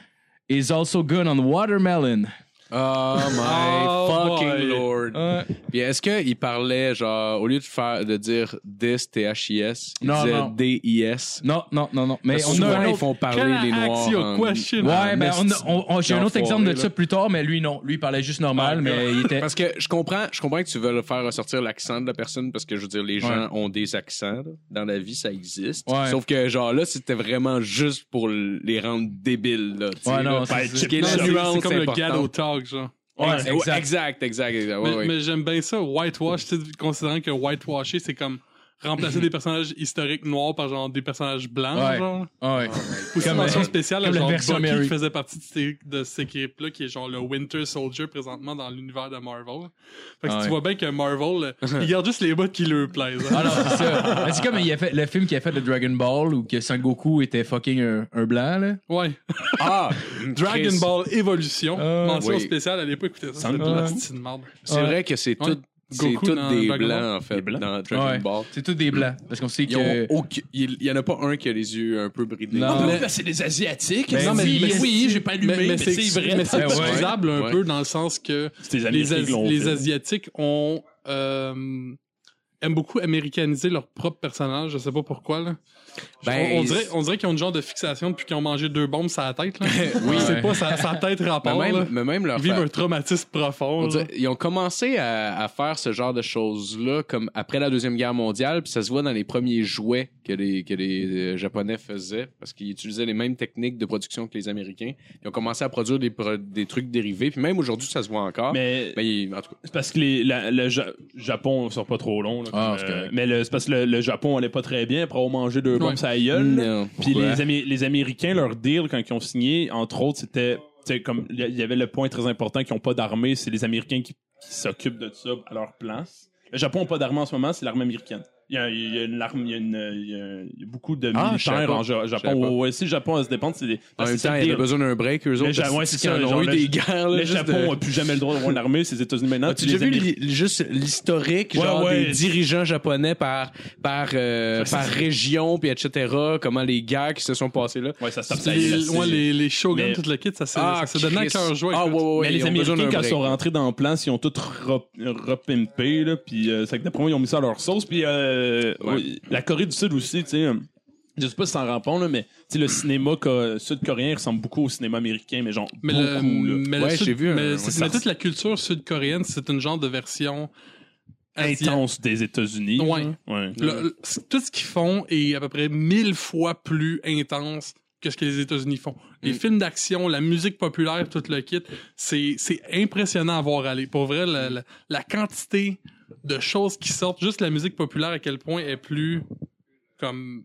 is also good on watermelon.
Oh my
Oh
fucking
boy.
lord. Puis est-ce qu'il parlait, genre, au lieu de, faire, de dire this, T-H-I-S, il
Non, non.
disait D-I-S?
Non, non, non, non. Mais
Parce que
on a
souvent,
un
ils
autre.
font parler
Can
les
I
noirs.
ask you a
en-
question?
Ouais,
Euh,
ben, on a- on- on- j'ai un autre
Enfoiré,
exemple de
là.
ça plus tard, mais lui, non. Lui, il parlait juste normal, mais il était.
Parce que je comprends, je comprends que tu veux le faire ressortir l'accent de la personne parce que je veux dire les gens ont des accents là. dans la vie ça existe.
Ouais.
Sauf que genre là c'était vraiment juste pour l- les rendre débiles là. tu sais,
Ouais, non,
là.
c'est-
ce qui est
Non,
la
c'est-
nuance
C'est comme le
importante.
gado talk, genre.
Ex-
Ouais,
ouais,
exact.
exact, exact, exact. ouais,
Mais,
ouais.
mais j'aime bien ça, whitewash, tu sais, considérant que whitewasher, c'est comme remplacer des personnages historiques noirs par genre des personnages blancs,
Ouais.
genre.
Ouais.
Aussi,
Comme,
mention
euh,
spéciale
comme
à
la
genre
version
Bucky
Mary.
qui faisait partie de, ces- de cette équipe-là, qui est genre le Winter Soldier présentement dans l'univers de Marvel. Fait que
Ah
tu
ouais.
vois bien que Marvel, euh, il garde juste les bouts qui lui plaisent. hein.
Ah non, c'est ça. Mais C'est comme il a fait, le film qu'il a fait de Dragon Ball où que Sangoku était fucking un, un blanc, là.
Ouais.
*laughs*
Ah,
Dragon
Chris,
Ball Evolution.
Ah,
mention
oui.
spéciale, allez pas écouter ça,
me
c'est de
plaît.
la petite merde.
C'est vrai que c'est
Ouais.
tout c'est
Goku
tout
dans
des
Dragon
blancs en fait
Des blancs.
dans Dragon
Ouais.
Ball.
C'est tous des blancs. Parce qu'on sait
Ils
que.
ont aucun- il il y en a pas un qui a les yeux un peu bridés.
Non.
Mais-
Ben,
c'est des Asiatiques.
Ben, oui, mais-
j'ai pas
Mais, mais c'est mais c'est
Ben ouais.
excusable un
Ouais.
peu dans le sens que
C'est des
les,
Asiatiques
As- les Asiatiques ont euh, aiment beaucoup américaniser leur propre personnage, je sais pas pourquoi là.
Ben,
on, on dirait, on dirait qu'ils ont une genre de fixation depuis qu'ils ont mangé deux bombes sur
*laughs*
la tête là.
Oui.
Je sais pas sa, sa tête
mais
rapport là.
Ben, même, mais même leur
Ils vivent
fa-
un traumatisme profond.
On
là.
dirait- ils ont commencé à, à faire ce genre de choses-là comme après la Deuxième Guerre mondiale, puis ça se voit dans les premiers jouets que les, que les euh, Japonais faisaient, parce qu'ils utilisaient les mêmes techniques de production que les Américains. Ils ont commencé à produire des, pro- des trucs dérivés, puis même aujourd'hui, ça se voit encore. Mais,
Mais
ils- en tout cas,
c'est parce que les, la- le Ja- Japon, ils sont pas trop long.
Ah, c'est
Euh,
correct.
mais le- c'est parce que le, le Japon allait pas très bien après avoir mangé deux bombes
Ouais.
sur la gueule.
Non.
Puis
Pourquoi?
les, Amé- les Américains, leur deal, quand ils ont signé, entre autres, c'était. tu sais, comme Il y y avait le point très important qu'ils n'ont pas d'armée, c'est les Américains qui, qui s'occupent de ça à leur place. Le Japon n'a pas d'armée en ce moment, c'est l'armée américaine. Il y a, il y a une arme, il y a, une- il y a- il y a beaucoup de
Ah, je savais
militaires
pas.
en Ja-
Je
Japon.
savais pas.
Ouais, ouais, si le Japon à se dépendre, c'est des.
En
parce que
même
c'est
temps,
le
il y
deal.
avait besoin d'un break, eux autres.
Ja- ouais, c'est ça,
Ils
genre,
ont eu
le-
des guerres. là,
Le
juste
Japon
de-
n'a plus jamais le droit d'avoir une armée, c'est les États-Unis maintenant.
As-tu
puis
déjà
les
hein. vu
Américains-
li- juste l'historique
Ouais,
genre
ouais.
des dirigeants japonais par par euh,
Ça,
par
c'est-
région puis etc comment les guerres qui se sont passées là
Ouais, ça se tape sur la gueule,
Les,
c'est-
ouais, les, les shoguns,
Mais-
tout le kit, ça s'est ça donnait à
Christ.
cœur joie.
ah ouais
écoute.
ouais, ouais
mais les
ils ont besoin
Américains,
d'un
quand
break.
ils sont rentrés dans le plan, ils ont tout rep- repimpé, là, puis euh, c'est que d'après moi, ils ont mis ça à leur sauce, puis euh, oui, la Corée du Sud aussi, tu sais, euh, je sais pas si t'en rends compte, là, mais tu sais, le cinéma co- sud-coréen ressemble beaucoup au cinéma américain, mais genre
Mais,
beaucoup,
le,
là.
mais, le
Ouais,
sud-
j'ai vu un-
mais,
ouais,
c'est-
ça
mais toute la culture sud-coréenne, c'est une genre de version asiatique.
intense des États-Unis.
Ouais.
genre. ouais.
Le- le- c- tout ce qu'ils font est à peu près mille fois plus intense que ce que les États-Unis font.
Mm.
Les films d'action, la musique populaire, tout le kit, c'est c'est impressionnant à voir aller. Pour vrai, la, la- la quantité de choses qui sortent, juste la musique populaire, à quel point est plus comme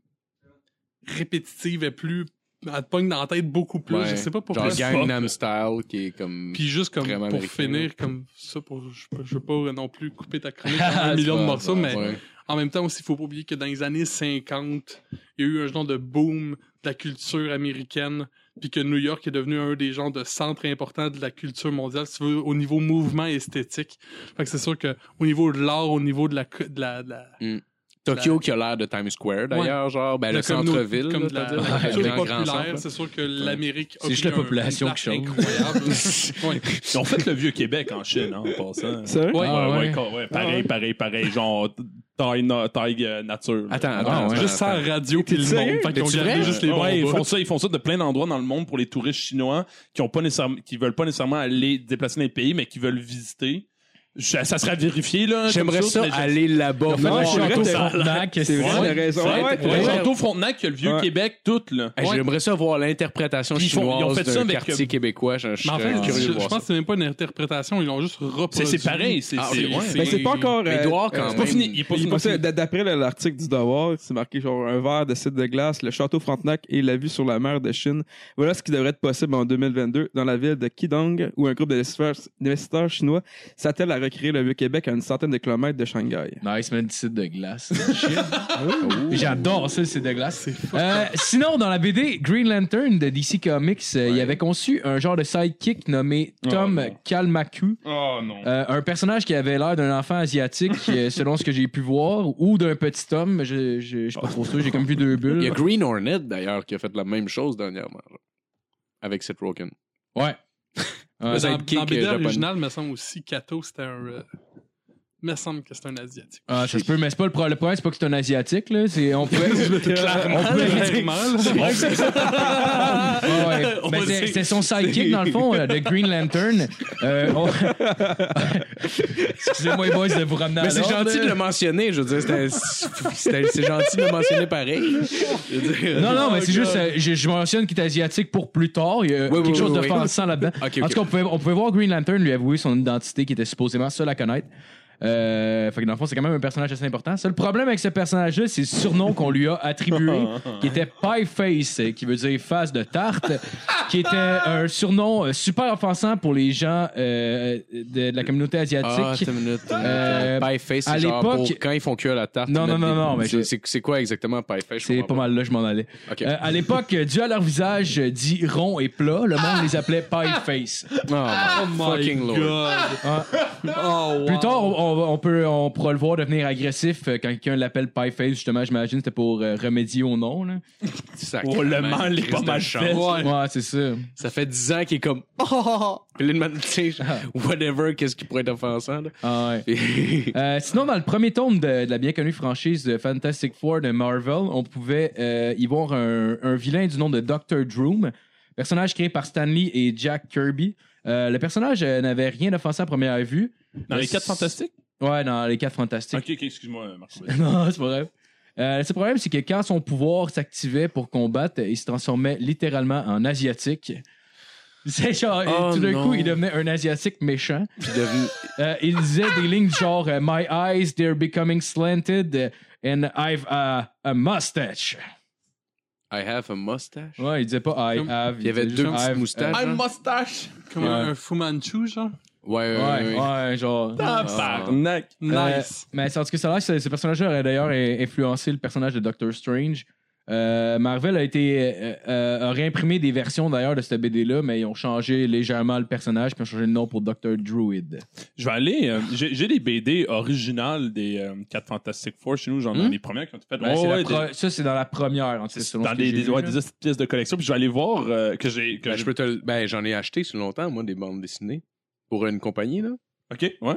répétitive, est plus... Elle te pogne dans la tête beaucoup plus.
Ouais.
Je sais pas pourquoi.
genre Gangnam Style qui est comme
Puis juste comme
Vraiment
pour
américain,
finir,
ouais.
comme ça, pour, je, peux- je veux pas non plus couper ta
*laughs*
chronique en un million de
Ouais,
morceaux,
ouais,
mais
Ah, ouais.
en même temps aussi, il faut pas oublier que dans les années 50, il y a eu un genre de boom de la culture américaine, puis que New York est devenu un des genres de centres importants de la culture mondiale, si tu veux, au niveau mouvement esthétique. Fait que c'est sûr que au niveau de l'art, au niveau de la... co- De la, de la-
Tokyo qui a l'air de Times Square d'ailleurs genre ben
de
le
la communauté-
centre-ville
comme
là,
de la,
t'as
de
dit.
la
Avec
culture
un grand centre,
populaire,
là.
c'est sûr que l'amérique a
C'est juste
pris
la
un-
population
une
qui
place
change.
*laughs*
incroyable. Ouais.
Ils ont fait le vieux Québec en Chine, hein, en passant.
Sérieux?
Ouais.
Ah,
ouais,
ouais.
ouais, ouais, pareil, pareil, pareil, genre taille, na- taille euh, nature. là.
attends attends
Ah, ouais.
attends,
Juste
attends.
sans radio puis le
sérieux?
monde. Fait qu'ils ont
T'es-tu
gardé
vrai?
juste les
Ah, Ouais,
bons
ils
bouts.
font ça, ils font ça de plein d'endroits dans le monde pour les touristes chinois qui ont pas nécessairement, qui veulent pas nécessairement aller déplacer dans les pays, mais qui veulent visiter. Je- ça serait à vérifier là. comme
j'aimerais
source,
ça
mais je-
aller là-bas
Non,
voir.
je suis
Hey,
en
Château
vrai,
Frontenac,
C'est
c'est-
vrai, t'as raison.
Ouais,
Ouais,
pour
ouais.
le Château Frontenac, il y a le vieux
Ouais.
Québec, tout là. Ouais.
J'aimerais ça voir l'interprétation
Ils font- ils ont
chinoise
fait ça
d'un
avec,
quartier
euh,
québécois. Je je
Mais
serais
en fait, je,
curieux de
je
voir
pense
ça.
que c'est même pas une interprétation, ils l'ont juste
C'est
reproduit.
c'est pareil, c'est
Ah,
c'est-
ok, ouais.
c'est-
Mais c'est pas encore. euh,
Édouard,
euh,
quand
c'est pas
même.
fini, il est pas
Il est
fini.
passé- d- D'après le- l'article du Devoir, c'est marqué genre un verre de cidre de glace, le château Frontenac et la vue sur la mer de Chine. Voilà ce qui devrait être possible en 2022 dans la ville de Kidong, où un groupe d'investisseurs d'investisseurs chinois s'attelle à recréer le Vieux-Québec à une centaine de kilomètres de Shanghai.
Nice, man, du cidre de *laughs* glace. J'adore ça, le cidre de glace. Euh, sinon, dans la BD Green Lantern de DC Comics, euh, il avait conçu un genre de sidekick nommé Tom
Oh, non.
Kalmaku.
Oh non.
Euh, un personnage qui avait l'air d'un enfant asiatique, euh, selon ce que j'ai pu voir, ou d'un petit homme. Je, je, je suis pas trop sûr, j'ai comme vu deux
Il y a
bulles.
Green Hornet, d'ailleurs, qui a fait la même chose dernièrement. là, avec Seth Rogen.
Ouais.
Dans,
Ouais.
Peut-être kick,
dans BD
euh,
original, me semble aussi Kato, c'était un. euh, me semble que c'est un asiatique.
Ah, ça se peut, mais c'est pas le problème. Le problème, c'est pas que c'est un asiatique, là. C'est, on pouvait.
Clairement, clairement, là.
Ah ouais.
*laughs*
Ben, c'est- c'est son sidekick, dans le fond, euh, de Green Lantern. Euh,
*laughs*
on- Excusez-moi, les boys, de vous ramener à
Mais c'est
l'ordre.
gentil de le mentionner, je veux dire. c'était- c'était- C'est gentil de le mentionner pareil. Je veux *laughs* dire.
Non, non, mais c'est juste, euh, je, je mentionne qu'il est asiatique pour plus tard. Il y a
Oh Oui,
quelque
oui,
chose
oui, oui.
d'offensant là-dedans.
*laughs* Ok,
En
ok.
tout cas, on pouvait, on pouvait voir Green Lantern lui avouer son identité qui était supposément seul à connaître. Euh, fait que dans le fond, c'est quand même un personnage assez important. Ça, le problème avec ce personnage-là, c'est le surnom qu'on lui a
*laughs*
attribué, qui était Pie Face, euh, qui veut dire face de
*laughs*
tarte, qui était un surnom euh, super offensant pour les gens euh, de, de la communauté
Ah,
asiatique.
attends une minute.
Euh,
pie face,
à
c'est genre
l'époque-
pour quand ils font cuire la tarte.
Non,
ils
non,
mettent des-
non, non, mais
c'est-
je-
C'est c'est quoi exactement pie face? je
c'est pas
comprends
mal là, je m'en allais.
Ok.
Euh, à l'époque, euh, dû à leur visage euh, dit rond et plat, le monde les appelait Pie Face.
Oh, my fucking lord.
Ah.
Oh, wow.
Plus tard, on, on va- on peut, on pourra le voir devenir agressif euh, quand quelqu'un l'appelle Pie Face. Justement, j'imagine c'était pour euh, remédier au nom. Là.
Oh, le mal est pas mal fait.
Ouais.
Ouais, c'est ça.
Ça fait 10 ans qu'il est comme. *laughs* Oh, oh, oh. Puis là, le matin, tu sais, genre, whatever, qu'est-ce qui pourrait être offensant, là. *laughs*
Ah ouais.
Puis-
Euh, sinon, dans le premier tome de, de la bien connue franchise de Fantastic Four de Marvel, on pouvait euh, y voir un, un vilain du nom de Dr. Droom, personnage créé par Stan Lee et Jack Kirby. Euh, le personnage euh, n'avait rien d'offensant à première vue.
Dans les quatre fantastiques.
Ouais, dans les quatre fantastiques.
Ok, ok, excuse-moi, euh, Marc.
*laughs* non, c'est pas vrai. Euh, le seul problème, c'est que quand son pouvoir s'activait pour combattre, il se transformait littéralement en asiatique. C'est genre,
Oh
tout d'un
non.
coup, il devenait un asiatique méchant.
Puis devenu-
Euh, il disait des lignes genre euh, My eyes, they're becoming slanted euh, and I've a, a mustache.
I have a mustache.
Ouais, il disait pas I
Comme-
have.
Il y avait deux
disait juste
petites
I've,
moustaches.
I'm
hein?
mustache!
Comme un, un Fu Manchu, genre.
Ouais,
euh,
ouais, ouais,
Ouais,
ouais.
ouais, genre.
Ah. Tabarnak!
Euh,
Nice.
mais c'est en ce que ça a l'air, ce, ce personnage-là aurait d'ailleurs euh, influencé le personnage de Doctor Strange. Euh, Marvel a été euh, euh, a réimprimé des versions d'ailleurs de cette BD là, mais ils ont changé légèrement le personnage puis ils ont changé le nom pour Doctor Druid.
Je vais aller. euh, j'ai j'ai des BD originales des euh, 4 Fantastic Four chez nous. J'en ai
Hmm?
les premières qui ont été faites.
Ben,
Ouais,
c'est la
ouais,
pro-
des-
Ça c'est dans la première en tout cas,
c'est
selon
dans
ce que
des,
j'ai
des,
vu,
ouais,
là.
des autres pièces de collection. Puis je vais aller voir euh, que j'ai. que
Ben, je peux te le- ben, j'en ai acheté sur longtemps, moi, des bandes dessinées. Pour une compagnie, là.
Ok, ouais.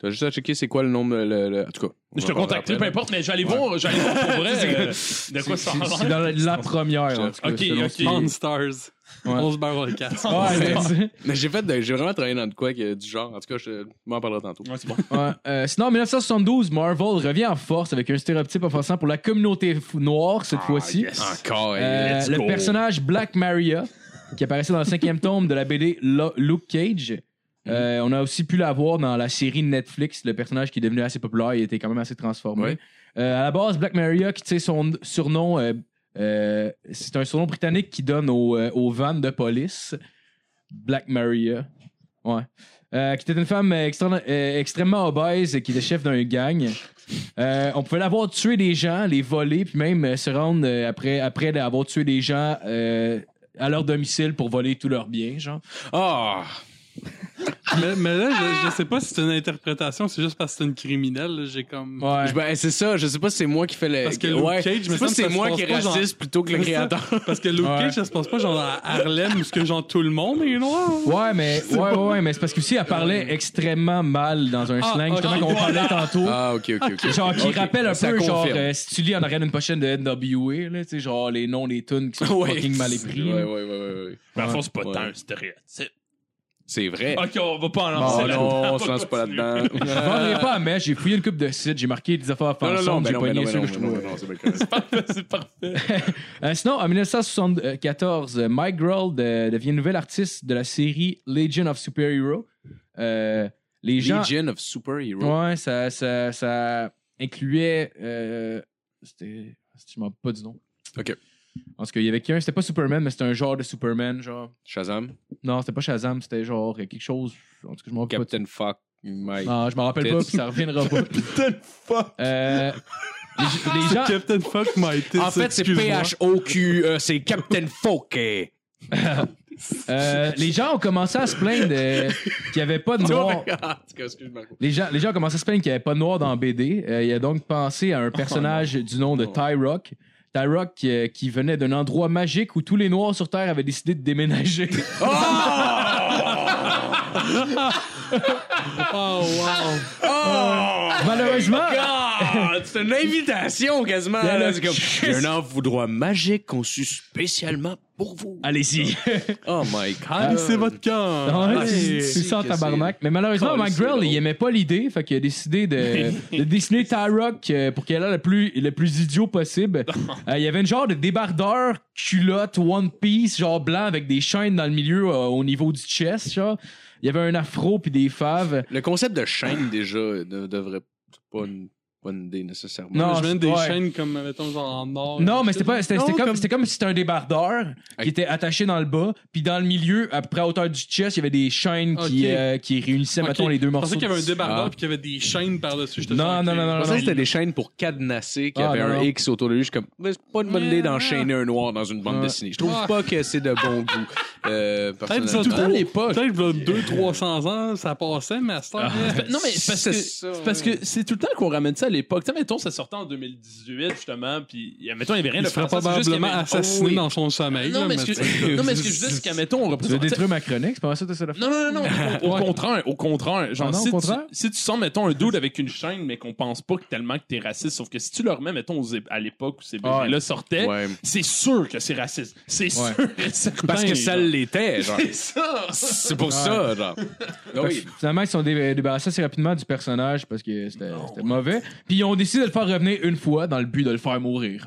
T'as juste à checker c'est quoi le nom de. le- le- En tout cas. on
Je te
va parler
contacte, peu
après,
importe, mais je vais aller voir. Je vais aller voir pour vrai euh, de
C'est- c'est-
quoi ça
C'est
parle.
dans la, la première en tout cas,
Ok,
selon
ok.
ce qui-
Pawn Stars.
Ouais.
On se barre le casque.
*laughs* Ouais, c'est ça.
là. Mais j'ai fait de- j'ai vraiment travaillé dans de quoi que- du genre. En tout cas, je m'en parlerai tantôt.
Ouais, c'est bon.
Ouais, euh, sinon, en 1972, Marvel revient en force avec un stéréotype offensant pour la communauté f- noire cette
Ah,
fois-ci.
Encore.
Euh,
euh,
le
go.
personnage Black Maria, qui apparaissait dans le cinquième tome de la BD Lo- Luke Cage. Euh, on a aussi pu la voir dans la série Netflix, le personnage qui est devenu assez populaire, il était quand même assez transformé.
Ouais.
Euh, à la base, Black Maria, qui tient son surnom, euh, euh, c'est un surnom britannique qui donne aux euh, aux vannes de police. Black Maria. Ouais. Euh, qui était une femme euh, extra- euh, extrêmement obèse et qui était chef d'un gang. Euh, on pouvait l'avoir tué des gens, les voler, puis même euh, se rendre euh, après, après avoir tué des gens euh, à leur domicile pour voler tous leurs biens, genre.
Ah!
Mais, mais là, je, je sais pas si c'est une interprétation, c'est juste parce que c'est une criminelle. là, J'ai comme.
Ouais.
Je- ben, c'est ça, je sais pas si c'est moi qui fais le.
Parce que Luke
ouais.
Cage,
je
me
sais pas
semble
si
que
c'est
ça se
moi
passe
qui est
pas genre-
raciste plutôt que le
C'est ça.
créateur.
Parce que Luke
Ouais.
Cage, ça se passe pas genre à Harlem, où ce que genre tout le monde est noir.
*laughs*
Ouais, mais, ouais, ouais, ouais, mais c'est parce que aussi, elle parlait extrêmement mal dans un
Ah,
slang, justement,
ok,
qu'on parlait tantôt.
Ah, ok, ok, ok.
Genre, qui
Ok,
rappelle un
ça
peu, genre,
confirme.
euh, si tu lis en arrière d'une pochette de NWA, là, tu sais, genre, les noms des tunes qui sont
Ouais.
fucking mal épris.
Ouais,
là.
ouais, ouais, ouais. ouais.
Mais en fait, c'est pas
Ouais.
tant un stéréotype.
C'est vrai.
Ok, on va pas en
Oh
lancer
non,
là-dedans.
on se lance pas
continue.
là-dedans.
Je vendrai pas à mèche, j'ai fouillé une coupe de sites, j'ai marqué des affaires
Non, non, non,
offensantes,
ben
j'ai
non, ben non,
pogné
ben
ceux
non,
que je
ben non,
trouvais.
ben non, c'est bien correct.
c'est parfait.
Euh, sinon, en 1974, euh, Mike Grohl de- devient nouvel artiste de la série Legion of Superhero. Euh, les gens.
Legion of Super Heroes.
Ouais, ça, ça, ça incluait. euh, c'était. Je m'en rappelle pas du nom.
Ok.
En tout cas, il y avait qu'un, c'était pas Superman, mais c'était un genre de Superman, genre.
Shazam,
Non, c'était pas Shazam, c'était genre euh, quelque chose. En tout cas, je m'en rappelle pas.
Captain Fuck, Mike.
Non, je m'en rappelle pas,
Tits.
puis ça reviendra
*laughs*
pas.
Putain de fuck.
Euh, les, les gens.
Captain Fuck Mighty.
En fait, c'est P-H-O-Q-E, E, c'est Captain Fuck. eh.
Euh, les gens ont commencé à se plaindre
*laughs*
euh, qu'il n'y avait pas de noir.
Ah, en tout cas, excuse-moi.
Les gens, les gens ont commencé à se plaindre qu'il n'y avait pas de noir dans la BD. Euh, il a donc pensé à un personnage du nom de
Oh.
Tyrock. Tyrock qui, euh, qui venait d'un endroit magique où tous les noirs sur Terre avaient décidé
*laughs*
de déménager. *laughs*
Oh, wow.
Malheureusement,
Oh God! Ah, C'est une invitation quasiment. là,
Bien là,
c'est comme, Il y a un envoudroit magique conçu spécialement pour vous.
allez-y.
Oh my
*laughs*
God.
Ah, mais c'est votre camp.
Ouais,
ouais,
Ah,
c'est
c'est c'est ça en
que
tabarnak. Mais malheureusement,
Oh,
Mike
c'est
Grell,
drôle.
il aimait pas l'idée. Fait qu'il a décidé de,
*laughs*
de dessiner Tyrock euh, pour qu'elle ait le plus, le plus idiot possible.
*laughs*
Euh, il y avait une genre de débardeur, culotte, One Piece, genre blanc avec des chaînes dans le milieu euh, au niveau du chest, genre. Il y avait un afro puis des faves.
Le concept de chaîne, déjà, ne devrait pas une bonne idée nécessairement.
Non,
je viens des
Ah, ouais.
chaînes comme, mettons, genre en or.
Non, mais c'était pas, c'était, c'était
Non,
comme,
comme-
c'était comme si c'était un débardeur
Hey.
qui était attaché dans le bas, puis dans le milieu, après à hauteur du chest, il y avait des chaînes
Ok.
qui, euh, qui réunissaient,
Ok.
mettons, les deux
Je pensais
morceaux.
qu'il y avait un
de-
débardeur
Ah.
puis qu'il y avait des chaînes par-dessus. J'étais
Non,
genre,
non,
ok.
non, non,
Je
non,
pensais que
non.
c'était des chaînes pour cadenasser, qu'il y
Ah,
avait
non,
un
Ah. non.
X autour de lui. Je suis comme, Mais c'est pas une bonne idée d'enchaîner un noir dans une bande
Ouais.
dessinée. Je trouve
Ah.
pas que c'est de bon goût. Euh,
Peut-être ça,
personnellement.
dans l'époque. Peut-être, v'là 200-300 ans, ça passait, mais à cette
Ah.
heure, là,
Non, mais c'est parce
C'est
que
ça,
c'est parce que c'est tout le temps qu'on ramène ça à l'époque. Tu sais, mettons, ça sortait en 2018, justement, puis euh, mettons, il y avait rien
il
de
se ferait
français, c'est juste qu'il y
probablement
avait- Oh
assassiné
Oui.
dans son sommeil.
Non,
là,
mais ce
tu sais.
que- non, mais ce que je disais, c'est qu'à mettons, on
Ah, Tu veux
représente. tu sais,
détruire ma chronique? C'est pas ça que t'essaies de faire?
Non, non, non, non, au, au contraire, au contraire. Genre,
Ah non, au
si,
contraire?
Tu, si tu sens, mettons, un dude avec une chaîne, mais qu'on pense pas que tellement que t'es raciste, sauf que si tu le remets, mettons, aux é- à l'époque où ces
Ah ouais.
BD-là sortaient,
Ouais.
c'est sûr que c'est raciste. C'est
Ouais.
sûr et certain,
Parce que ça
genre.
l'était, genre.
*laughs* C'est ça!
C'est pour ça, genre. Ah
Fait que
oui.
Finalement, ils se sont dé- débarrassés assez rapidement du personnage parce que c'était c'était mauvais. Puis ils ont décidé de le faire revenir une fois dans le but de le faire mourir.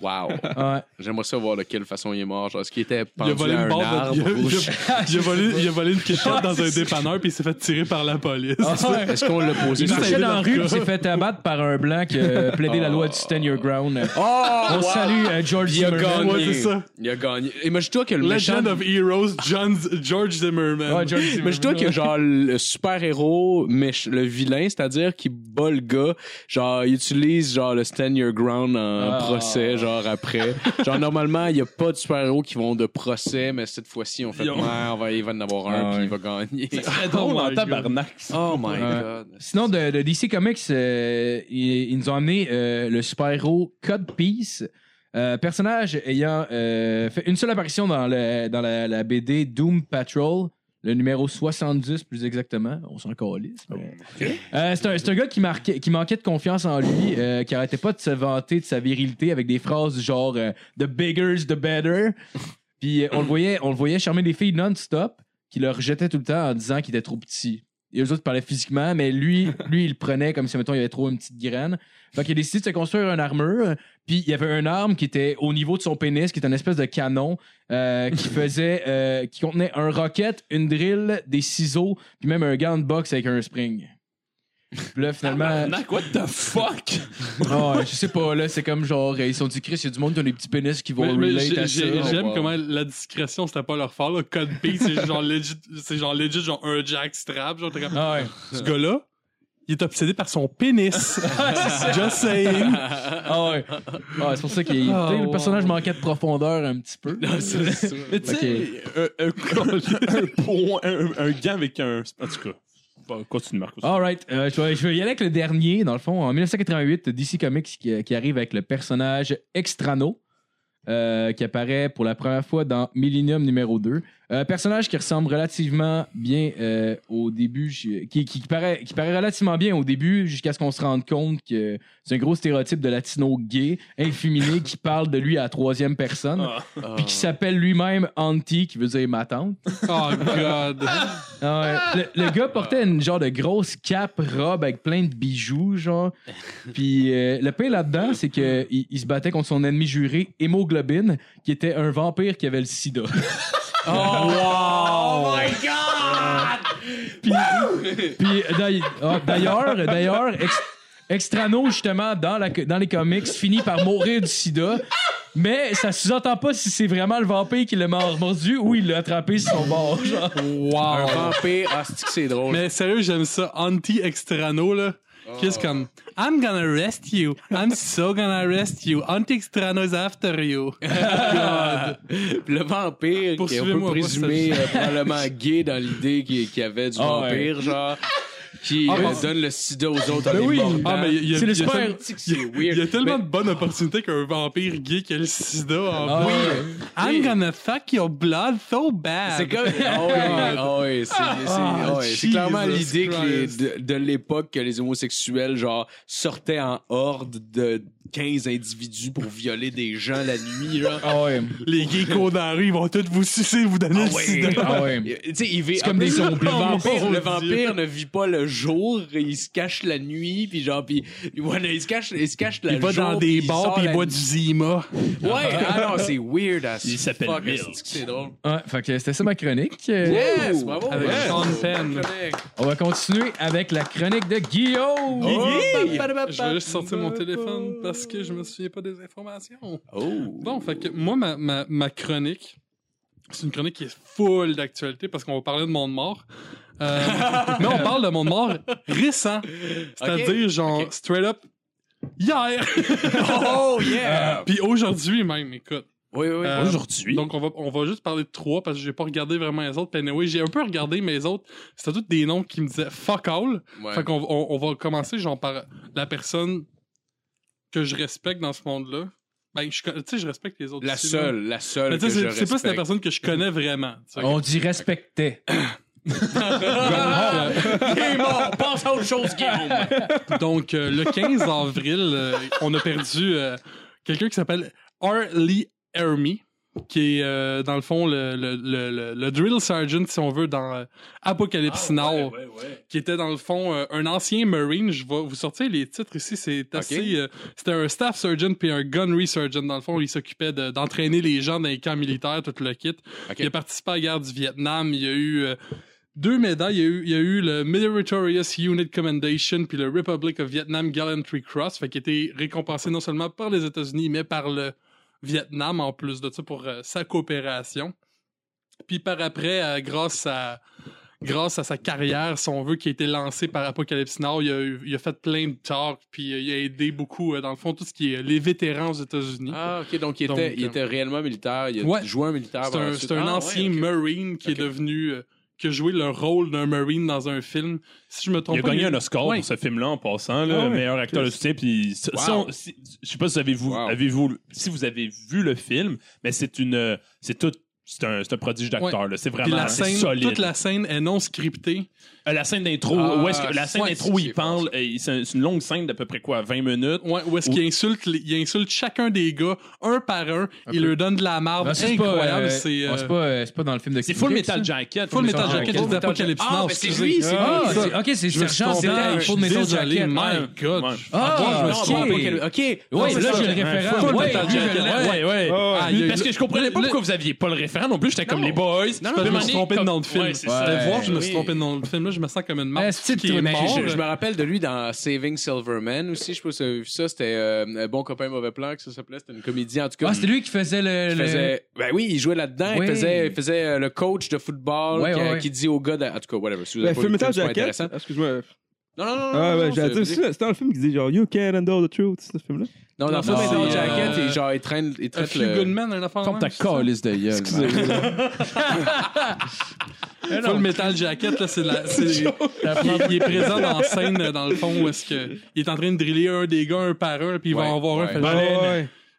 Wow.
*laughs* Ouais.
J'aimerais ça voir de quelle façon il est mort. Genre, est-ce qu'il était
Il a
pendu
volé
à
une
un
barre
arbre?
de... il a-
ou-
il a- *laughs* Il a volé, il a volé une quichette dans un dépanneur puis il s'est fait tirer par la police.
Ah,
Est-ce qu'on l'a posé
Il
sur
marchait dans la rue et s'est fait abattre par un blanc qui euh, plaidait la loi du stand your ground.
Oh!
On
wow!
salue euh, George
Il a
Zimmerman.
gagné.
Ouais, c'est ça.
Il a gagné. Imagine-toi que le méchant...
Legend of Heroes, John George Zimmerman.
Ouais, George Zimmerman.
Imagine-toi que genre le super-héros, méch- le vilain, c'est-à-dire qui bat le gars, genre il utilise genre le stand your ground en
Ah.
procès, genre après. genre normalement, il n'y a pas de super-héros qui vont de procès, mais cette fois-ci, on fait
Ils ont-
"Ouais, on va, il va en avoir
Ah
un, puis
ouais.
il va gagner.
Très drôle
Oh
en
my
tabarnak. ça.
oh my
Ouais.
god.
Sinon, de, de DC Comics, euh, ils, ils nous ont amené euh, le super-héros Code Peace, euh, personnage ayant euh, fait une seule apparition dans, le, dans la, la BD Doom Patrol, le numéro 70 plus exactement. On s'en calisse. mais- Euh, c'est, un, c'est un gars qui, marquait, qui manquait de confiance en lui, euh, qui arrêtait pas de se vanter de sa virilité avec des phrases du genre euh, The bigger's the better ». Puis euh, on le voyait, on le voyait charmer des filles non-stop, qui le rejetait tout le temps en disant qu'il était trop petit. Et eux autres parlaient physiquement, mais
*laughs*
lui, lui, il le prenait comme si, mettons, il avait trop une petite graine. Fait qu'il a décidé de se construire une armure. Puis il y avait une arme qui était au niveau de son pénis, qui était une espèce de canon, euh,
*laughs*
qui faisait, euh, qui contenait un rocket, une drill, des ciseaux, puis même un gant de boxe avec un spring. Puis là, finalement.
Ah,
Tabarnak, what the fuck?
Ah *laughs* ouais, je sais pas, là, c'est comme genre, euh, ils sont dit, Chris, il y a du monde qui a des petits pénis qui vont
Mais- mais
relate
j'ai-
à ça.
j'ai- J'aime
wow.
comment la discrétion, c'était pas leur fort. là. Code B, c'est genre legit, c'est genre legit, genre un jack strap. Genre, t'es comme,
Ah ouais.
ce gars-là, il est obsédé par son
*laughs*
pénis. Just saying.
Ah ouais. Ah, c'est pour ça *laughs* qu'il
Ah,
tu sais, le
wow.
personnage manquait de profondeur un petit peu. *laughs*
Mais tu sais, un- un
*laughs*
un point- un- un gant avec un. En tout cas, bon, continue, Marcus.
Alright, euh, je, vais, je vais y aller avec le dernier, dans le fond. En 1988, DC Comics qui, qui arrive avec le personnage Extrano, euh, qui apparaît pour la première fois dans Millennium numéro 2. Euh, personnage qui ressemble relativement bien euh, au début, ju- qui, qui, paraît, qui paraît relativement bien au début, jusqu'à ce qu'on se rende compte que c'est un gros stéréotype de latino gay, inféminé, qui parle de lui à la troisième personne,
Ah.
Oh.
puis qui s'appelle lui-même Auntie, qui veut dire ma tante.
Oh, God.
Ah ouais. le, le gars portait une genre de grosse cape, robe avec plein de bijoux, *laughs* genre. Puis euh, le pire là-dedans, c'est que il, il se battait contre son ennemi juré, Hémoglobine, qui était un vampire qui avait le *laughs* sida.
Oh, wow. my god!
Puis d'ail- ah, d'ailleurs, d'ailleurs, Ex- Extrano, justement, dans, la, dans les comics, finit par mourir du sida. Mais ça sous-entend pas si c'est vraiment le vampire qui l'a mor- mordu ou il l'a attrapé sur son bord, genre.
Un
Wow.
vampire, ah, c'est que c'est drôle.
Mais sérieux, j'aime ça. Anti-extrano, là. Qu'est-ce comme I'm gonna arrest you. I'm so gonna arrest you. Anti-extrano is after you.
*laughs* God. Le vampire, qui est, on peut
euh, Poursuivez-moi,
présumer euh, probablement gay dans l'idée qu'il qu'il y avait du
Ah,
vampire, genre, qui euh,
Ah, bon.
donne le sida aux autres en
Ben
les
oui.
mordant.
Ah, mais il y a,
C'est le
il y a-
super-
C'est que c'est
il y a
weird.
tellement de bonnes opportunités qu'un vampire gay qui a le sida en
Ah
plus.
ouais.
I'm gonna fuck your blood so bad.
C'est comme. Ah ouais, ah ouais, c'est- c'est- ah ouais, c'est
Jesus
clairement l'idée que les-
Christ.
de, de l'époque que les homosexuels, genre, sortaient en horde de 15 individus pour violer des gens la nuit, là.
Ah ouais.
Les gays qu'on dans la rue, ils vont tous vous sucer, vous donner le sida.
Ah ouais.
Euh, Tu sais, il vit.
C'est comme des zombies.
Le vampire,
Oh,
le
Dieu.
vampire ne vit pas le jour, il se cache la nuit, puis genre, puis voilà, il se cache, il se cache la
Il va
jour,
dans des
sort
bars puis il
la
boit
nuit.
du Zima.
Ouais, ah non, c'est weird as
Il s'appelle
fuck,
Bill.
est-ce que C'est drôle.
Ouais, Ah, fait que c'était ça ma chronique. Euh,
Yes, bravo.
Avec
yes.
Sean Penn.
Bonne chronique.
On va continuer avec la chronique de Guillaume.
Oh, Je vais juste sortir mon téléphone parce que je me souviens pas des informations.
Oh.
Bon, fait que moi, ma, ma, ma chronique, c'est une chronique qui est full d'actualité parce qu'on va parler de monde mort. Euh,
*laughs*
mais on parle de monde mort récent. C'est-à-dire, genre,
ok.
straight up,
*laughs*
hier!
Oh yeah.
Puis aujourd'hui même, écoute.
oui, oui.
Euh,
Aujourd'hui.
Donc, on va, on va juste parler de trois parce que j'ai pas regardé vraiment les autres. Puis anyway, j'ai un peu regardé, mais les autres, c'était tous des noms qui me disaient fuck all.
Ouais.
Fait qu'on on, on va commencer, genre, par la personne que je respecte dans ce monde-là. Ben, je con- tu sais, je respecte les autres.
La
aussi, là.
seule, la seule.
Mais tu
que
sais,
je
c'est- c'est pas si c'est la
respecte. Oh.
personne que je connais vraiment. tu sais.
On dit respectait.
Ah! Il est mort. Pense à autre chose, Guillaume.
*laughs* Donc, euh, le 15 avril, euh, on a perdu euh, quelqu'un qui s'appelle Arlie Hermy. qui est euh, dans le fond le, le- le- le- le drill sergeant, si on veut, dans euh,
Ah,
Apocalypse Now, qui était dans le fond euh, un ancien Marine. Je vais vous sortir les titres ici, c'est assez. euh, C'était un staff sergeant puis un gunnery sergeant. Dans le fond, il s'occupait de- d'entraîner les gens dans les camps militaires, tout le kit.
Ok.
Il a participé à la guerre du Vietnam. Il y a eu euh, deux médailles. Il y a eu, il y a eu le Meritorious Unit Commendation puis le Republic of Vietnam Gallantry Cross, fait qu'il était récompensé non seulement par les États-Unis, mais par le Vietnam en plus de ça pour euh, sa coopération. Puis par après, euh, grâce à grâce à sa carrière, si on veut, qui a été lancée par Apocalypse Now, il a, eu- il a fait plein de talks, puis euh, il a aidé beaucoup, euh, dans le fond, tout ce qui est euh, les vétérans aux États-Unis.
Ah, ok, donc il était,
Donc,
il
euh,
était réellement militaire, il a
Ouais.
joué un militaire.
C'est
par la
un,
suite.
c'est un
Ah, ouais,
ancien
ok.
Marine
Ok.
qui est devenu. euh, qui a joué le rôle d'un Marine dans un film. Si je me trompe
Il a
pas.
gagné un Oscar
Ouais.
pour ce film-là en passant, là,
Ah ouais,
meilleur acteur de soutien. Puis, si-
Wow.
si on- si- je sais pas si avez vous,
Wow.
avez -vous, si vous avez vu le film, mais c'est une, euh, c'est tout, c'est un, c'est un prodige d'acteur. là. C'est
Puis
vraiment
la
hein, c'est
scène,
solide.
toute la scène est non scriptée.
Euh, la scène d'intro,
Ah,
où est-ce que- la scène
ouais,
d'intro, où
c'est-
il
c'est
parle, euh, c'est c'est une longue scène d'à peu près quoi, 20 minutes.
Ouais, où est-ce qu'il insulte, les- il insulte chacun des gars, un par un. il leur donne de la marde.
Ah, ça, c'est pas,
incroyable.
euh,
c'est.
ah,
euh,
c'est pas, euh, c'est pas dans le film de
C'est
Kubrick,
Full
ça?
Metal Jacket.
Full Metal
Ah,
Jacket
ok.
c'est d'Apocalypse
Ah,
Now.
mais c'est
excusez.
lui, c'est
Ah,
lui.
c'est- ok, c'est
Je me suis
Sergent, c'est
trompé,
là,
je suis
Full Metal
désolé,
Jacket.
My God.
Ouais.
Ah,
Non,
ok.
pas Apocalypse- Ok.
Ouais,
c'est
là,
ça.
j'ai le référent.
Full
Ouais,
Metal
lui, je
Jacket,
l'ai.
Ouais,
ouais.
ouais.
Ah, il y a-
Parce que je comprenais
le-
pas
le-
pourquoi vous aviez pas le référent non plus. J'étais comme les boys.
Non, non,
Je me suis
Mané,
trompé de
comme-
nom de film.
Ouais, c'est ça.
De
Ouais.
voir, je me suis
Oui.
trompé de nom de film. Là, je me sens comme une marde
Ah, c'est
qui est
trop
mort.
naïf.
Je, je me rappelle de lui dans Saving Silverman aussi. Je sais pas si vous avez vu ça. C'était euh, Un Bon copain, mauvais plan, que ça s'appelait. C'était une comédie en tout cas.
Ah, c'est lui qui faisait le.
Il
le-
faisait- Ben oui, il jouait là-dedans.
Oui.
Il faisait, il faisait euh, le coach de football
Ouais,
qui,
ouais, ouais.
qui dit au gars. de- En tout cas, whatever. Si vous avez
Ben,
pas
Full
vu le film,
Metal
c'est pas
Jacket.
intéressant.
Excuse-moi.
Non, non, non.
Ah
non,
ouais,
non,
j'allais dire,
c'est-
c'est dans le film qui dit genre You can't handle the truth, ce film-là.
Non, dans Full
Non,
Metal
c'est,
Jacket,
euh,
il, genre, il traîne, il
A
traite
Few
le...
Good Men, un enfant.
Comme ta calice de gueule.
Full Metal Jacket, là, c'est la. c'est- il, il est présent dans la scène, euh, dans le fond, où est-ce que il est en train de driller un des gars un par un, puis il va
Ouais,
en voir un.
ouais.
fait genre,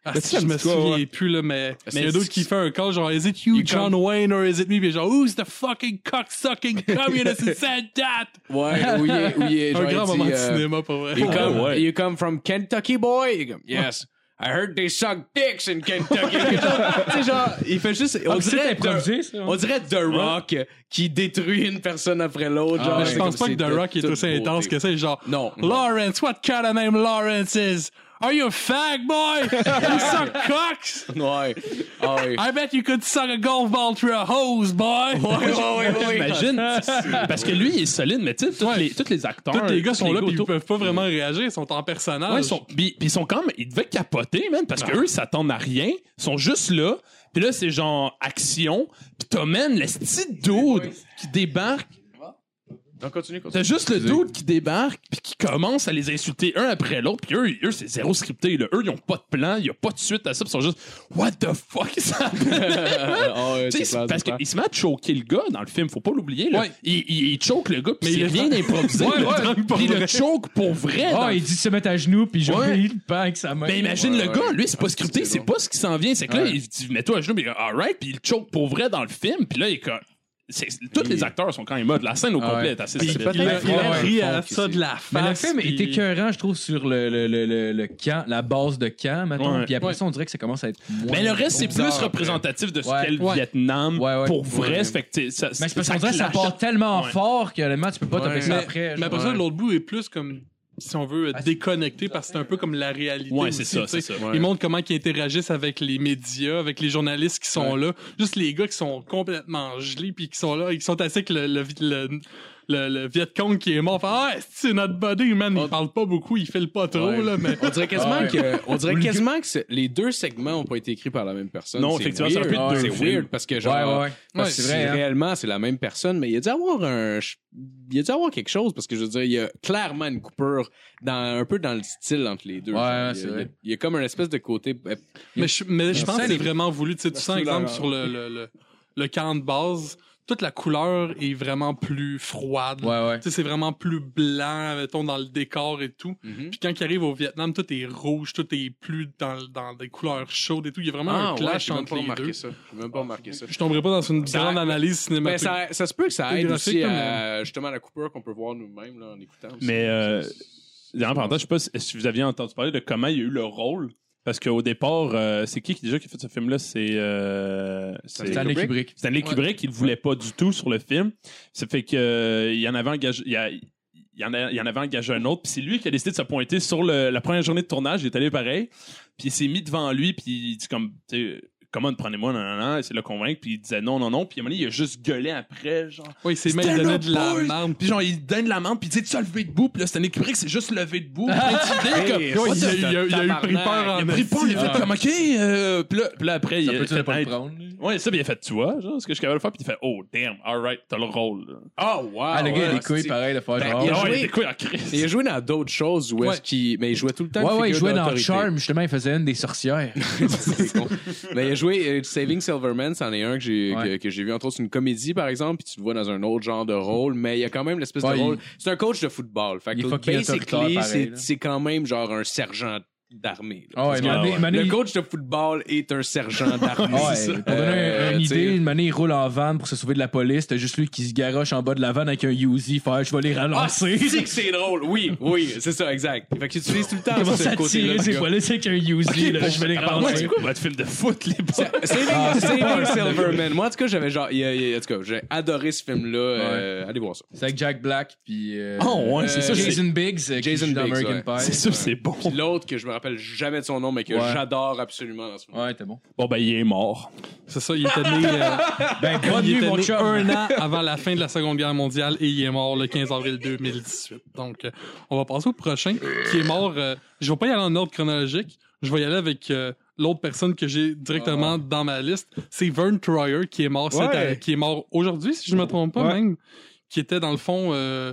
Ah,
Mais
si,
tu sais,
je me
toi,
souviens
ouais.
plus, là, mais
Mais
il y a d'autres
c'est-
qui fait un call, genre, is it you,
Il est
John Wayne, or is it me? Puis genre, who's the fucking cocksucking communist who said that?
Ouais, où il est... où il est,
Un
genre, il
grand
dit,
moment de
euh,
cinéma, pour vrai.
You
Ah,
come,
ouais.
you come from Kentucky, boy? You come, yes. I heard they suck dicks in Kentucky. tu
*laughs*
sais, genre, il fait juste. On,
Ah, c'est
dirait The,
improvisé, ça.
on dirait The Rock qui détruit une personne après
Ah
l'autre.
Mais
genre,
je
c'est
pense pas
comme
que
c'est
The
tout-
Rock est
toute
aussi intense
beauté.
que ça. il est Genre,
Non, non.
Lawrence, what kind of name Lawrence is? Are you a fag boy? you suck cocks?
Ouais. Ah ouais.
I bet you could suck a golf ball through a hose,
Ah
boy!
Ouais, ouais, ouais, ouais.
J'imagine.
*laughs*
Parce que lui, il est solide, mais tu sais, tous les- tous les acteurs.
Tous les gars
tous
sont là, puis ils
autour-
peuvent pas vraiment réagir, ils sont en personnage.
Ouais, ils sont, pis, pis ils sont quand même, ils devaient capoter, man, parce qu'eux, ils s'attendent à rien. Ils sont juste là. Puis là, c'est genre action. Puis t'as, man, le petit dude qui débarque.
Donc, continue, continue.
T'as juste le dude qui débarque, puis qui commence à les insulter un après l'autre. Puis eux, eux c'est zéro scripté. Là. Eux, ils ont pas de plan, il y a pas de suite à ça. Puis ils sont juste, what the fuck is
*laughs*
happening?
Ah ouais,
Tu sais,
c'est clair,
parce
c'est clair.
qu'il se met à choker le gars dans le film, faut pas l'oublier. là.
Ouais.
Il, il, il choke le gars, puis
Mais
c'est
il-
rien d'improvisé.
Ouais,
le
ouais,
drame,
pour
puis il
vrai.
le choke pour vrai. dans
Ah,
le
il dit de se mettre à genoux, puis genre, *laughs*
Ouais.
il pend avec sa main.
Mais imagine
Ouais,
le
ouais.
gars, lui, c'est pas
Ouais,
scripté,
c'est
c'est
bon.
pas ce qui s'en vient. C'est que là,
Ouais.
il dit mets-toi à genoux, puis il dit, alright, puis il choke pour vrai dans le film, puis là, il est comme. c'est- Tous les acteurs sont quand même mode. La scène au
Ah
complet
ouais.
est assez
Puis
solide.
il, il a
peut-être- Ouais,
pris
ouais,
à
funk,
ça
ici.
de la
Mais
face.
le film
puis-
est écœurant, je trouve, sur le, le, le, le, le camp, la base de camp, mettons.
Ouais.
Puis après
Ouais.
ça, on dirait que ça commence à être. moins
Mais le reste, c'est plus
bizarre, ouais.
représentatif de ce
Ouais.
qu'est le
Ouais.
Vietnam
Ouais, ouais.
pour vrai.
Ouais.
ça Fait que t'sais, ça,
Mais c'est parce qu'on dirait que ça
clash.
part tellement
Ouais.
fort que honnêtement, tu peux pas taper
Ouais.
ça
Mais,
après.
mais
genre.
après ça, l'autre bout est plus comme, si on veut, euh, déconnecté, parce que c'est un peu comme la réalité.
Ouais, c'est
aussi,
ça,
tu sais.
c'est ça.
Ouais.
Ils montrent comment ils interagissent avec les médias, avec les journalistes qui sont là. Juste les gars qui sont complètement gelés puis qui sont là, et qui sont assis avec le, le, le, le- le Viet Cong qui est mort. Fait, ah, c'est notre buddy, man. Il
Ah.
On-
parle pas beaucoup, il file pas trop,
Ouais.
là,
*laughs*
mais. Ah
On dirait quasiment
Ouais.
que, on dirait quasiment que c'est- les deux segments ont pas été écrits par la même personne.
Non,
C'est
effectivement, ça aurait pu
weird.
être
Ah,
deux
C'est
films.
weird parce que
Ouais,
genre,
ouais, ouais.
parce
Ouais,
que
c'est
si
vrai. hein.
réellement c'est la même personne, mais il a dû avoir un, ch- il a dû avoir quelque chose parce que je veux dire, il y a clairement une coupure dans un peu dans le style entre les deux.
Ouais,
Genre,
ouais,
il y a-
c'est
il y a-
vrai.
Il y a comme un espèce de côté. euh,
Mais je, mais je
Ouais.
pense que
Ça,
c'est
les-
vraiment voulu. Tu sais, tu
Merci
sens, exemple,
Laurent.
sur le, le, le, le camp de base, toute la couleur est vraiment plus froide.
Ouais, ouais.
Tu sais, c'est vraiment plus blanc, mettons, dans le décor et tout.
Mhm.
Puis quand il arrive au Vietnam, tout est rouge, tout est plus dans, dans des couleurs chaudes et tout. Il y a vraiment
Ah,
un
ouais,
clash
j'ai même
entre
pas
les deux.
remarqué ça. J'ai même pas remarqué ça.
Je tomberai pas dans une
Ça-
grande analyse
Ah. *laughs* Mais
cinématographique.
ça, ça se peut que ça
C'est
aide
graphique
aussi
comme-
à justement à la coupure qu'on peut voir nous-mêmes là, en écoutant. aussi.
Mais, euh,
C'est-
Dernière parenthèse, je sais pas si- si vous aviez entendu parler de comment il y a eu le rôle Parce qu'au départ, euh, c'est qui qui déjà qui a fait ce film-là? C'est euh, c'est-
Stanley Kubrick.
Stanley Kubrick, il ne voulait pas du tout sur le film. Ça fait que euh, il en avait engagé. Il, a- il en a- il en avait engagé un autre, puis c'est lui qui a décidé de se pointer sur le- la première journée de tournage. Il est allé pareil, puis il s'est mis devant lui, puis il dit comme, tu sais, comment prenez-moi, non, non, non, il s'est le convaincre, puis il disait non, non, non, puis à un moment donné, il a juste gueulé après, genre.
Oui, c'est même
C'était
il donnait
le
de la
boys.
merde.
Puis genre, il donne la menthe, puis il dit, tu as levé debout, puis là, Stanley Kubrick, c'est juste levé debout. Plein d'idées, comme,
Ouais,
what
il, a,
the-
il a- il a eu pris peur en
il a pris peur, il a
esti.
fait comme, ok, euh, puis là, puis là, après, il
Ça
a
peut-tu
fait,
ne pas
Hey,
le prendre? là?
Ouais, ça, bien fait, tu vois, genre, ce que je suis capable de faire, puis il fait, oh, damn, alright, t'as le rôle. là.
Oh, wow!
Ah, le gars, il
ouais,
est couilles
c'est-
pareil de faire
Ben,
genre.
il a
Ah ouais,
joué-
il était quoi en crise?
Il a joué dans d'autres choses où est-ce
Ouais.
qu'il. Mais il jouait tout le temps.
Ouais,
le
ouais, il
figure
jouait dans
d'autorité.
Charm, justement, il faisait une
*laughs*
des sorcières.
C'est con. Mais il a joué euh, Saving Silverman, c'en est un que j'ai
Ouais.
que, que j'ai vu entre autres c'est une comédie par exemple, puis tu le vois dans un autre genre de rôle, mais il y a quand même l'espèce
Ouais,
de
il-
rôle. C'est un coach de football, fait
Il
que
est fucking
basically
autoritaire, pareil,
c'est
là.
c'est quand même genre un sergent d'armée. là.
Ah ouais,
Parce que
mais-
ouais.
mais- mais-
le coach de football est un
*laughs*
sergent d'armée.
Ouais,
C'est ça.
pour donner un-
Euh,
une
tu sais,
idée, une manière, il roule en van pour se sauver de la police. T'as juste lui qui se garoche en bas de la vanne avec un Uzi, faire je vais les
Ah,
relancer.
c'est que c'est drôle. Oui, oui, c'est ça, exact. Fait que tu utilises tout le temps
Comment
ce
ça
côté-là.
tirer
du
ces
gars.
polices avec un Uzi, là, je vais les
Ouais,
relancer.
c'est quoi votre film de foot, les boys?
*laughs* Saving,
Ah,
Saving Silverman. Moi, en tout cas, j'avais genre. il y a- il y a- en tout cas, j'ai adoré ce film-là. euh, allez voir ça.
C'est avec Jack Black, puis. euh,
Oh, ouais, c'est
euh,
ça, c'est-
Jason Biggs, euh, qui
Jason
joue dans
Biggs,
American Pie.
C'est sûr, c'est bon.
Puis l'autre que je me rappelle jamais de son nom, mais que
Ouais.
j'adore absolument dans ce film.
Ouais, t'es bon.
Bon, ben, il est mort.
C'est ça, il était né, euh,
Ben, *laughs* bonne
il
nuit,
était
mon
né
chum.
un
*laughs*
*laughs* an avant la fin de la Seconde Guerre mondiale et il est mort le 15 avril 2018. Donc, euh, on va passer au prochain qui est mort. euh, je vais pas y aller en ordre chronologique. Je vais y aller avec euh, l'autre personne que j'ai
Ah.
directement dans ma liste. C'est Vern Troyer qui est mort, cette-
Ouais.
euh, qui est mort aujourd'hui, si je me trompe pas
Ouais.
même, qui était dans le fond. euh,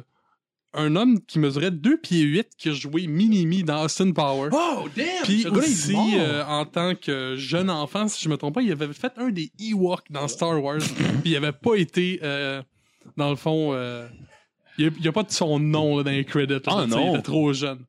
un homme qui mesurait 2 pieds 8 qui a joué Minimi dans Austin Power.
Oh, *laughs* damn!
Puis
ce gars-là, il est
aussi,
mort.
euh, en tant que jeune enfant, si je me trompe pas, il avait fait un des Ewoks dans Star Wars. Puis il avait pas été, euh, dans le fond, euh, il n'y a, pas de son nom là, dans les credits. là,
Ah,
tu sais,
non.
Il était trop jeune.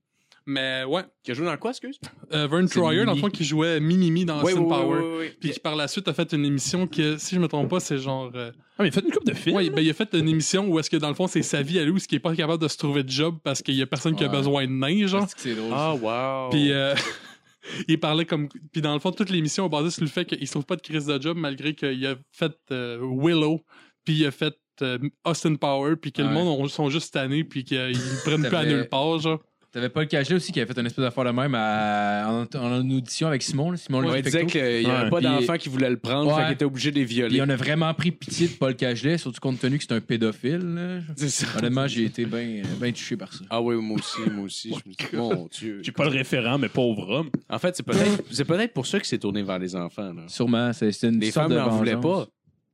Mais ouais,
Qui a joué dans quoi, excuse?
euh, Vern Troyer, dans le fond, qui jouait Minimi dans Austin Power.
oui.
Puis qui par la suite a fait une émission que, si je me trompe pas, c'est genre. euh,
Ah, mais il a fait une coupe de films.
Ouais, ben, il a fait une émission où est-ce que dans le fond c'est sa vie à lui, où est-ce qu'il est pas capable de se trouver de job parce qu'il y a personne qui a
Ouais.
besoin de nain, genre.
Est-ce que C'est drôle.
Ah, wow.
Puis euh, *laughs* il parlait comme. Puis dans le fond, toute l'émission est basée sur le fait qu'il se trouve pas de crise de job malgré qu'il a fait euh, Willow, puis il a fait euh, Austin Power, puis que le
Ouais.
monde ont- sont juste tannés,
*laughs*
puis qu'ils prennent
Ça
plus à
fait-
nulle part, genre.
T'avais Paul Cagelet aussi qui avait fait une espèce d'affaire de même à- en, en audition avec Simon, là, Simon
on
Le
disait
Defecto.
qu'il n'y avait
Ouais.
pas
Puis-
d'enfant qui voulait le prendre,
Ouais.
fait qu'il était obligé de les
Puis
violer.
on a vraiment pris pitié de Paul Cagelet, surtout compte tenu que c'est un pédophile. là.
*laughs* C'est ça.
Honnêtement, j'ai été bien ben touché par ça.
Ah oui, moi aussi, moi aussi. je me *laughs* dis, mon Dieu.
J'ai pas le référent, mais pauvre homme.
En fait, c'est peut-être c'est peut-être pour ça que c'est tourné vers les enfants. Là.
Sûrement, c'est c'est une
Les
sorte
femmes
de
n'en voulaient
vengeance.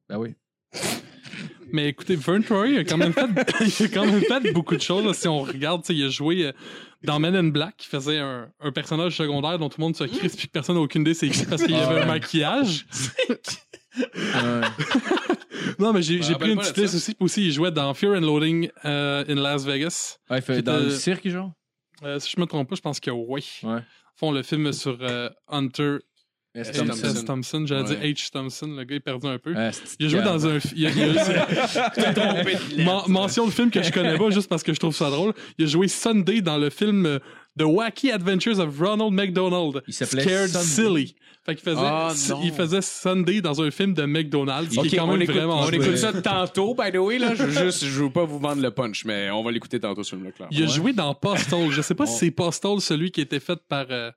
pas.
Ben oui.
Mais écoutez, Vern Troyer a quand même fait, *laughs* il a quand même fait beaucoup de choses. là. si on regarde, tu sais, il a joué euh, dans Men in Black, il faisait un, un personnage secondaire dont tout le monde se crisse, puis personne n'a aucune idée c'est qui parce qu'il y avait un maquillage.
Euh,
Non, mais j'ai
me
j'ai
rappelle
pris une
pas de
petite
ça.
liste aussi, puis aussi il jouait dans Fear and Loading euh, in Las Vegas.
ouais, fait- dans
C'était-
le cirque, genre?
Euh, si je me trompe pas, je pense que oui.
Ouais.
Font le film sur euh, Hunter
Est-ce
S.
Thompson.
Thompson. J'allais dire H. Thompson, le gars est perdu un peu. Il a joué dans un. fi- il a- il a- Men- mention de film que je connais pas juste parce que je trouve ça drôle. Il a joué Sunday dans le film euh, The Wacky Adventures of Ronald McDonald.
Il s'appelait
Scared
Sunday.
Silly. Fait qu'il faisait,
Ah, non.
il faisait Sunday dans un film de McDonald's
Ok,
qui est quand
on
même
écoute,
vraiment. hein,
on
drôle.
écoute ça tantôt, by the way. Là. Je, veux juste, je veux pas vous vendre le punch, mais on va l'écouter tantôt sur le clair.
Il a joué dans Postal. Je sais pas si c'est Postal, celui qui était fait par euh,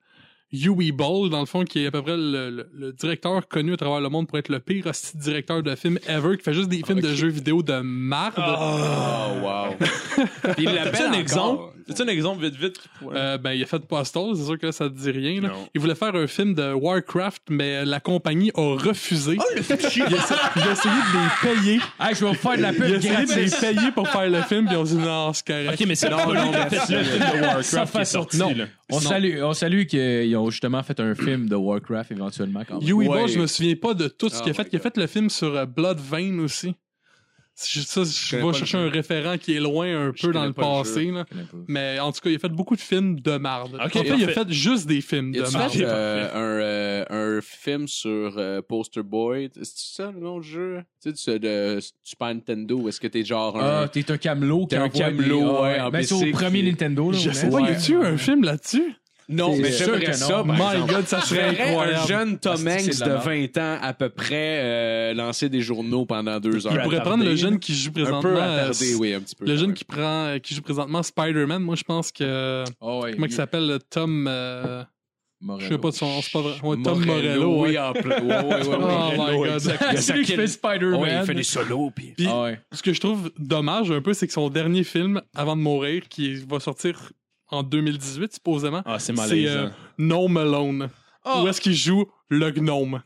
Huey Ball, dans le fond, qui est à peu près le, le- le directeur connu à travers le monde pour être le pire hostie de directeur de film ever, qui fait juste des films de jeux vidéo de merde.
Oh, wow. Puis il
C'est
l'appelle
un
encore.
exemple. C'est un exemple vite, vite.
Euh, ben, il a fait Postal, c'est sûr que là, ça te dit rien. là.
Non.
Il voulait faire un film de Warcraft, mais la compagnie a refusé. il, a, essa- il a essayé de les payer.
Hey, je vais vous faire de la
Il a
pub
essayé de les
gratis.
payer pour faire le film, puis ils ont dit non, c'est correct.
Ok, mais c'est pas lui qui a fait le film de Warcraft qui est sorti.
Non.
là.
On
Non.
salue, on salue qu'ils ont justement fait un film de Warcraft éventuellement quand même.
Yui
Ouais.
Ball, je me souviens pas de tout ce
Oh
qu'il a
my
fait. Il a fait le film sur euh, Blood Vein aussi. Je, ça, je
connais
vais
pas
chercher
le
un référent qui est loin un peu dans
connais
le
pas le jeu.
passé. là.
Je connais pas.
Mais en tout cas, il a fait beaucoup de films de marde.
Ok,
en fait, il a
parfait.
fait juste des films
Il
de
a
marde.
fait euh, un, euh, un film sur euh, Poster Boy. C'est ça le nom du jeu? Tu sais, de ce- de Super Nintendo, où est-ce que t'es genre un.
Ah, t'es un camelot qui
T'es un
envoie
camelot,
des-
ouais,
ah,
en
Mais c'est au
bicycle,
premier
puis-
Nintendo. Là,
Je
on
sais
est-
pas, y
Ouais.
a-tu eu un film là-dessus?
Non,
C'est
mais
sûr que
j'aimerais
non.
ça. Oh, par
My
exemple.
God, ça
Je
serait
verrais un
incroyable.
jeune Tom
Parce que
Hanks
c'est
de
de la
20 ans à peu près euh, lancer des journaux pendant deux
Il
heures.
pourrait prendre le jeune qui joue
un
présentement.
peu
euh,
attardé, oui, un petit peu.
Le
Ah,
jeune qui prend, euh, qui joue présentement Spider-Man, moi je pense que.
Oh, ouais,
Comment il
il-
s'appelle Tom. euh, Je sais pas de son. C'est pas vrai. Ouais,
Morello,
Tom Morello.
oui,
ouais.
en plein- ouais, ouais, ouais,
Oh
ouais.
my
*laughs*
god.
C'est lui qui fait
Ouais, il
Spider-Man.
fait des solos, puis...
Puis,
Ah ouais.
ce que je trouve dommage un peu, c'est que son dernier film, Avant de mourir, qui va sortir en 2018, supposément,
Ah, c'est
c'est euh,
malaisant.
Gnome Alone.
Ah.
Où est-ce qu'il joue le gnome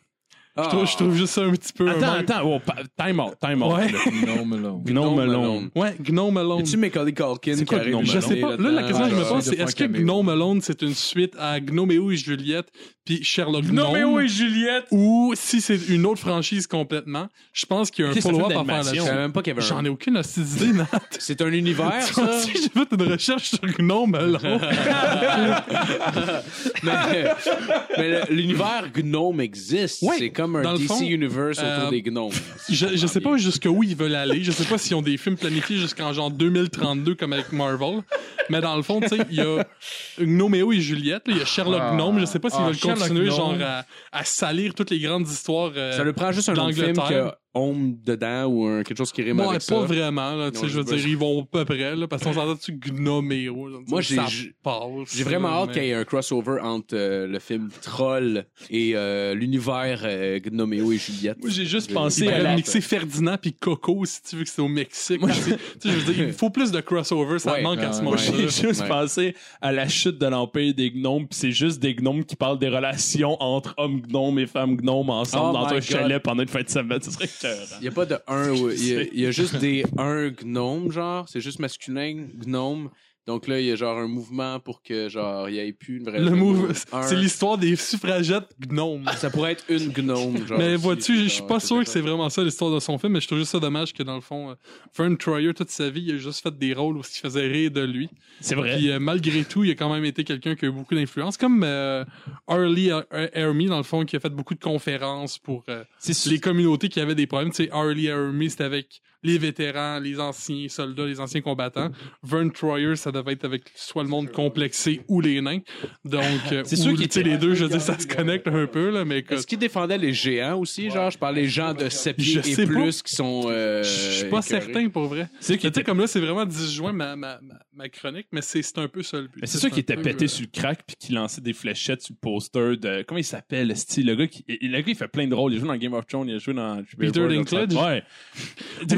je, trouve, je trouve juste ça un petit peu. un
Attends,
manque.
attends, oh, pa- time out, time out.
Ouais.
là.
Non, mais non.
Gnome Malone.
Ouais, Gnome Alone.
tu Macaulay Culkin
C'est
qui
quoi
arrive
Gnome
Je sais pas. Là, la question que je me
Ouais,
pose,
c'est
c'est
de
est-ce que
faire caméo.
Gnome Alone, c'est une suite à Gnoméo et Juliette, puis Sherlock Gnome,
Gnoméo et Juliette.
ou si c'est une autre franchise complètement, je pense qu'il y a un
Qu'est-ce que ça
follow-up
fait
à faire
d'animation?
Je savais même pas qu'il y
là-dessus.
avait
J'en
un...
ai aucune hostie d'idée, Nat.
C'est un univers,
Tu
ça?
*laughs* vois, si j'ai fait une recherche sur Gnome Alone.
mais mais le- l'univers gnome existe.
Ouais,
C'est comme un
dans le
DC
fond,
Universe autour
euh,
des gnomes.
*laughs* Je, je sais pas jusqu'où ils veulent aller. Je sais pas s'ils ont des films planifiés jusqu'en genre 2032 comme avec Marvel. Mais dans le fond, tu sais, il y a Gnoméo et Juliette, là, il y a Sherlock
Ah.
Gnome. Je sais pas s'ils
Ah,
veulent
Sherlock
continuer
Gnome.
genre à, à salir toutes les grandes histoires. euh,
Ça lui prend juste un autre film qui
d'Angleterre.
a Home dedans ou un- quelque chose qui rime
Ouais,
avec ça.
pas vraiment, là, tu
Non,
sais, je veux
je-
dire, ils vont à peu près, là, parce qu'on s'entend dessus Gnoméo. là, tu sais,
Moi, j'ai-
ça
j'ai-
passe,
J'ai vraiment
là,
hâte
mais-
qu'il y ait un crossover entre euh, le film Troll et euh, l'univers euh, Gnoméo et Juliette.
Moi, j'ai juste
J'ai-
pensé
Il
à
balade.
mixer Ferdinand puis Coco, si tu veux que c'est au Mexique. tu sais, tu sais, je veux dire, il faut plus de crossover, ça
Ouais, Ah,
manque
ouais,
à ce
ouais.
Moi,
moment-là.
j'ai juste
Ouais.
pensé à la chute de l'Empire des Gnomes, puis c'est juste des gnomes qui parlent des relations entre hommes gnomes et femmes gnomes ensemble
Oh
dans
my
un
God.
chalet pendant une fin de semaine. Ce serait écœurant.
Il n'y a pas de un, ou- il y,
*laughs*
a-
sais.
il y a juste des un gnome, genre. C'est juste masculin, gnome. Donc là, il y a genre un mouvement pour que, genre, il n'y ait plus une vraie.
Le move,
Un-
c'est l'histoire des suffragettes gnomes.
Ça pourrait être une gnome, genre.
Mais
aussi,
vois-tu, je suis
genre,
pas
quelque
sûr que
chose.
c'est vraiment ça l'histoire de son film, mais je trouve juste ça dommage que dans le fond, euh, Vern Troyer, toute sa vie, il a juste fait des rôles où ce qui faisait rire de lui.
C'est vrai.
Puis euh, malgré tout, il a quand même été quelqu'un qui a eu beaucoup d'influence, comme euh, Harley Hermy, dans le fond, qui a fait beaucoup de conférences pour euh,
C'est sûr.
les communautés qui avaient des problèmes. Tu sais, Harley Hermy, c'était avec les vétérans, les anciens soldats, les anciens combattants. Vern Troyer, ça devait être avec soit le monde complexé ou les nains. Donc, euh,
*laughs* C'est sûr
ou,
qu'il
tu sais, les deux, je veux dire, ça se connecte
euh,
un peu, là, mais écoute.
Est-ce qu'il défendait les géants aussi? Genre, je parle des gens de 7
Je
pieds
sais
et
pas.
plus qui sont. euh,
Je suis pas
écœurés.
certain pour vrai.
C'est sûr
Tu
qu'il
sais,
était,
comme là, c'est vraiment disjoint ma, ma, ma, ma chronique, mais c'est c'est un peu ça le but.
mais c'est sûr qu'il était
un peu,
pété
euh,
sur le crack puis qu'il lançait des fléchettes sur le poster de. Comment il s'appelle, style Le gars, qui, le gars, il fait plein de rôles. Il joue dans Game of Thrones, il a joué dans.
Peter Dinklage?
Ouais.
Mais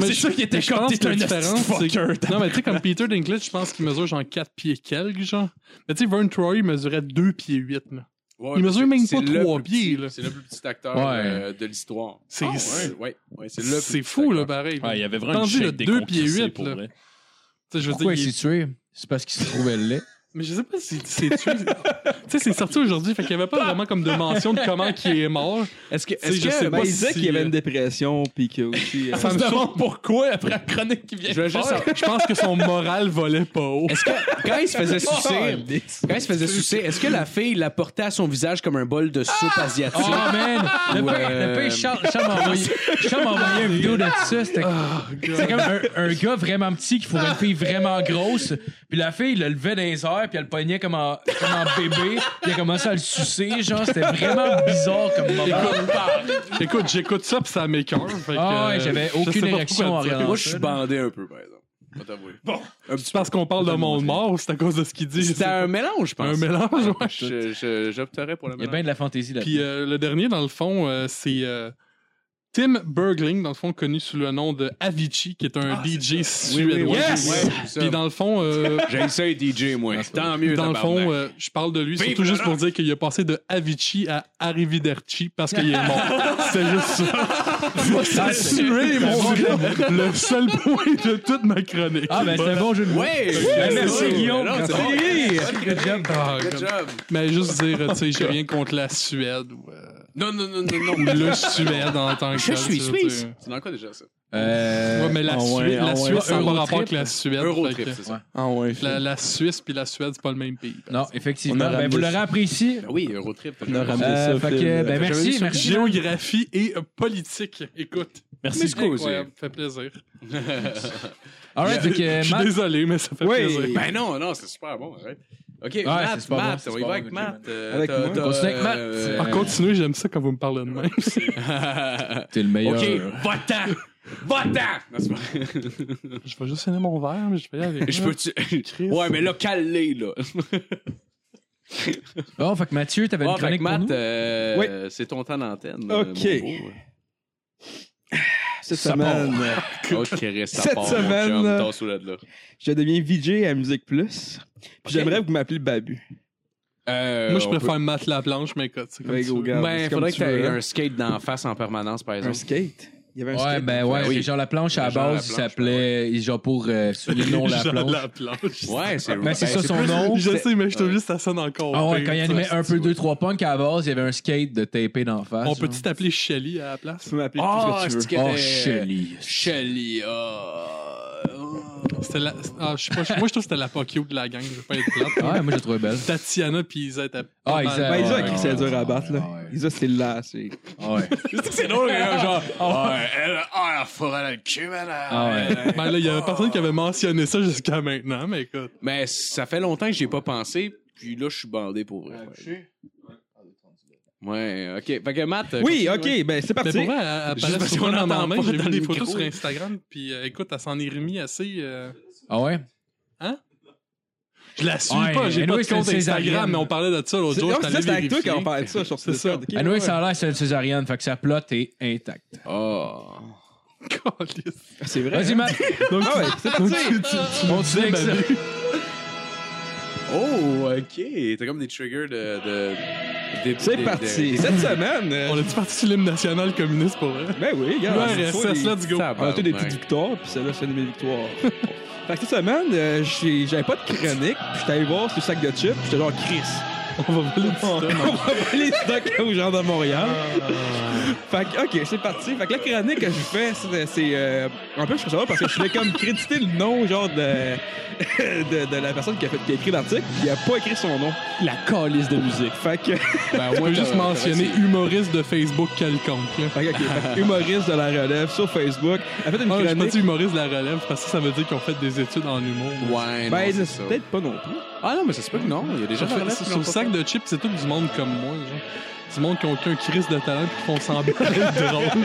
*laughs* c'est
je-
sûr qu'il était
mais je
comme.
pense
T'es
que la
un
différence, c'est que-
fucker.
*laughs* Non, mais tu sais, comme Peter Dinklage, je pense qu'il mesure genre 4 pieds quelques, genre. Mais tu sais, Vern Troy, il mesurait 2 pieds 8, là.
Ouais,
Il
mais
mesure
c'est-
même
c'est
pas
le
trois
plus
pieds,
petit-
là.
C'est le plus petit acteur
Ouais.
euh, de l'histoire.
C'est-
Ah, ouais, ouais, ouais, c'est le
C'est
plus
fou,
petit
là,
acteur.
pareil.
Ouais, il y avait vraiment
Tandis
une
le
shape des
deux
gros
pieds
crissés,
huit,
pour
là.
vrai.
Tu sais, je veux
Pourquoi
dire,
il
il
s'est
est-
tué? C'est parce qu'il se trouvait laid.
Mais je sais pas si c'est tué. *laughs* tu sais, c'est sorti aujourd'hui, fait qu'il y avait pas vraiment comme de mention de comment qu'il est mort.
Est-ce que,
Tu sais,
est-ce
je sais
que,
pas
ben, il disait
si,
qu'il y avait
euh,
une dépression, puis que aussi. euh,
Ça me saoule.
pourquoi après la chronique qui vient.
Je veux juste savoir-
Je pense que son moral volait pas haut.
Est-ce que quand il se
*laughs*
faisait
*laughs*
sucer, quand il se faisait sucer, est-ce que la fille la portait à son visage comme un bol de soupe
Ah!
asiatique?
Oh man! Le
Ah, Ouais.
pire, le pire, Charles, Charles m'a envoyé, Charles m'a envoyé une vidéo de ça. C'était c'était comme un, un gars vraiment petit qui fourrait une fille vraiment grosse. Puis la fille, il le levait dans les airs, puis elle le pognait comme en, comme en bébé. Puis elle commençait à le sucer. Genre, c'était vraiment bizarre comme moment.
Écoute, j'écoute ça pis ça m'écoeure. fait que,
Ah ouais,
euh,
j'avais
je sais
aucune
pas
érection
pourquoi
en
tu-
regardant
Moi, je suis bandé un peu, par exemple. Je vais t'avouer. un petit
C'est parce qu'on parle de monde mort ou c'est à cause de ce qu'il dit? je sais
C'était
pas.
un mélange, je pense.
Un mélange, Eh ben, ouais.
Je- je- J'opterais pour le
Il y a
mélange.
bien de la fantaisie là
Puis euh, le dernier, dans le fond, euh, c'est euh, Tim Bergling, dans le fond, connu sous le nom de Avicii, qui est
Ah,
un DJ suédois.
Yes!
Ouais, ça.
Puis dans le fond, euh,
J'ai ça et DJ, moi. *laughs* Tant mieux,
dans le
tabarnak.
fond euh, je parle de lui
Vive
surtout
le
juste pour dire qu'il a passé de Avicii à Arrivederci parce qu'il
*laughs*
est mort. C'est juste ça.
Ah,
Ça sué, mon gars. Le seul point de toute ma chronique.
Ah, ben c'est un bon jeu de
euh,
mots.
Ouais!
merci, Guillaume.
Non, c'est bon.
Good job.
Ah,
Good
comme-
job.
Mais juste dire, tu
*laughs*
sais, j'ai rien contre la Suède ou, euh,
Non, non, non, non,
ou
non.
le Suède en tant que
Je
tel,
suis
tu sais, tu sais.
suisse. C'est dans quoi déjà ça?
Euh,
Ouais, mais la
ah ouais,
Suède,
ah
la
ouais.
Suisse, ça n'a pas
Eurotrip.
rapport avec la Suède. fait
Eurotrip,
que-
c'est ça.
Ah ouais,
la, la Suisse puis la Suède, c'est pas le même pays.
Non,
On a
effectivement. Ben,
ramené
vous
ça.
l'aurez appris ici.
Ben oui, Eurotrip.
On a ramené
Euh,
Ah, ça.
fait que,
Phil.
ben, merci, merci.
Géographie et euh, politique. Écoute,
Merci,
Sco.
Sco.
incroyable, fait plaisir.
Alright, fait
Je
que,
suis
Matt,
désolé, mais ça fait plaisir.
Ben non, non, c'est super bon, arrête. OK,
c'est-
Matt,
c'est pas bon,
Matt,
c'est
on
pas
y
bon,
va avec
ok,
Matt. euh,
Avec
t'as-
moi.
t'as,
Continue avec Matt.
euh,
Ah, continuez, j'aime ça quand vous me parlez de même.
T'es le meilleur.
*laughs* OK, va-t'en! Va-t'en! Non, c'est pas vrai. *laughs*
je vais juste finir mon verre, mais je vais y aller avec.
Je peux tu... Ouais, mais là, calé, là.
Oh, fait que Mathieu, t'avais
Ah,
une
fait que
chronique pour
Matt,
nous?
euh,
Oui.
c'est ton temps d'antenne.
OK.
euh, mon beau.
Cette
Ça
semaine,
Oh, je caresse ta
Cette
part, mon
semaine,
chum,
euh,
tasse-toi de là.
je deviens VJ à Musique Plus. Puis
Ok.
j'aimerais que vous m'appeliez Babu.
Euh,
Moi, je
on
préfère Matt Laplanche, mais écoute, c'est comme
Ouais,
tu veux.
regarde,
Ben,
c'est comme
faudrait
tu
que t'aies
veux, hein.
un skate d'en face en permanence, par
Un
exemple.
skate. Il y avait un
Ouais,
skate.
ben ouais,
oui.
c'est genre la planche à la
Jean
base, il
Laplanche,
s'appelait il- genre pour euh, le nom
*laughs*
la
Jean
planche.
Laplanche.
Ouais, c'est
Ben, c'est ça son
plus-
nom.
Je
c'est-
sais, mais je trouve juste que ça sonne encore.
Ah ouais,
pire,
quand il
tu
animait
vois.
un peu deux trois punks à la base, il y avait un skate de tapé d'en face.
On
genre.
peut-tu t'appeler Shelly à la place?
Tu peux m'appeler
Ah,
tout ce que
c'est
tu veux.
que-
Oh, Shelly.
Shelly, ah.
C'était la... ah, je sais pas, je- moi, je trouve que c'était la pas cute de la gang. Je veux pas être plate.
Ah Ouais, moi j'ai trouvé belle.
Tatiana puis Isa étaient.
Ah,
pas mal-
Isa-
Ben, Isa,
Ouais,
ok,
ouais,
c'est dur
ouais,
à battre, là.
ouais, ouais.
Isa, c'est là, c'est.
Ah ouais.
C'est drôle, hein, genre. Ah, ouais, elle, ah, la forêt, elle a le cul, man,
Ah ouais.
elle-
Ben là, il y avait personne qui avait mentionné ça jusqu'à maintenant, mais écoute.
Mais ça fait longtemps que j'y ai pas pensé, puis là, je suis bandé pour vrai. Ouais, ok. Fait que Matt.
Oui, ok, ben c'est
Mais
parti.
pour vrai, elle, elle
Juste
parlait
parce
souvent
qu'on
dans ma
l'entend
main.
pas
J'ai
dans
vu
le
des photos
micro.
sur Instagram, puis euh, écoute, elle s'en est remis assez. euh,
Ah ouais.
Je la suis
Ouais,
pas, j'ai
anyway,
pas de compte
c'est une césarienne.
Instagram, mais on parlait de ça l'autre
C'est
jour.
donc,
j'étais
ça,
allé
c'est avec toi
vérifier.
qu'on parlait de ça sur ce
C'est ça.
Discord, ok?
Ah
Ouais,
oui, ça a l'air c'est une césarienne, fait que sa plot est intacte.
Oh.
Calisse.
ouais. C'est vrai.
Vas-y
hein?
Matt.
Ah ouais, c'est parti.
On se dit que ça.
Oh, ok. T'as comme des triggers de. de- des- des-
C'est
des-
parti. Cette semaine. euh,
On est-tu parti sur l'hymne national communiste pour vrai?
Ben oui, regarde. c'est toi,
URSS,
les-
let's go.
On a tous des petites
Tabarnak.
victoires, puis celle-là, c'est une belle victoire. *laughs* fait que cette semaine, euh, j'ai- j'avais pas de chronique, puis j'étais allé voir sur le sac de chips, puis j'étais genre Chris.
*laughs* On va voler du
On
stock. Ah.
va voler du stock *laughs* aux gens de Montréal. fait que, ok, c'est parti. Fait que la chronique que je fais, c'est. c'est, euh, En plus, je trouve ça drôle parce que je voulais comme créditer le nom, genre, de, *laughs* de, de la personne qui a, fait, qui a écrit l'article, puis il a pas écrit son nom.
La calice de musique.
Fait que. *laughs*
Ben,
On
moi,
peut juste
t'as-
mentionner
t'as-
humoriste de Facebook quelconque. là.
Fait que, ok, fait que humoriste de la relève sur Facebook. Elle a fait une
Ah, je
chronique.
pas dit humoriste de la relève parce que ça veut dire qu'on fait des études en humour.
Ouais,
ben,
non, c'est ça.
c'est peut-être pas non plus.
Ah non, mais ça se peut que non. Il y a des gens
Sur,
qui
sur,
relèvent
sur
qui l'ont
le
pas
sac
fait.
de chips, c'est tout du monde comme moi. Genre. Du monde qui ont aucun crise de talent puis qui font semblant d'être drôle.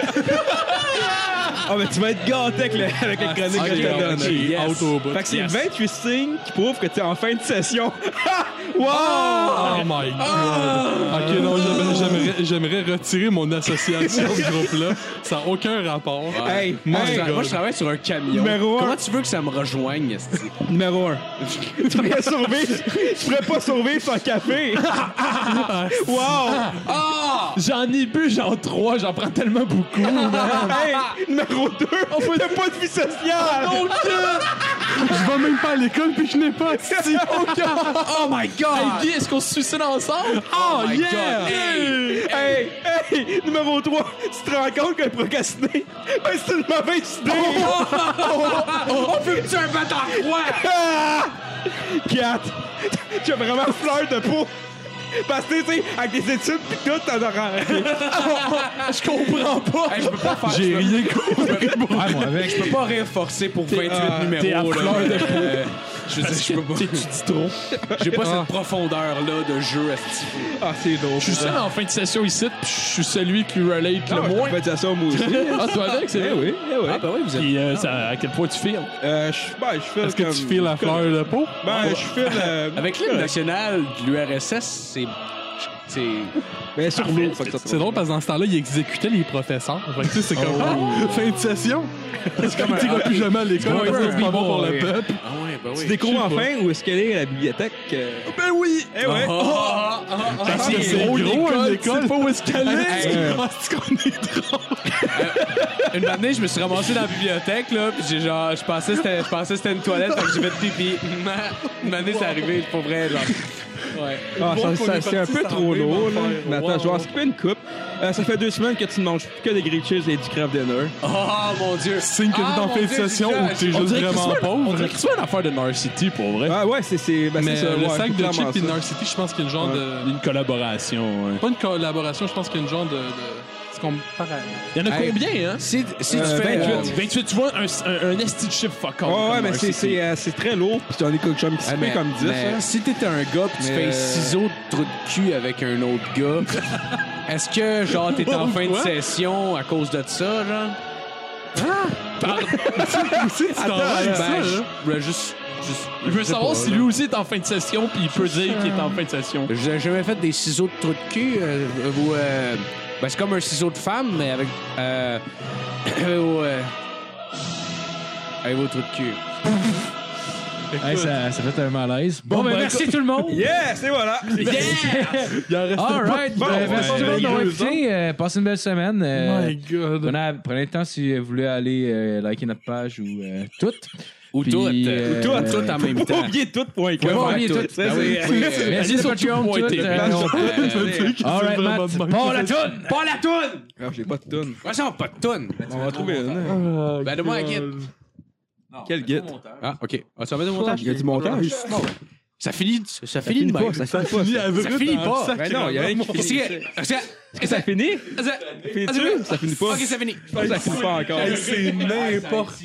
Ah, mais tu vas être gâté avec, le, avec la chronique que je te donne.
ok,
yes.
out Ah, au bout.
Fait que c'est
Yes.
28 signes qui prouvent que t'es en fin de session. *laughs* Ha! wow!
Oh my god! ok, non, j'aimerais- j'aimerais- j'aimerais retirer mon association de ce groupe-là. Ça n'a aucun rapport.
Ouais.
Hey,
Moi,
hey,
je tra- moi, je travaille sur un camion.
Numéro un.
Comment tu veux que ça me rejoigne, esti?
numéro 1. *laughs* tu pourrais survivre. Tu pourrais pas survivre sans *laughs* café. wow! Ah!
J'en ai bu, j'en trois, j'en prends tellement beaucoup.
*laughs* hey, numéro 2. On Ah, fait pas de vie sociale.
Je vais même pas à l'école puis je n'ai
*laughs*
pas assisté.
Oh my god!
est-ce qu'on se suicide ensemble?
Oh my
yeah!
God! Hey!
hey, hey, numéro 3. Tu te rends compte que procrastiner, ben, c'est une mauvaise idée.
Oh,
*laughs*
On peut tu un bâton roi!
4. Tu as vraiment fleur de peau. Parce que, tu sais, avec des études pis tout, t'en auras.
*laughs*
*laughs*
Je comprends pas! je peux pas faire
J'ai
ça.
rien
Ouais, moi avec.
Je peux pas réforcer pour 28
ah,
numéros.
t'es à
là.
fleur de
Euh, je veux dire, je peux pas.
dis trop.
J'ai
Ah,
pas cette profondeur-là de jeu, esti.
Ah, c'est drôle.
Je suis seul en fin de session ici, puis je suis celui qui relate
Ah,
le
ouais,
moins.
je fais ça, ça, moi *laughs* aussi.
Ah, toi avec, c'est
Eh
vrai?
oui, eh oui.
ben oui, vous
Puis euh, ça- à quel point tu filmes?
Euh, je ben, je fais
Est-ce que tu
comme-
files la fleur de peau?
Ben, je fais le...
Avec l'hymne national de l'URSS, c'est. C'est.
*laughs* Ben, sur l'eau, faut que ça
C'est drôle parce que dans ce temps-là, il exécutait les professeurs. Fait que tu sais, c'est comme *laughs* fin de session. Parce que tu iras plus jamais à l'école
Ouais,
parce que c'est pas bon pour le
ouais.
peuple.
Ah ouais, ben
Tu
oui.
découvres enfin où est-ce qu'elle est, la bibliothèque. euh,
Ben oui!
Eh ouais.
Oh, oh,
ah,
oh, oh,
Parce
oh.
que c'est gros, une école. C'est pas où est-ce qu'elle
Hey.
*laughs* est. Parce Ah, qu'on est
Une matinée, je me suis ramassé dans la bibliothèque, là, pis j'ai genre, je pensais que c'était, je pensais que c'était une toilette, fait que j'ai fait pipi. Une matinée, c'est arrivé, pour vrai, genre. Ouais.
Ah,
Bon,
ça,
qu'on
ça,
est
c'est un
parti
peu
sans
trop
B, mon
lourd, là.
frère.
Mais attends,
Wow.
je vais en skipper une coupe. Euh, ça fait deux semaines que tu ne manges que des grilled cheese et du craft dinner.
Oh mon dieu.
Signe que t'es
Ah,
en
mon
fin de
Dieu,
session
c'est ça.
ou t'es
On
juste
dirait que
vraiment
c'est- On
pauvre.
dirait que c'est une affaire de Narcity, pour vrai.
Ah ouais, c'est... c'est ben, c'est
Mais
ça,
le
ouais,
sac
faut
de
clairement
chips et
ça.
Narcity, je pense qu'il y a une genre
Ouais.
de.
Une collaboration, ouais.
Pas une collaboration, je pense qu'il y a une genre de. de- Ce qu'on me parle.
Il y en a
Hey.
combien, hein?
Si, si
Euh,
tu fais.
28,
euh,
28, tu vois, un, un, un esti de chiffre fuck off,
Ouais, ouais,
comme
mais
un
c'est-
CC.
c'est euh, c'est très lourd. Puis t'en as quelques chums qui se
ah,
fait
mais-
comme hein. 10.
mais
là.
si t'es un gars pis tu
Mais,
fais
euh,
ciseaux de trou de cul avec un autre gars, est-ce que genre t'es en fin de
Pourquoi?
session à cause de ça, genre?
Tu t'en
Ah
vas avec
ben,
ça,
je-
là?
ben, juste, juste-
hein? Je
je
veux
sais
savoir
pas,
si
là.
lui aussi est en fin de session, puis il peut dire qu'il est en fin de session.
J'ai jamais fait des ciseaux de trou de cul. euh, ou, euh, ben, c'est comme un ciseau de femme, mais avec. Euh, *coughs* ou, euh, avec vos trous de cul.
Hey, ça, ça fait un malaise. Bon, ben,
ben,
merci tout le *laughs* monde.
Yeah, c'est voilà.
Il en reste
All right.
Bon,
ben,
ouais,
merci tout le monde d'avoir écouté. Euh, passez une belle semaine. Euh,
Oh My God.
prenez, prenez le temps si vous voulez aller euh, liker notre page ou euh, tout.
Ou
Puis,
toutes.
euh,
ou toutes, toutes en même
Pas
temps.
Ben, oublier tout pour un
Ouais,
pas
ouais,
oublier
toutes.
toutes.
Ben oui,
*laughs* Ça,
oui, euh,
Merci de votre chum, tout. Euh, on-
*laughs*
All right, Matt. Bon, la toune!
Pas la toune!
J'ai pas de toune.
Ouais, ça, on pas de toune!
On va trouver une.
Ben, donne-moi un guide.
Quel guide?
Ah, OK. Ah, ça va de montage?
Il y a du montage.
Ça finit, ça finit de même.
pas, ça finit pas.
Ça finit pas.
Ben non, il y a rien qui
Est-ce
finit.
que- est-ce que- est-ce que
Ça Ah,
ça
finit?
est-ce que-
Finis-tu? Ça finit pas.
OK, ça finit.
Ça finit pas encore.
C'est n'importe